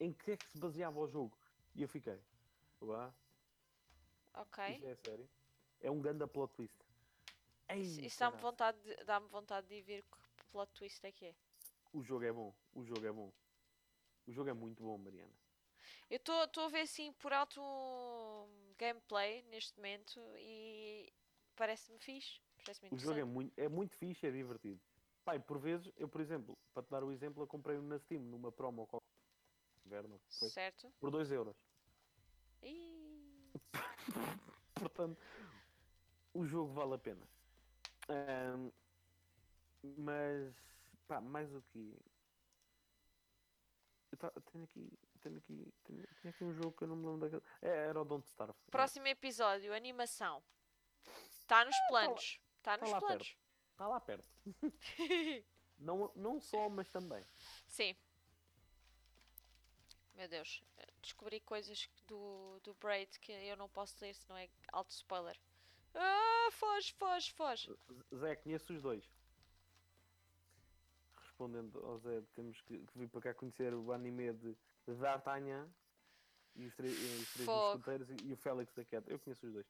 B: em que é que se baseava o jogo. E eu fiquei, uá,
A: Ok.
B: isto é sério? É um grande plot twist. Ei,
A: Isso, isso dá-me
B: caralho.
A: vontade, de- dá-me vontade de ir ver que plot twist é que é.
B: O jogo é bom, o jogo é bom. O jogo é muito bom, Mariana.
A: Eu estou a ver assim por alto um gameplay neste momento e parece-me fixe. Parece-me
B: O jogo é
A: interessante.
B: muito, é muito fixe, é divertido. Pai, por vezes, eu, por exemplo, para te dar o exemplo, eu comprei um na Steam, numa promo qual- inverno, foi,
A: Certo?
B: por 2 euros.
A: Ih,
B: Portanto, o jogo vale a pena. Ahm, mas, pá, mais o que. Eu ta- tenho aqui, tenho aqui, tenho, tinha aqui um jogo que eu não me lembro daquele. É, era o Don't Starve.
A: Próximo episódio, animação. Está nos planos. Está
B: Ah, tá
A: nos
B: lá
A: planos.
B: Está lá perto. Não, não só, mas também.
A: Sim. Meu Deus, eh, descobri coisas do, do Braid que eu não posso ler, senão é alto spoiler. Ah, foge, foge, foge.
B: Z- Zé, conheço os dois. Respondendo ao Zé, temos que, que vir para cá conhecer o anime de D'Artagnan e os, tre- e os três
A: Fogo.
B: mosqueteiros e, e o Félix da Cat. Eu conheço os dois.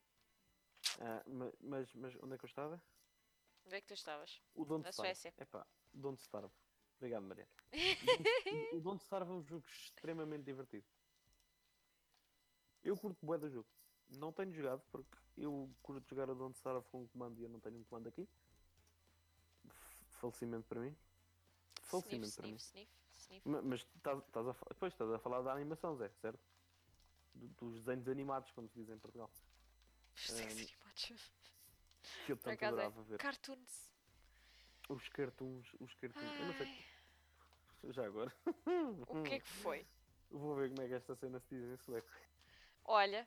B: Ah, ma- mas, mas onde é que eu estava?
A: Onde é que tu estavas?
B: O Don't
A: Na
B: Starve.
A: Suécia.
B: Epá, Don't Starve. Obrigado, Maria. o Don't Starve é um jogo extremamente divertido. Eu curto bué do jogo. Não tenho jogado porque eu curto jogar o Don't Starve com um comando e eu não tenho um comando aqui. F- Falecimento para mim.
A: Sniff,
B: Falecimento para
A: sniff, sniff, sniff.
B: mim. Ma- Mas estás estás a, fa- pois, estás a falar da animação, Zé, certo? Do- dos desenhos animados, como se diz em Portugal.
A: Sexy animados.
B: Que eu
A: Por
B: tanto
A: acaso
B: adorava
A: é.
B: Ehm, ver.
A: Cartoons.
B: Os cartoons, os cartoons. Eu não sei. Hum. Já agora.
A: Ah. O que é que foi?
B: Vou ver como é que esta cena se diz em sueco.
A: Olha,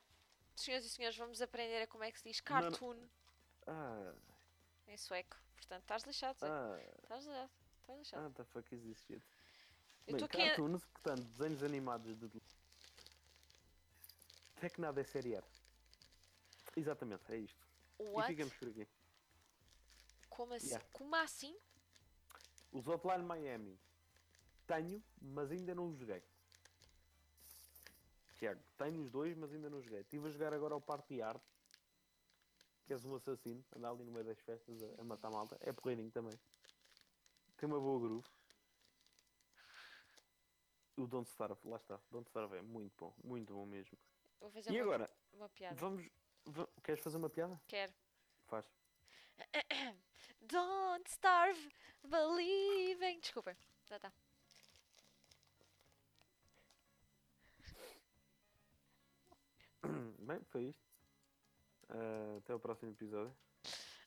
A: senhoras e senhores, vamos aprender a como é que se diz
B: Não, não.
A: cartoon
B: Ah,
A: em sueco. Portanto, estás lixado, Zé.
B: ah,
A: Estás lixado. Estás lixado.
B: ah, the fuck is this shit?
A: Tá. eu estou
B: Bem,
A: aqui a...
B: cartoons, portanto, desenhos animados de... Tecnada é série R. Exatamente, é isto. E
A: What?
B: ficamos por aqui.
A: Como assim?
B: Yeah.
A: Como assim?
B: Os Hotline Miami. Tenho, mas ainda não os joguei. Tiago, tenho os dois, mas ainda não os joguei. Estive a jogar agora ao Party Art. Que és um assassino. Andar ali no meio das festas a, a matar malta. É porreirinho também. Tem uma boa groove. O Don't Starve, lá está. Don't Starve é muito bom. Muito bom mesmo.
A: Vou fazer
B: E
A: é uma,
B: agora,
A: uma piada.
B: vamos... va- Queres fazer uma piada?
A: Quero.
B: Faz.
A: Don't starve believing. Desculpem. Já tá.
B: Hum, Bem, foi isto. Ah, até o próximo episódio.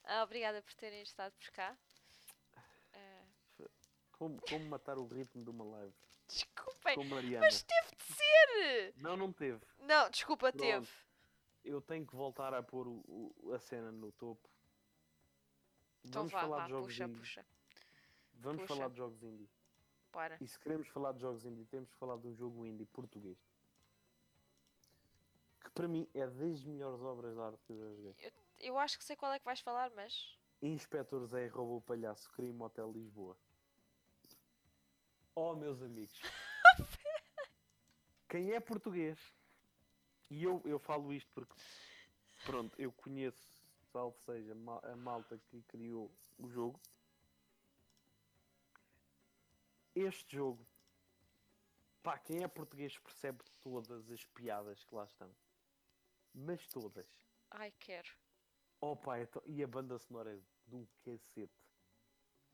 A: Ah, obrigada por terem estado por cá. Ah,
B: Como, como matar o ritmo de uma live
A: desculpem.
B: com Mariana.
A: Mas tipo- teve de ser!
B: Não, não teve.
A: Não, desculpa,
B: Pronto.
A: teve.
B: Eu tenho que voltar a pôr o- o- a cena no topo.
A: Então
B: Vamos
A: vá,
B: falar
A: vá,
B: de jogos
A: puxa,
B: indie.
A: puxa.
B: Vamos
A: puxa.
B: falar de jogos indie.
A: Bora.
B: E se queremos falar de jogos indie, temos que falar de um jogo indie português. Que para mim é das melhores obras de arte que eu já joguei.
A: Eu acho que sei qual é que vais falar, mas.
B: Inspetor Zé roubou o palhaço, crime Hotel Lisboa. Oh, meus amigos. Quem é português? E eu, eu falo isto porque, pronto, eu conheço, salvo seja, ma- a malta que criou o jogo. Este jogo, pá, quem é português percebe todas as piadas que lá estão. Mas todas.
A: Ai, quero.
B: Oh pá, é to- e a banda sonora é do cacete.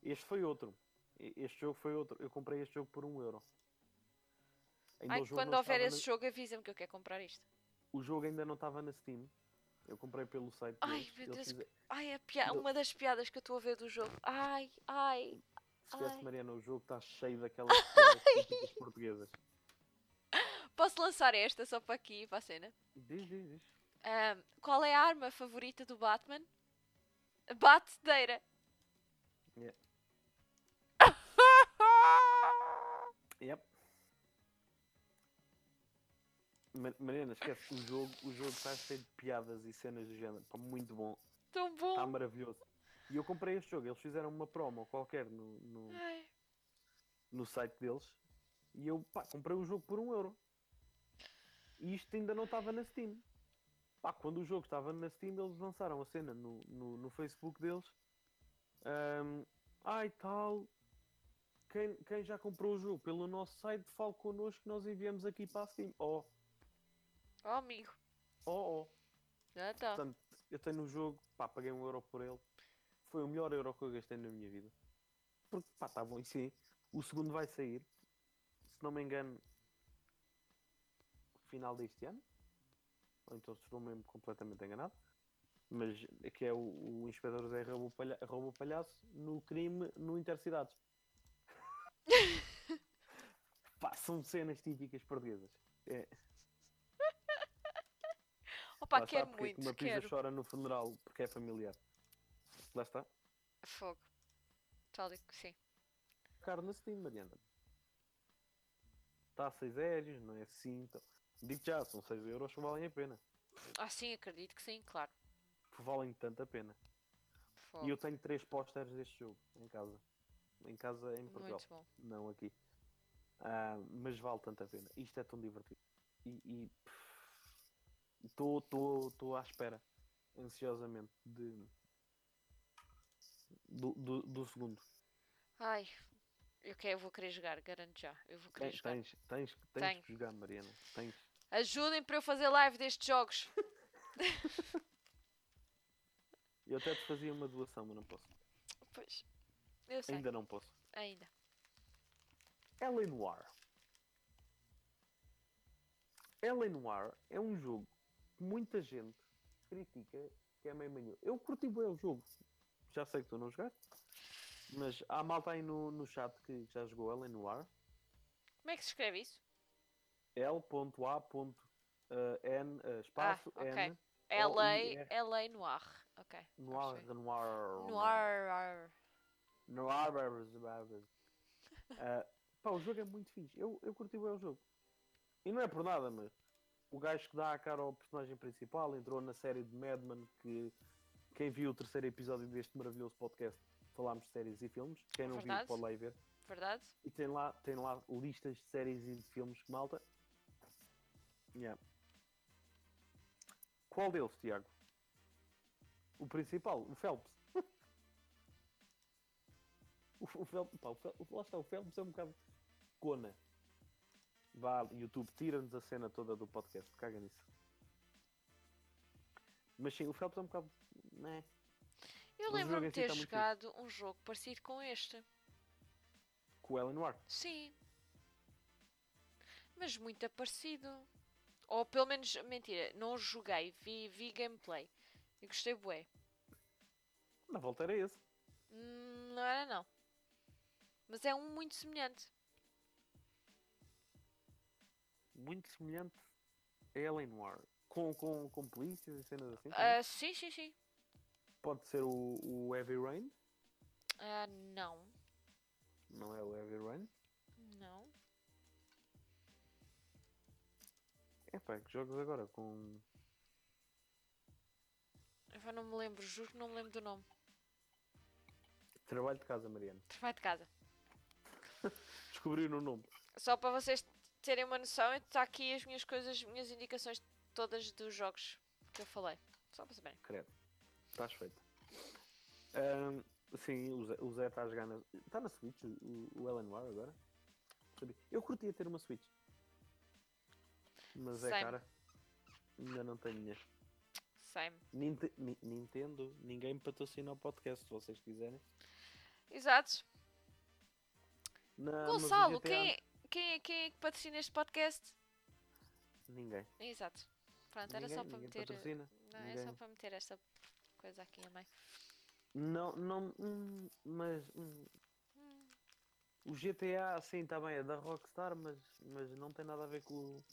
B: Este foi outro. E- Este jogo foi outro. Eu comprei este jogo por um euro. Ainda
A: Ai,
B: o jogo
A: quando
B: não
A: houver
B: estava
A: esse
B: na-
A: jogo, avisa-me que eu quero comprar isto.
B: O jogo ainda não estava na Steam. Eu comprei pelo site.
A: Ai,
B: deles.
A: meu
B: Eles
A: Deus.
B: fize-
A: Ai, a pia...
B: Eu-
A: uma das piadas que eu estou a ver do jogo. Ai, ai.
B: Se tivesse
A: Ai.
B: Mariana, o jogo está cheio daquelas piadas típicas portuguesas.
A: Posso lançar esta só para aqui, para a cena?
B: Diz, diz, diz.
A: Ahm, qual é a arma favorita do Batman? Batedeira.
B: Yeah. Yep. Ma- Mariana, esquece. O jogo, o jogo está cheio de piadas e cenas do género. Pá, muito bom.
A: Tão
B: Está
A: bom.
B: Tá maravilhoso. E eu comprei este jogo. Eles fizeram uma promo qualquer no, no,
A: Ai.
B: no site deles. E eu, pá, comprei o jogo por um euro. E isto ainda não estava na Steam. Pá, quando o jogo estava na Steam, eles lançaram a cena no, no, no Facebook deles. Ahm, Ai, tal. Quem, quem já comprou o jogo pelo nosso site, fale connosco. Nós enviamos aqui para a Steam. Oh,
A: Oh, amigo.
B: oh, oh.
A: Já tá.
B: Portanto, eu tenho um jogo, pá, paguei um euro por ele. Foi o melhor euro que eu gastei na minha vida. Porque, pá, está bom, e sim. O segundo vai sair, se não me engano, final deste ano. Ou então estou mesmo completamente enganado. Mas é que é o, o Inspetor Zé roubou palha roubou palhaço no crime no Intercidades. pá, são cenas típicas portuguesas. É,
A: Opa,
B: Lá está,
A: quero
B: porque é que
A: muito.
B: Uma pizza
A: Quero.
B: chora no funeral porque é familiar. Lá está.
A: Fogo. Tal e que sim.
B: carne no Steam, Mariana. Está a 6 euros, não é assim? Então... Digo já, são 6 euros que valem a pena.
A: Ah, sim, acredito que sim, claro.
B: Que valem tanto a pena.
A: Fogo.
B: E eu tenho 3 posters deste jogo em casa. Em casa, em Portugal.
A: Muito bom.
B: Não aqui. Ah, mas vale tanto a pena. Isto é tão divertido. E estou à espera, ansiosamente, de, do, do, do segundo.
A: Ai, eu, quero, eu vou querer jogar, garanto já. Eu vou querer
B: Tens,
A: jogar.
B: tens, tens, tens
A: Tenho.
B: que jogar, Mariana. Tens.
A: Ajudem para eu fazer live destes jogos.
B: Eu até te fazia uma doação, mas não posso.
A: Pois. Eu sei, ainda.
B: Ainda não posso. é Ellen Noir. Ellen Noir é um jogo que muita gente critica que é meio manhoso. Eu curti bem o jogo. Já sei que tu não jogaste. Mas há malta aí no, no chat que já jogou é Ellen Noir.
A: Como é que se escreve isso?
B: L.A.N. eh, espaço
A: Ah, ok.
B: N.
A: LA, LA Noir. Ok. já
B: é. Noir.
A: percebi.
B: Noir.
A: Noir.
B: No Arbors, Arbors. Ah, pá, o jogo é muito fixe. Eu, eu curti bem o jogo. E não é por nada, mas o gajo que dá a cara ao personagem principal entrou na série de Madman que quem viu o terceiro episódio deste maravilhoso podcast falámos de séries e filmes. Quem não
A: Verdade.
B: viu pode lá ir ver.
A: Verdade?
B: E tem lá, tem lá listas de séries e de filmes que malta. Yeah. Qual deles, Tiago? O principal, o Phelps. o, o Phelps, pá, o Phelps, lá está, o Phelps é um bocado cona. Vá, YouTube, tira-nos a cena toda do podcast, caga nisso. Mas sim, o Phelps é um bocado. Né?
A: Eu
B: O jogo
A: lembro-me
B: em
A: de
B: si
A: ter
B: tá muito
A: jogado um jogo parecido com este.
B: Com o Ellen Noir.
A: Sim. Mas muito parecido. Ou pelo menos, mentira, não joguei, vi, vi gameplay. E gostei bué.
B: Na volta era esse.
A: Hum, não era não. Mas é um muito semelhante.
B: muito semelhante a Ellen Noir. Com, com, com polícias e cenas assim. também.
A: Ah, sim, sim, sim.
B: Pode ser o, o Heavy Rain.
A: Ah, não.
B: Não é o Heavy Rain.
A: Não.
B: É pá, que jogos agora com.
A: Eu não me lembro, juro que não me lembro do nome.
B: Trabalho de casa, Mariana.
A: Trabalho de casa.
B: Descobrir no nome.
A: Só para vocês terem uma noção, está aqui as minhas coisas, as minhas indicações todas dos jogos que eu falei. Só para saberem.
B: Credo. Estás feito. Ahm, sim, o Zé- o Zé está a jogar na. Está na Switch o, o Ellen Noir agora? Sabia. Eu curtia ter uma Switch. Mas é
A: Same.
B: cara. Ainda não tenho dinheiro.
A: Same.
B: Ninte- Ni- Nintendo, ninguém patrocina o podcast, se vocês quiserem.
A: Exato.
B: Na- mas o
A: Gonçalo,
B: GTA
A: quem é, quem, é, quem é que patrocina este podcast?
B: Ninguém.
A: Exato. Pronto, era
B: Ninguém-
A: só para
B: ninguém
A: meter. eh,
B: patrocina,
A: Não, era
B: ninguém.
A: só para meter esta coisa aqui a meio.
B: Não, não, hum, mas. hum. O GTA, sim, está bem, é da Rockstar, mas, mas não tem nada a ver com. o-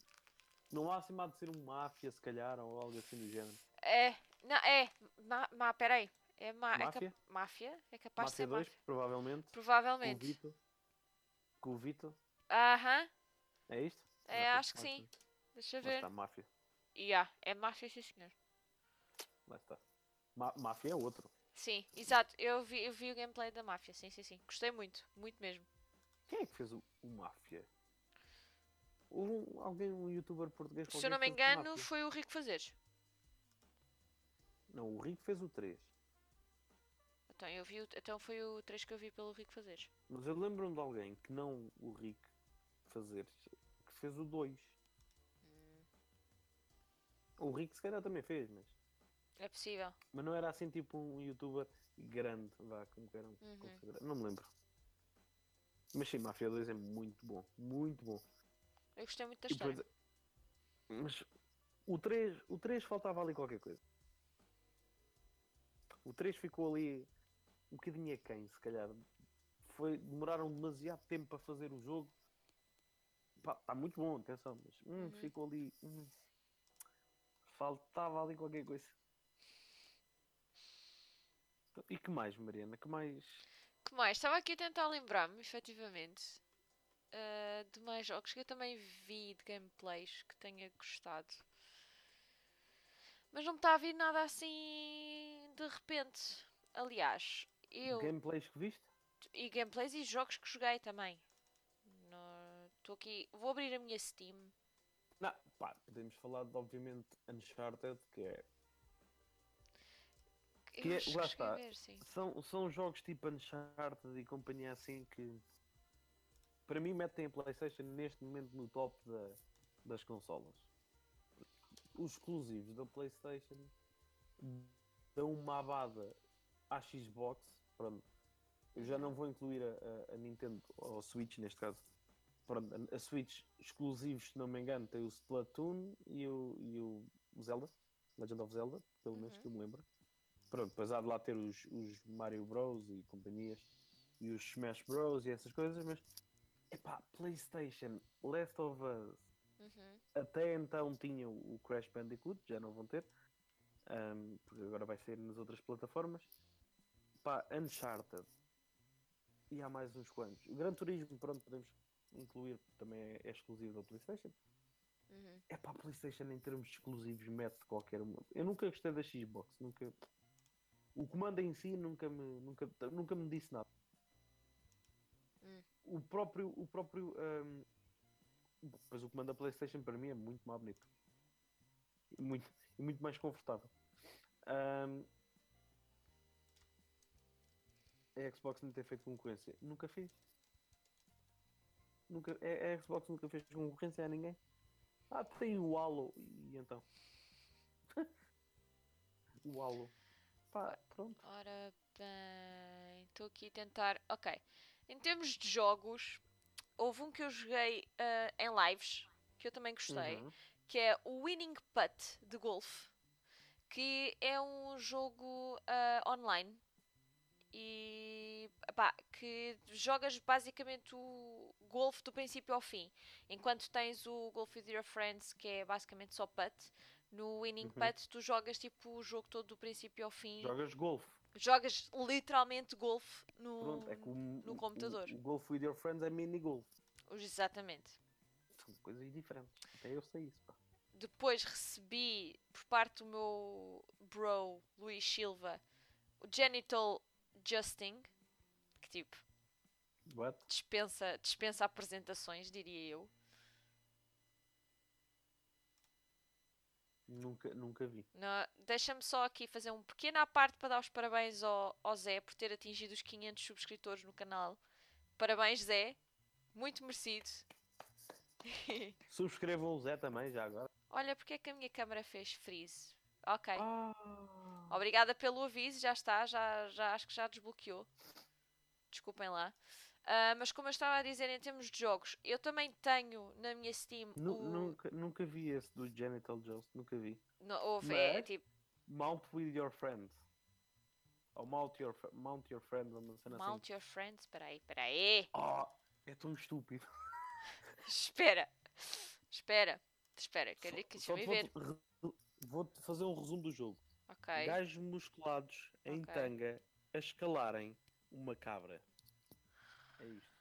B: No máximo há de ser um máfia, se calhar, ou algo assim do género.
A: É, não, é. Má, má peraí. É má, É
B: Máfia?
A: cap- máfia? É capaz de
B: Máfia
A: ser
B: 2,
A: máfia.
B: provavelmente. Com o
A: Provavelmente.
B: Vito. Com o Vito.
A: Aham,
B: É isto?
A: É,
B: Máfia,
A: acho que
B: máfia.
A: sim. deixa
B: Lá
A: ver.
B: está, máfia.
A: Yeah, é máfia, sim senhor.
B: Lá está. Ma- máfia é outro.
A: Sim, exato. Eu vi, eu vi o gameplay da máfia, sim, sim, sim. Gostei muito, muito mesmo.
B: Quem é que fez o, o Máfia? Um, alguém, um youtuber português
A: Se eu não me
B: qualquer fez o
A: engano,
B: Máfia.
A: foi o Rico Fazeres.
B: Não, o Rico fez o 3.
A: Então, eu vi o, então foi o 3 que eu vi pelo Rico Fazeres.
B: Mas eu lembro-me de alguém que não o Rick fazer, que fez o 2. O Rick se calhar também fez, mas,
A: É possível.
B: mas não era assim tipo um youtuber grande, vá, como queiram considerar. Não me lembro. Mas sim, Mafia 2 é muito bom, muito bom.
A: Eu gostei muito da
B: E depois-
A: história.
B: mas o 3, o 3 faltava ali qualquer coisa. O 3 ficou ali um bocadinho aquém, se calhar. Foi, demoraram demasiado tempo para fazer o jogo. Está muito bom, atenção, mas hum,
A: Uhum.
B: ficou ali. hum, faltava ali qualquer coisa. E que mais, Mariana? Que mais?
A: que mais? Estava aqui a tentar lembrar-me, efetivamente, ah, de mais jogos que eu também vi de gameplays que tenha gostado. Mas não me está a vir nada assim de repente. Aliás, eu
B: Gameplays que viste?
A: e gameplays e jogos que joguei também. Estou aqui. Vou abrir a minha Steam.
B: Não, pá, podemos falar de, obviamente, Uncharted, que é
A: Eu
B: Que é-
A: acho
B: lá
A: cheguei a
B: está.
A: ver, sim.
B: São, são jogos tipo Uncharted e companhia assim que para mim metem a Playstation neste momento no top da- das consolas. Os exclusivos da Playstation dão uma abada à Xbox. Pronto. Eu já não vou incluir a, a- a Nintendo ou a Switch neste caso. Pronto, a- a Switch exclusivos, se não me engano, tem o Splatoon e o, e o Zelda, Legend of Zelda, pelo menos que eu me lembro. Pronto, depois há de lá ter os, os Mario Bros e companhias e os Smash Bros e essas coisas, mas epá, Playstation, Last of Us,
A: Uhum.
B: até então tinha o o Crash Bandicoot, já não vão ter, ahm, porque agora vai sair nas outras plataformas. Pá, Uncharted. E há mais uns quantos. O Gran Turismo, pronto, podemos incluir, também é, é exclusivo da PlayStation.
A: Uhum.
B: É pá, a PlayStation em termos de exclusivos mete qualquer um. Eu nunca gostei da Xbox, nunca. O comando em si nunca me, nunca, nunca me disse nada.
A: Hum.
B: O próprio. O próprio ahm, Pois o comando da PlayStation para mim é muito mais bonito. E muito, e muito mais confortável. Hum, Ahm, a Xbox não tem feito concorrência. Nunca fez. Nunca, a, a Xbox nunca fez concorrência a ninguém. Ah, tem o Halo. E então? o Halo. Pá, pronto.
A: Ora bem, estou aqui a tentar. Ok, em termos de jogos, houve um que eu joguei ah, em lives que eu também gostei,
B: Uhum.
A: que é o Winning Putt de golfe, que é um jogo ah, online e pá, que jogas basicamente o golfe do princípio ao fim, enquanto tens o Golf with Your Friends que é basicamente só putt. No Winning Putt tu jogas tipo o jogo todo do princípio ao fim
B: Uhum. Jogas golfe.
A: jogas literalmente golfe no,
B: Pronto, é que o,
A: no
B: o-
A: computador.
B: O, o Golf with Your Friends é mini-golf.
A: Exatamente.
B: São coisas diferentes. Até eu sei isso, pá.
A: Depois recebi por parte do meu bro Luís Silva o Genital Justing, que tipo
B: What?
A: dispensa, dispensa apresentações, diria eu.
B: Nunca, nunca vi.
A: Não, Deixa-me só aqui fazer um pequeno à parte para dar os parabéns ao, ao Zé por ter atingido os 500 subscritores no canal. Parabéns, Zé. Muito merecido.
B: Subscrevam o Zé também, já agora.
A: Olha, porque é que a minha câmera fez freeze? Ok.
B: Ah,
A: Obrigada pelo aviso, já está, já, já acho que já desbloqueou. Desculpem lá. Ah, mas como eu estava a dizer em termos de jogos, eu também tenho na minha Steam
B: nu-
A: o.
B: nunca, nunca vi esse do Genital Joust, nunca vi.
A: Não, houve, é,
B: Mas-
A: tipo
B: Mount with your friends. Ou mount your, fr- mount your friends, uma cena assim.
A: Mount Your Friends. Espera aí, espera aí.
B: Ah, é tão estúpido.
A: Espera. Espera. Espera,
B: Só-
A: quero é que
B: só
A: deixa-me
B: te
A: ver.
B: vou- re- Vou-te fazer um resumo do jogo.
A: Ok.
B: Gajos musculados em
A: Ok.
B: tanga a escalarem uma cabra. É isto.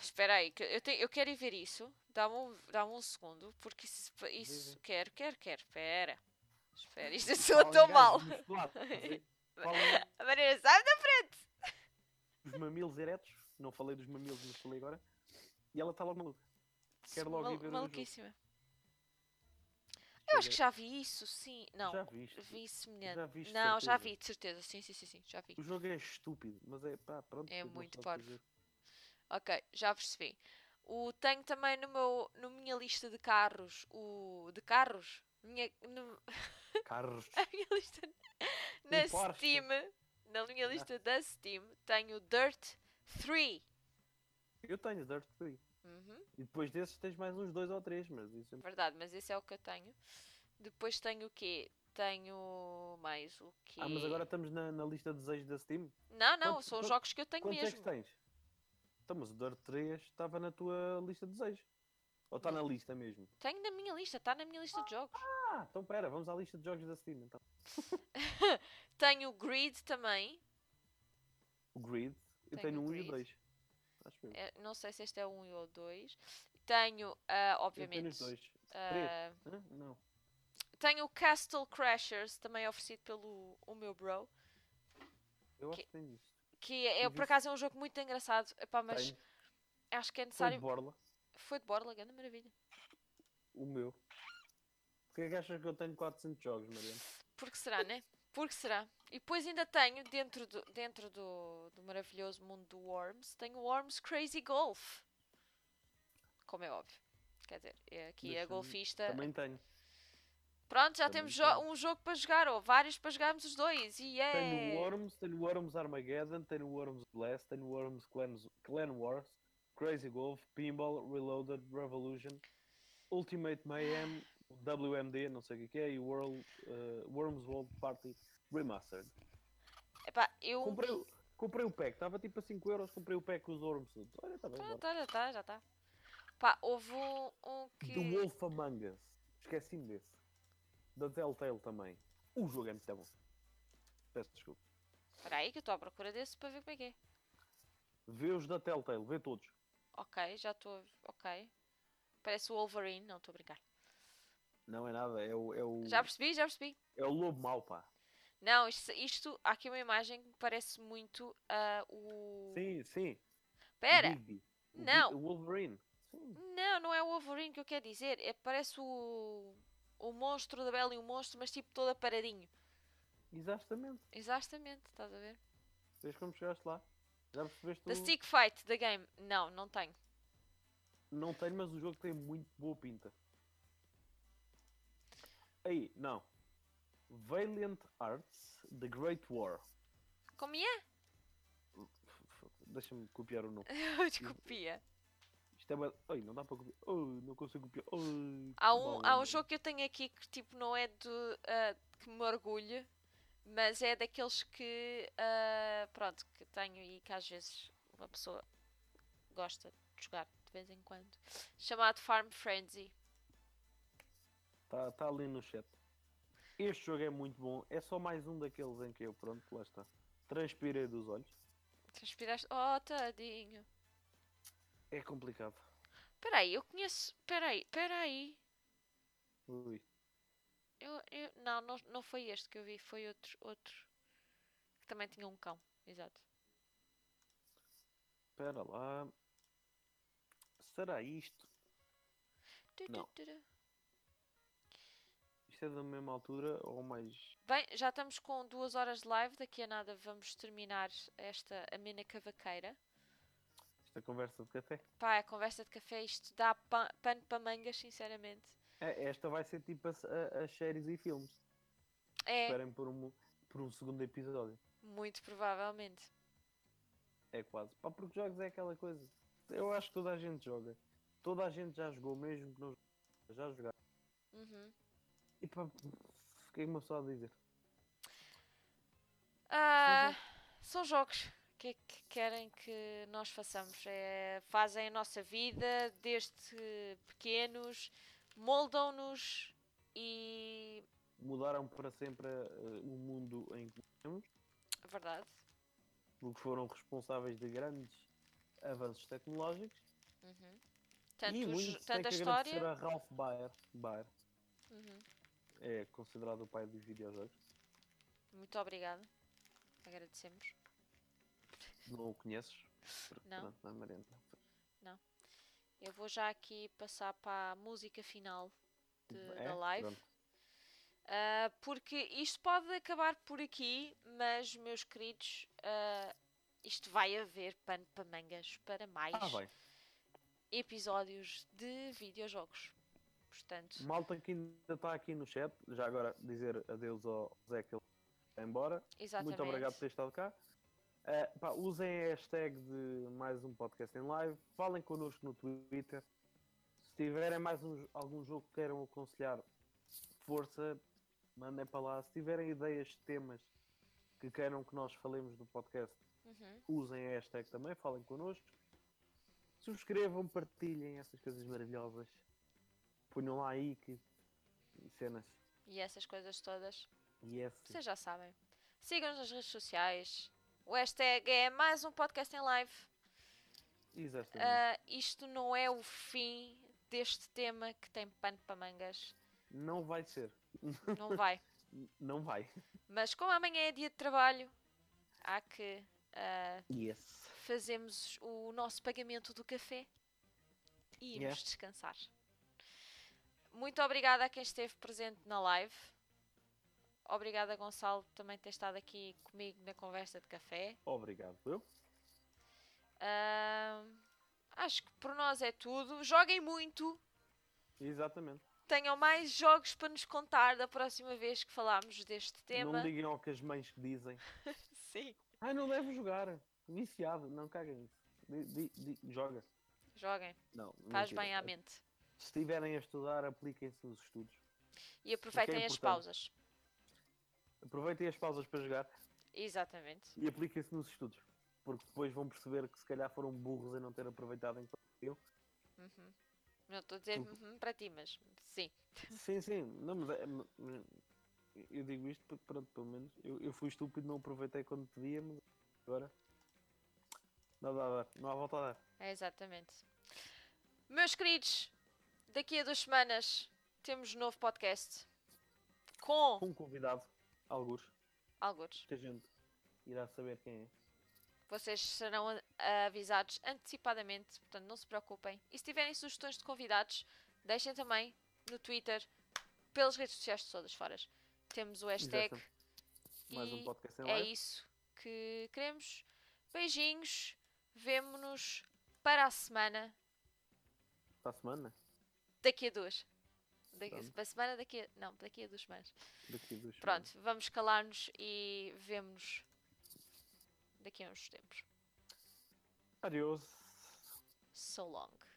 A: Espera aí, que eu, tenho, eu quero ir ver isso. Dá-me um, dá um segundo, porque isso. isso quero, quero, quero. Espera. Espera, isto eu sou
B: Falam
A: tão
B: gajos
A: mal.
B: musculados, quer dizer, falam
A: A Maria, sai da frente!
B: dos mamilos eretos. Não falei dos mamilos, mas falei agora. E ela está logo maluca. Quero logo
A: Mal-
B: ir ver o jogo.
A: Maluquíssima. Eu acho que já vi isso, sim. Não,
B: Eh, Já viste.
A: vi semelhante.
B: Já viste,
A: Não, já
B: certeza.
A: vi, de certeza. Sim, sim, sim, sim, já vi.
B: O jogo é estúpido, mas é pá, pronto.
A: É
B: eu vou
A: muito
B: só
A: parvo.
B: fazer.
A: Ok, já percebi. O, tenho também no meu, na minha lista de carros, o de carros, minha, no-
B: Carros.
A: a minha lista na
B: Um Porsche. né?
A: Steam, na minha lista da Steam, tenho o Dirt 3.
B: Eu tenho Dirt 3.
A: Uhum,
B: E depois desses tens mais uns dois ou três, mas isso é
A: verdade, mas esse é o que eu tenho. Depois tenho o quê? Tenho mais o quê?
B: Ah, mas agora estamos na, na lista de desejos da Steam.
A: Não, não,
B: Quanto-
A: são os
B: quanto-
A: jogos que eu tenho
B: Quantos é
A: mesmo.
B: que tens? Então, mas o Dirt 3 estava na tua lista de desejos. Ou está na lista mesmo?
A: Tenho na minha lista, está na minha lista de jogos.
B: Ah, então pera, vamos à lista de jogos da Steam. Então.
A: Tenho o Grid também.
B: O Grid. Eu
A: Tenho
B: tenho
A: o
B: um e
A: Grid.
B: o dois. Acho mesmo.
A: É, não sei se este é o 1 ou o 2. Tenho, ah,
B: Eu tenho os
A: obviamente.
B: dois.
A: ah,
B: Três. Hã? Não.
A: tenho o Castle Crashers, também oferecido pelo o meu bro.
B: Eu acho
A: Que-
B: que tenho isto.
A: Que é,
B: Eu
A: por
B: vi-
A: acaso é um jogo muito engraçado. Epá, mas
B: Uhum. Tenho.
A: acho que é
B: Foi
A: necessário.
B: de borla.
A: Foi de borla, grande maravilha.
B: O meu. Porquê é que achas que eu tenho 400 jogos, Mariana?
A: Porque será, né? Porque será. E depois ainda tenho, dentro do, dentro do, do maravilhoso mundo do Worms, tenho o Worms Crazy Golf. Como é óbvio. Quer dizer, é aqui a
B: Deixa-me-
A: golfista.
B: Também tenho.
A: Pronto, já
B: também
A: temos jo-
B: tenho.
A: um jogo para jogar, ou vários para jogarmos os dois. E
B: Tenho um o
A: é.
B: Worms, tenho o Worms Armageddon, tenho o Worms Blast, tenho o Worms Clan, Clan Wars, Crazy Golf, Pinball, Reloaded, Revolution, Ultimate Mayhem, WMD, não sei o que que é, e World, eh, Worms World Party Remastered.
A: Epá, eu.
B: Comprei, o- comprei o pack, estava tipo a 5€, euros, comprei o pack com os Worms todos. Olha, está bem,
A: Pronto, tá,
B: bora.
A: já tá, já tá. Pá, houve um, um que.
B: The Wolf Among Us, esqueci-me desse. Da Telltale também. O jogo é muito bom. Peço desculpa.
A: Espera aí que eu estou à procura desse para ver como é que é.
B: Vê os da Telltale, vê todos.
A: Ok, já estou. Ok. Parece o Wolverine, não estou a brincar.
B: Não é nada, é o, é o,
A: Já percebi, já percebi.
B: é o lobo mau, pá.
A: Não, isto, isto- há aqui uma imagem que me parece muito ah, o.
B: Sim, sim.
A: Pera!
B: Digby. O Bi-
A: Não.
B: O Wolverine. Sim.
A: Não, não é o Wolverine que eu quero dizer. É, parece o. O monstro da Bela e o monstro, mas tipo todo aparadinho.
B: Exatamente.
A: Exatamente, estás a ver?
B: Vês como chegaste lá. Já percebeste
A: The
B: o...
A: Stick Fight da game. Não, não tenho.
B: Não tenho, mas o jogo tem muito boa pinta. Aí, não. Valiant Arts The Great War.
A: Como é?
B: F- f- Deixa-me copiar o nome.
A: Desculpia.
B: Isto é... bué- Ai, não dá para copiar. Ai, não consigo copiar. Ai, que
A: Há um,
B: mal,
A: há um
B: mano.
A: jogo que eu tenho aqui que tipo não é de ah, que me orgulho, mas é daqueles que ah, pronto, que tenho e que às vezes uma pessoa gosta de jogar de vez em quando. Chamado Farm Frenzy.
B: Está tá ali no chat. Este jogo é muito bom. É só mais um daqueles em que eu, pronto, lá está. Transpirei dos olhos.
A: Transpiraste. Oh, tadinho.
B: É complicado.
A: Peraí, eu conheço. Peraí, peraí.
B: Ui.
A: Eu, eu... Não, não, não foi este que eu vi, foi outro. outro. Que também tinha um cão. Exato.
B: Espera lá. Será isto?
A: Tu, tu,
B: Não.
A: tu, tu.
B: Isto é da mesma altura ou mais.
A: Bem, já estamos com duas horas de live. Daqui a nada vamos terminar esta amena cavaqueira.
B: Esta conversa de café?
A: Pá, a conversa de café, isto dá pan- pano para mangas, sinceramente.
B: É, esta vai ser tipo as, a- as séries e filmes.
A: É,
B: Esperem por um, por um segundo episódio.
A: muito provavelmente.
B: É quase. Pá, porque jogos é aquela coisa. Eu acho que toda a gente joga. Toda a gente já jogou, mesmo que não já jogaram.
A: Uhum.
B: E pá, fiquei uma só a dizer.
A: Ah, são jogos. O que é que querem que nós façamos? É, fazem a nossa vida desde pequenos, moldam-nos e.
B: Mudaram para sempre eh, o mundo em que vivemos,
A: Verdade.
B: porque foram responsáveis de grandes avanços tecnológicos.
A: Tanto,
B: e
A: os-
B: muito se tem
A: tanta
B: que
A: história.
B: agradecer a Ralph Baer. Baer
A: Uhum.
B: é considerado o pai dos videojogos.
A: Muito obrigada. Agradecemos.
B: Não o conheces?
A: Não.
B: Pronto, não, é Mariana.
A: Eu vou já aqui passar para a música final de-
B: É?
A: da live.
B: Pronto.
A: Ah, porque isto pode acabar por aqui, mas, meus queridos, ah, isto vai haver pano para mangas para mais
B: Ah, bem.
A: episódios de videojogos. Portanto,
B: Malta que ainda está aqui no chat, já agora dizer adeus ao Zé que ele vai embora.
A: exatamente.
B: Muito obrigado por ter estado cá. Uh, pá, usem a hashtag de mais um podcast em live. Falem connosco no Twitter. Se tiverem mais um- algum jogo que queiram aconselhar, força, mandem para lá. Se tiverem ideias de temas que queiram que nós falemos no podcast,
A: Uhum.
B: usem a hashtag também. Falem connosco. Subscrevam, partilhem essas coisas maravilhosas. Ponham lá aí que cenas. é assim.
A: E essas coisas todas,
B: Yes.
A: vocês já sabem. Sigam-nos nas redes sociais, O hashtag é mais um podcast em live.
B: Exatamente.
A: Ah, isto não é o fim deste tema que tem pano para mangas.
B: Não vai ser.
A: Não vai.
B: Não vai.
A: Mas como amanhã é dia de trabalho, há que ah,
B: Yes.
A: fazermos o nosso pagamento do café e irmos
B: Yeah.
A: descansar. Muito obrigada a quem esteve presente na live. Obrigada, Gonçalo, por também ter estado aqui comigo na conversa de café.
B: Obrigado. Eu?
A: Ah, acho que por nós é tudo. Joguem muito.
B: Exatamente.
A: Tenham mais jogos para nos contar da próxima vez que falarmos deste tema.
B: Não digam ao que as mães que dizem.
A: Sim.
B: Ai, não devo jogar. Viciado. Não caguem nisso. Di- di- di- Joga.
A: Joguem.
B: Não.
A: Faz
B: mentira.
A: bem à mente.
B: Se estiverem a estudar, apliquem-se os estudos.
A: E aproveitem as
B: é importante.
A: pausas.
B: Aproveitem as pausas para jogar
A: Exatamente.
B: e apliquem-se nos estudos. Porque depois vão perceber que se calhar foram burros em não ter aproveitado enquanto eu.
A: Uhum. Não estou a dizer
B: Tudo.
A: uhum, para ti, mas sim.
B: Sim, sim. Não, mas é- mas- mas eu digo isto porque, pronto, pelo menos eu, eu fui estúpido, não aproveitei quando podia, mas agora não dá a dar, não há volta a dar.
A: É exatamente. Meus queridos, daqui a duas semanas temos novo podcast com
B: Com um convidado, alguns,
A: alguns.
B: que a gente irá saber quem é.
A: Vocês serão a- avisados antecipadamente, portanto não se preocupem. E se tiverem sugestões de convidados, deixem também no Twitter, pelas redes sociais de todas fora. Temos o hashtag.
B: Exato. Mais um
A: E
B: podcast em
A: É
B: live.
A: isso que queremos. Beijinhos, vemo-nos para a semana.
B: Para a semana,
A: Daqui a duas. Daqui,
B: Pronto.
A: para a semana, daqui a. Não, daqui a duas semanas.
B: daqui a duas
A: Pronto, vamos calar-nos e vemo-nos daqui a uns tempos.
B: semanas. Adeus.
A: So long.